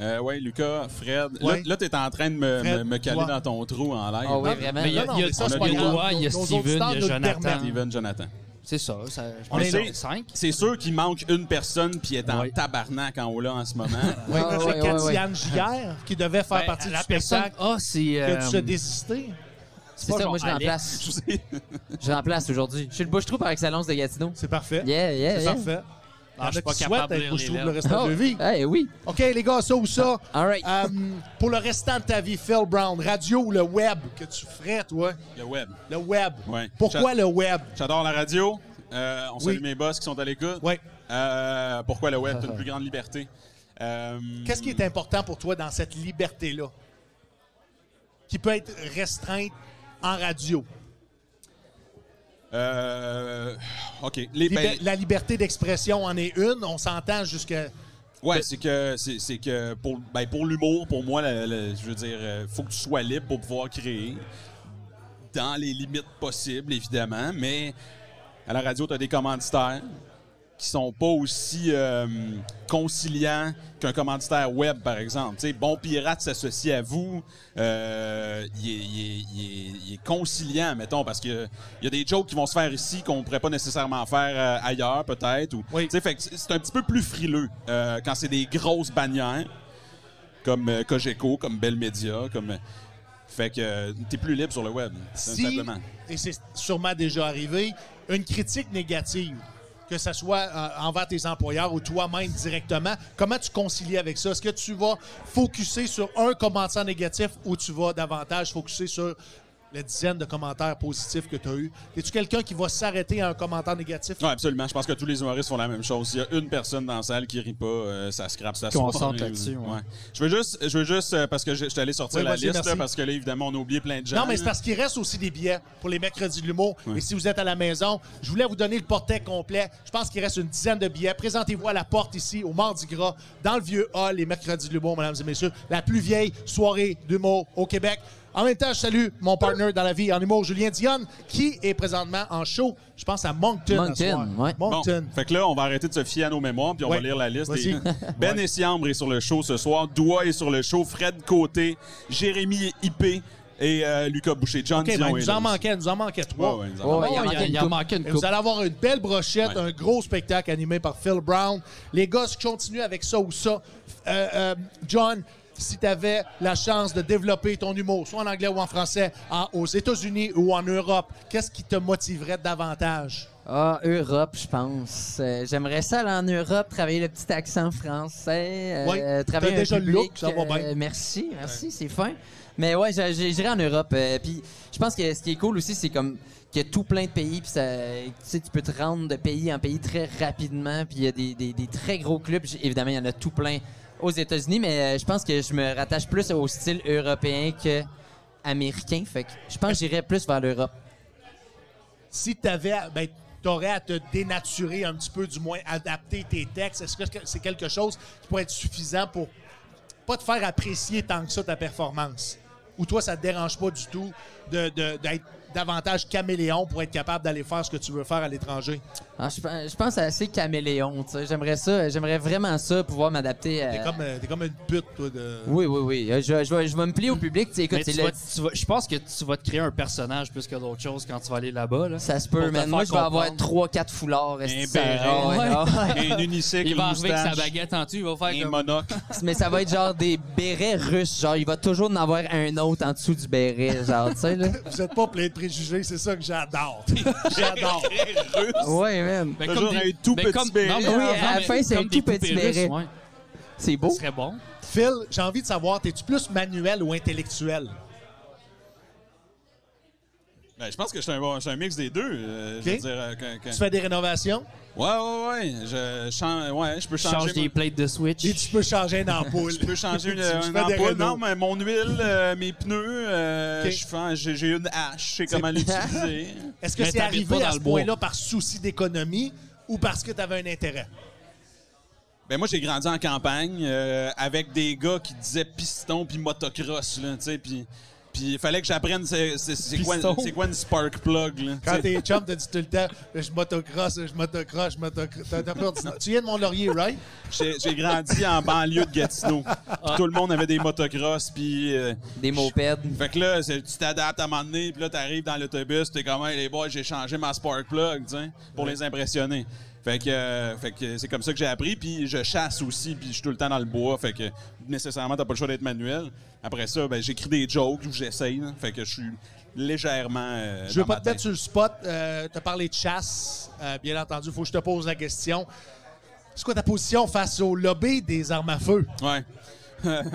Euh, ouais, Lucas, Fred. Là-
Ouais.
Là, t'es en train de me,
Fred,
me- me caler
toi.
dans ton trou en live.
Ah oui,
Non,
vraiment.
Mais il y a,
Non,
il y a-
mais ça,
c'est
il
pas
y a
grave.
Doha, il y a
Nos- nos
Steven,
auditeurs
il y a
nous le
Jonathan.
permettent.
Steven, Jonathan.
C'est ça. ça je
On
pense
est
que
là.
c'est cinq.
C'est sûr qu'il manque une personne, puis elle est en
Oui.
tabarnak en haut là en ce moment.
Ouais, ouais,
c'est
ouais, ouais,
Cathy
ouais.
Anne Giguère, qui devait faire
Ben,
partie du
la personne
spectacle,
Ah, c'est.
qui a dû se
euh,
désister.
C'est
pas
ça,
genre
moi je
Alex.
remplace.
Je sais.
Je remplace aujourd'hui. Je suis le bouche-trou par excellence de Gatineau.
C'est parfait.
Yeah, yeah,
C'est
yeah.
parfait.
Ah, je suis pas
qui
capable
souhaitent
de
être
lire
bouche-trou
les
pour le
lettres.
restant de leur vie.
Eh oui.
OK, les gars, ça ou ça.
All
Ah.
right.
Euh, pour le restant de ta vie, Phil Brown, radio ou le web que tu ferais, toi?
Le web.
Le web.
Ouais.
Pourquoi
Chat-
le web?
J'adore la radio. Euh, on salue
Oui.
mes boss qui sont à l'écoute.
Ouais.
Euh, pourquoi le web? C'est une plus grande liberté. Euh,
Qu'est-ce qui est important pour toi dans cette liberté-là? Qui peut être restreinte en radio.
Euh, OK.
Eh
Les,
Liber-
ben,
la liberté d'expression en est une. On s'entend jusqu'à.
ouais, c'est que, c'est, c'est que pour, ben, pour l'humour, pour moi, la- la- je veux dire, euh, faut que tu sois libre pour pouvoir créer. Dans les limites possibles, évidemment, mais à la radio, tu as des commanditaires qui sont pas aussi euh, conciliants qu'un commanditaire web, par exemple. Tu sais, bon Pirate s'associe à vous, euh, il, est, il est- il est- il est conciliant, mettons, parce qu'il y a des jokes qui vont se faire ici qu'on pourrait pas nécessairement faire euh, ailleurs, peut-être. ou-
Oui.
tu sais, fait que c'est c'est un petit peu plus frileux euh, quand c'est des grosses bannières, comme euh, Cogeco, comme Bell Media, comme... Fait que euh, t'es plus libre sur le web,
Si,
simplement.
et c'est sûrement déjà arrivé, une critique négative, que ce soit euh, envers tes employeurs ou toi-même directement, comment tu concilies avec ça? Est-ce que tu vas focuser sur un commentaire négatif ou tu vas davantage focuser sur les dizaines de commentaires positifs que tu as eus? Es-tu quelqu'un qui va s'arrêter à un commentaire négatif?
Oui, absolument. Je pense que tous les humoristes font la même chose. S'il y a une personne dans la salle qui rit pas, euh, ça scrape ça.
Qu'on sorte là-dessus, ouais.
Je veux juste, je veux juste euh, parce que je, je suis allé sortir
Oui,
la
vas-y,
liste
merci.
là, parce que là, évidemment, on a oublié plein de gens.
Non, mais c'est parce qu'il reste aussi des billets pour les mercredis de l'humour. Et si vous êtes à la maison, je voulais vous donner le portrait complet. Je pense qu'il reste une dizaine de billets. Présentez-vous à la porte ici, au Mardi Gras, dans le vieux hall, les mercredis de l'humour, mesdames et messieurs. La plus vieille soirée d'humour au Québec. En même temps, je salue mon partner dans la vie en humour, Julien Dionne, qui est présentement en show, je pense, à Moncton. à ce soir.
Moncton, ouais.
Bon,
Moncton.
fait que là, on va arrêter de se fier à nos mémoires puis on
Ouais.
va lire la liste.
Vas-y.
des- ben Essiambre est sur le show ce soir. Doua est sur le show. Fred Côté, Jérémy Hippé et euh, Lucas Boucher. John
OK, ben,
Dion
il
est
nous
là
en
aussi.
manquait, il nous en manquait trois.
Ouais, ouais, il nous en
Ouais,
manque.
ouais, il
Oh,
en manquait
il
une
y en
coupe.
manquait une
Et vous
coupe.
allez avoir une belle brochette,
Ouais.
un gros spectacle animé par Phil Brown. Les gars, si je continue avec ça ou ça, euh, euh, John, si tu avais la chance de développer ton humour, soit en anglais ou en français, en- aux États-Unis ou en Europe, qu'est-ce qui te motiverait davantage?
Ah, Europe, je pense. Euh, J'aimerais ça aller en Europe, travailler le petit accent français. euh,
Oui, t'as
travailler un
déjà le
public,
look, ça va bien.
euh, merci, merci, c'est fin. Mais ouais, je- je- j'irai en Europe. euh, puis je pense que ce qui est cool aussi, c'est comme qu'il y a tout plein de pays, puis ça, tu sais, tu peux te rendre de pays en pays très rapidement, puis il y a des, des- des très gros clubs. J- Évidemment, il y en a tout plein aux États-Unis, mais euh, je pense que je me rattache plus au style européen que américain. Fait que je pense que j'irais plus vers l'Europe.
Si t'avais, à- ben, t'aurais à te dénaturer un petit peu, du moins adapter tes textes, est-ce que c'est quelque chose qui pourrait être suffisant pour pas te faire apprécier tant que ça ta performance? Ou toi, ça te dérange pas du tout de- de- d'être davantage caméléon pour être capable d'aller faire ce que tu veux faire à l'étranger?
Ah, je, pe- je pense assez caméléon. tu sais. J'aimerais ça, j'aimerais vraiment ça, pouvoir m'adapter.
T'es
À...
comme, euh, t'es comme une pute, toi, de...
Oui, oui, oui. Euh, Je, je vais, je vais me plier au public. tu sais, écoute,
Mais tu
c'est le-
vas- tu vas- je pense que tu vas te créer un personnage plus que d'autres choses quand tu vas aller là-bas. là.
Ça se
Pour
peut,
te
man.
faire
Moi, je vais avoir
comprendre.
3-4 foulards. est-ce
Un
que ça-
béret.
Ah ouais, ah ouais.
Et une unicycle,
Il va
une
arriver avec sa
moustache,
baguette en dessus, il va faire
un
comme...
monocle.
Mais ça va être genre des bérets russes. Genre, il va toujours en avoir un autre en dessous du béret. Genre, tu sais, là.
Vous êtes pas plein de préjugés, c'est ça que j'adore. j'adore.
Ouais, man.
Ben,
Toujours un tout
ben,
petit béret.
mais-
Oui, à la
mais
fin, c'est
comme
un
des
tout petit
poupées russes,
béret.
ouais.
C'est
Ce
beau.
serait bon.
Phil, j'ai envie de savoir, t'es-tu plus manuel ou intellectuel?
Ben, je pense que je suis un, bon- je suis un mix des deux. euh, Je veux
Ok.
dire, euh, que- que-
Tu fais des rénovations
Ouais, ouais, ouais. Je, chan- ouais, je peux changer.
Change des
mon-
plates de Switch.
et tu peux changer une ampoule.
Je peux changer une,
Tu fais
une
des
ampoule.
rénaux.
Non, mais mon huile, euh, mes pneus, euh,
Ok.
je fais- j'ai j'ai une hache. Je sais comment l'utiliser.
Est-ce que
Mais
c'est
t'habites pas
arrivé
dans
à ce
le bois.
point-là par souci d'économie ou parce que t'avais un intérêt?
Ben moi, j'ai grandi en campagne euh, avec des gars qui disaient piston puis motocross, là, tu sais, puis... Puis il fallait que j'apprenne c'est c'est- c'est quoi,
Piston.
c'est quoi une spark plug, là.
Quand
tu sais.
t'es chum, t'as dit tout le temps, je motocross, je motocross, je motocross. T'as- t'as peur de ça. Tu viens de Mont-Laurier, right?
J'ai j'ai grandi en banlieue de Gatineau.
Ah.
Puis tout le monde avait des motocross, puis... euh,
Des mopeds.
fait que là, c'est- tu t'adaptes à un moment donné, puis là, t'arrives dans l'autobus, t'es comme, hey, les boys, j'ai changé ma spark plug, tu sais, pour les impressionner. Fait que, euh, fait que c'est comme ça que j'ai appris, puis je chasse aussi, puis je suis tout le temps dans le bois, fait que nécessairement, t'as pas le choix d'être manuel. Après ça, ben, j'écris des jokes ou j'essaye, là. fait que je suis légèrement. euh,
Je veux
dans
pas
ma
te mettre
tête.
sur le spot. Euh, t'as parlé de chasse, euh, bien entendu. Faut que je te pose la question. C'est quoi ta position face au lobby des armes à feu?
Ouais.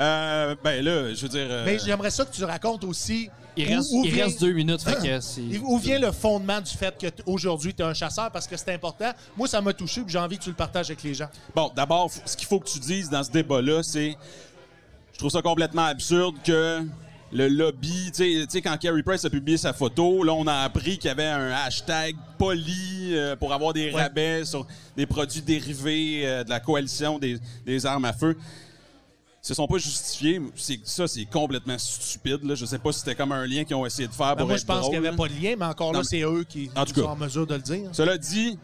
Euh, ben là, je veux dire. euh,
Mais j'aimerais ça que tu racontes aussi.
Il,
où-
reste,
où
il
vient-
reste deux minutes, fait que c'est...
Et Où vient le fondement du fait que t- aujourd'hui tu es un chasseur parce que c'est important? Moi, ça m'a touché puis j'ai envie que tu le partages avec les gens.
Bon, d'abord, f- ce qu'il faut que tu dises dans ce débat-là, c'est. Je trouve ça complètement absurde que le lobby. Tu sais- tu sais, quand Carrie Price a publié sa photo, là, on a appris qu'il y avait un hashtag poli euh, pour avoir des rabais sur des produits dérivés euh, de la coalition des, des armes à feu. Ils se sont pas justifiés. C'est- Ça, c'est complètement stupide. Là. Je sais pas si c'était comme un lien qu'ils ont essayé de faire
Ben,
pour
moi,
être
je pense
drôle,
qu'il n'y avait
là.
pas de lien, mais encore
Non,
là,
mais-
c'est eux qui
En tout
sont
cas.
en mesure de le dire.
Cela dit,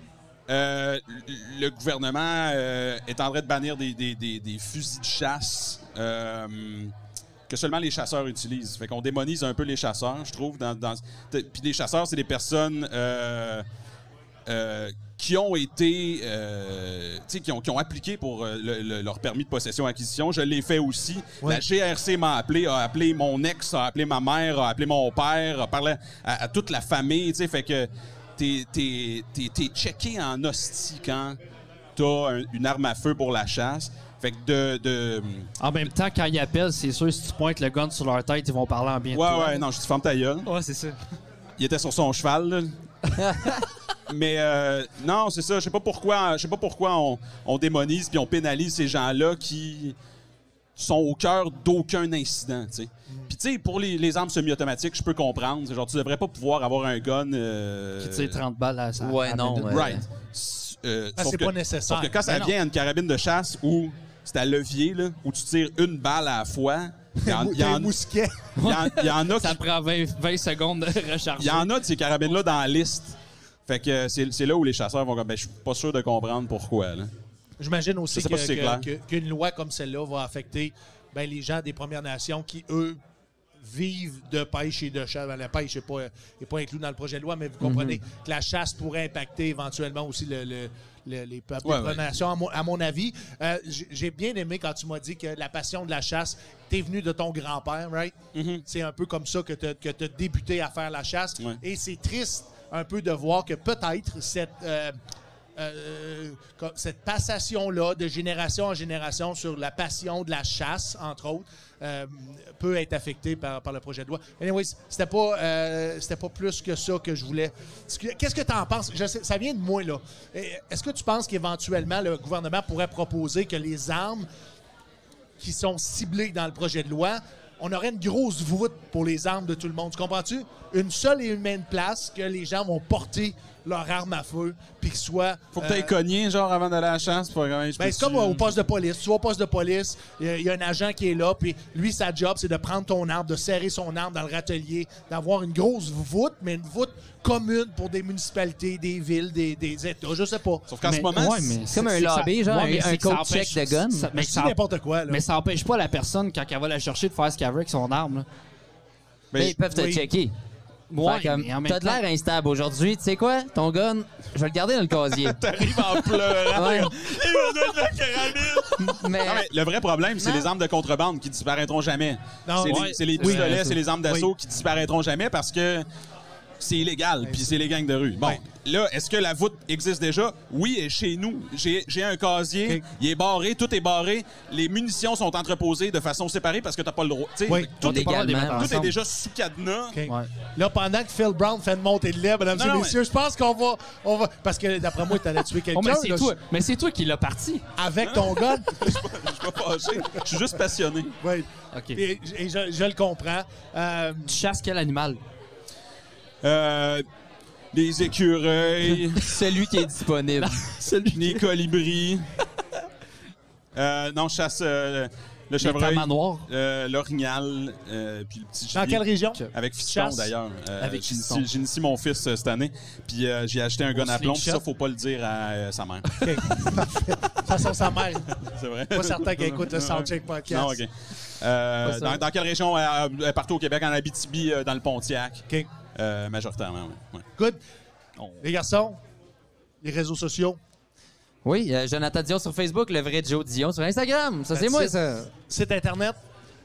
euh, le- le gouvernement euh, est en train de bannir des, des- des- des fusils de chasse euh, que seulement les chasseurs utilisent. Fait qu'on démonise un peu les chasseurs, je trouve. Dans, dans- t- Puis les chasseurs, c'est des personnes euh, euh, qui ont été, euh, tu sais, qui ont, qui ont appliqué pour euh, le- le- leur permis de possession-acquisition. Je l'ai fait aussi.
Ouais.
La GRC m'a appelé, a appelé mon ex, a appelé ma mère, a appelé mon père, a parlé à, à toute la famille, tu sais, fait que t'es, t'es, t'es- t'es checké en hostie quand t'as un- une arme à feu pour la chasse. Fait que de... de
En même temps, quand ils appellent, c'est sûr, si tu pointes le gun sur leur tête, ils vont parler en bien de
ouais,
toi.
ouais, non, je te ferme ta gueule.
Ouais, c'est ça.
il était sur son cheval. là. Mais euh, non, c'est ça. Je sais pas pourquoi. Je sais pas pourquoi on, on démonise puis on pénalise ces gens-là qui sont au cœur d'aucun incident. tu sais.
Mm.
Puis tu sais, pour les, les armes semi-automatiques, je peux comprendre. C'est Genre, tu devrais pas pouvoir avoir un gun. euh,
Qui tire 30 balles à ça.
Ouais, non. euh,
Right. S- euh,
Ah,
sauf
c'est
que-
pas nécessaire.
Sauf que quand ça
Mais non.
vient à une carabine de chasse où c'est à levier, là, où tu tires une balle à la fois, il y en- il y en-
T'es mousquet.
il y en- il y en a qui
Ça prend 20, 20 secondes de recharger.
il y en a de ces carabines-là dans la liste. Fait que euh, c'est c'est là où les chasseurs vont comme, ben, je suis pas sûr de comprendre pourquoi. là.
J'imagine aussi
Je sais pas
que-
si c'est
que-
clair.
que- qu'une loi comme celle-là va affecter ben, les gens des Premières Nations qui, eux, vivent de pêche et de chasse. Ben, la pêche n'est pas, est pas inclue dans le projet de loi, mais vous comprenez
Mhm.
que la chasse pourrait impacter éventuellement aussi le- le- le- les peuples
Ouais,
des Premières
ouais.
Nations, à mon, à mon avis. Euh, j'ai- J'ai bien aimé quand tu m'as dit que la passion de la chasse, t'es venu de ton grand-père, right? C'est un peu comme ça que tu as débuté à faire la chasse.
Mhm. Ouais.
Et c'est triste un peu de voir que peut-être cette, euh, euh, co- cette passation-là de génération en génération sur la passion de la chasse, entre autres, euh, peut être affectée par, par le projet de loi. Anyways, c'était pas, euh, c'était pas plus que ça que je voulais. Est-ce que- Qu'est-ce que tu en penses? Je sais- ça vient de moi, là. Et Est-ce que tu penses qu'éventuellement, le gouvernement pourrait proposer que les armes qui sont ciblées dans le projet de loi, on aurait une grosse voûte pour les armes de tout le monde. Tu comprends-tu? Une seule et humaine place que les gens vont porter leur arme à feu, puis que soit.
Faut que
euh,
t'ailles cogner, genre, avant d'aller à la chasse. Pour... Ben,
ben, c'est comme au poste de police. Tu vas au poste de police, il y a- il y, a un agent qui est là, puis lui, sa job, c'est de prendre ton arbre, de serrer son arbre dans le râtelier, d'avoir une grosse voûte, mais une voûte commune pour des municipalités, des villes, des, des États, je sais pas.
Sauf qu'en ce
Mais-
moment,
ouais, mais
C'est comme un
que ça-
lobby, genre,
mais
un-
c'est
un
que ça
code
empêche-
check de gun.
ça- mais,
Mais c'est
ça,
n'importe quoi, là.
mais ça empêche pas la personne, quand elle va la chercher, de faire ce qu'elle veut avec son arme. là.
ben,
Mais ils peuvent te
oui.
checker.
Ouais,
Fait comme,
mais en même
T'as de l'air instable aujourd'hui. Tu sais quoi? Ton gun, je vais le garder dans le casier.
t'arrives en pleurant.
Ouais.
Non, mais
mais
le vrai problème, c'est
Non.
les armes de contrebande qui disparaîtront jamais.
Non,
C'est les-
ouais,
c'est les,
c'est
pistolets,
vrai, ça.
c'est les armes d'assaut qui disparaîtront jamais parce que c'est illégal, puis c'est les gangs de rue. Bon,
Ouais.
là, est-ce que la voûte existe déjà? Oui, elle est chez nous. J'ai j'ai un casier,
Ok.
il est barré, tout est barré. Les munitions sont entreposées de façon séparée parce que t'as pas le droit. Tu sais,
Oui.
Tout, est,
Légalement,
tout est
ensemble.
déjà sous cadenas.
OK. Là, pendant que Phil Brown fait une montée de lait, mesdames
Non,
et
non,
messieurs, je pense qu'on va, on va. Parce que d'après moi, t'allais tuer quelqu'un
Oh, mais c'est
là,
toi, Hein? mais c'est toi qui l'as parti.
avec ton gun.
Je suis pas fâché. Je suis juste passionné.
Oui.
OK.
Et, et je, je le comprends. Euh,
Tu chasses quel animal?
Euh, les écureuils.
celui qui est disponible.
Les colibris. Euh, non, je chasse euh, le chevreuil,
tamanoirs.
euh, l'orignal, euh, puis le petit
dans
gibier.
quelle région?
Avec Fiston,
Chasse.
d'ailleurs. Euh,
Avec
j'ai
Fiston.
initié- J'ai initié mon fils euh, cette année, puis euh, j'ai acheté un gun à plomb, puis ça,
slingshot.
faut pas le dire à euh, sa mère.
De toute façon, sa mère.
C'est vrai.
Pas certain qu'elle écoute le Soundcheck podcast.
Non, OK. Euh,
Pas ça.
dans, dans quelle région? Euh, euh, partout au Québec, en Abitibi, euh, dans le Pontiac,
OK.
euh, majoritairement, oui. Ouais.
Good.
On-
Les garçons, les réseaux sociaux.
oui, euh, Jonathan Dion sur Facebook, le vrai Joe Dion sur Instagram. Ça, c'est
That's
moi,
it.
ça.
Site Internet,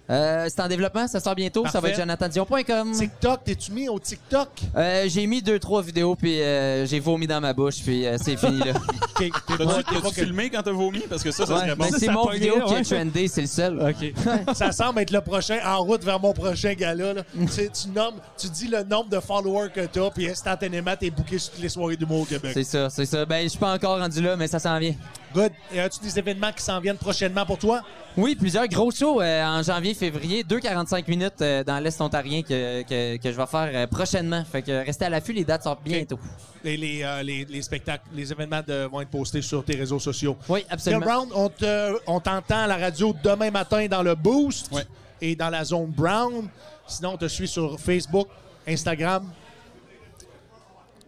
Euh, c'est en développement, ça sort bientôt. Ça
Parfait.
va être jonathandion.com.
TikTok. T'es-tu mis au TikTok?
Euh, j'ai mis deux, trois vidéos, puis euh, j'ai vomi dans ma bouche, puis euh, c'est fini, là.
OK. T'es pas-
T'as-tu
t'es pas
t'as-tu filmé quand t'as vomi? Parce que ça, ça serait
Ouais,
bon.
mais c'est
ça
mon
pognait,
vidéo qui
ouais.
est trendy, c'est le seul.
OK.
que- Ça semble être le prochain, en route vers mon prochain gala. Là. tu, tu nommes, tu dis le nombre de followers que t'as, puis instantanément, t'es booké sur toutes les soirées d'humour au Québec.
C'est ça, c'est ça. Ben, je suis pas encore rendu là, mais ça s'en vient.
Good. Et as-tu des événements qui s'en viennent prochainement pour toi?
Oui, plusieurs gros shows euh, en janvier, février, 2,45 minutes euh, dans l'Est ontarien que, que, que je vais faire euh, prochainement. Fait que restez à l'affût, les dates sortent bientôt.
Les, les, euh, les- les spectacles, les événements de- vont être postés sur tes réseaux sociaux.
Oui,
Phil
absolument.
Brown, on te- on t'entend à la radio demain matin dans le Boost
Ouais.
et dans la zone Brown. Sinon, on te suit sur Facebook, Instagram.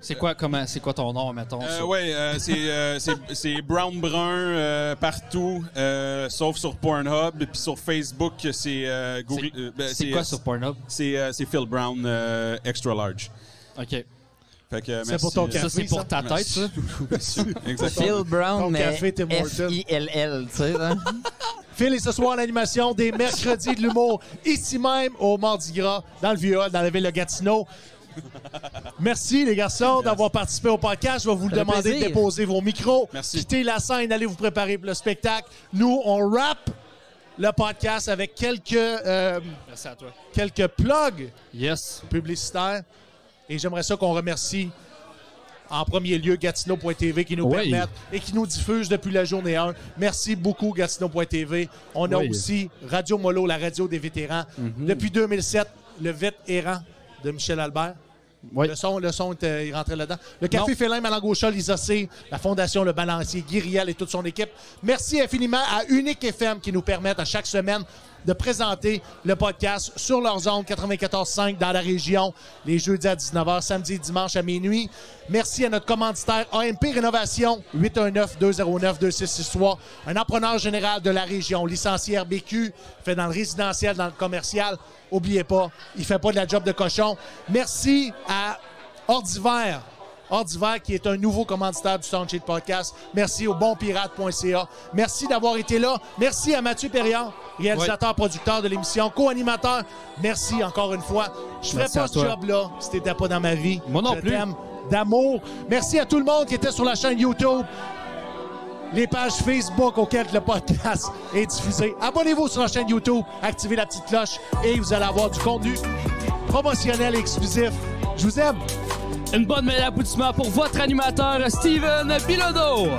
C'est quoi, comment, c'est quoi ton nom, mettons?
Euh,
ça?
ouais, euh, c'est, euh, c'est- c'est brown brun euh, partout, euh, sauf sur Pornhub. Puis sur Facebook, c'est euh, Google.
C'est-
euh, ben,
c'est quoi sur Pornhub?
C'est, euh, c'est Phil Brown euh, Extra Large.
OK.
Fait que,
C'est
merci,
pour ton
euh,
café.
Ça, c'est
ça.
pour ta tête, ça?
merci. Exactement.
Phil Brown,
Ton
mais
café, Tim Hortons.
F-I-L-L, tu sais. hein?
Phil est ce soir à l'animation des mercredis de l'humour, ici même au Mardi Gras, dans le Vieux Hall, dans la ville de Gatineau. Merci les garçons d'avoir participé au podcast. Je vais vous le
fait
demander de
plaisir.
déposer vos micros,
Merci.
quitter la scène, allez vous préparer pour le spectacle. Nous, on rappe le podcast avec quelques, euh,
Merci à toi.
quelques plugs
Yes.
publicitaires. Et j'aimerais ça qu'on remercie en premier lieu Gatineau.tv qui nous
Oui.
permettent et qui nous diffuse depuis la journée 1. Merci beaucoup Gatineau.tv. On a
Oui. Mhm.
aussi Radio Molo, la radio des vétérans. Depuis 2007, le vétéran de Michel Albert.
Oui.
Le son, le son était- il rentrait là-dedans. Le Café Félin, Malangocha, l'Isocé, la Fondation Le Balancier, Guiriel et toute son équipe. Merci infiniment à Unique FM qui nous permettent à chaque semaine de présenter le podcast sur leur zone 94.5 dans la région, les jeudis à 19h, samedi et dimanche à minuit. Merci à notre commanditaire AMP Rénovation, 819-209-2663, un appreneur général de la région, licencié RBQ, fait dans le résidentiel, dans le commercial. Oubliez pas, il fait pas de la job de cochon. Merci à Ordivaire. Ordivaire, qui est un nouveau commanditaire du Soundcheck Podcast. Merci au bonpirate.ca. Merci d'avoir été là. Merci à Mathieu Perriand, réalisateur, producteur de l'émission, co-animateur. Merci encore une fois. Je ferais
Merci
pas
à
ce
toi.
job-là si t'étais pas dans ma vie.
Moi non
Je
plus.
t'aime d'amour. Merci à tout le monde qui était sur la chaîne YouTube, les pages Facebook auxquelles le podcast est diffusé. Abonnez-vous sur la chaîne YouTube, activez la petite cloche et vous allez avoir du contenu promotionnel et exclusif. Je vous aime.
Une bonne mêlée d'applaudissements pour votre animateur, Steven Bilodeau.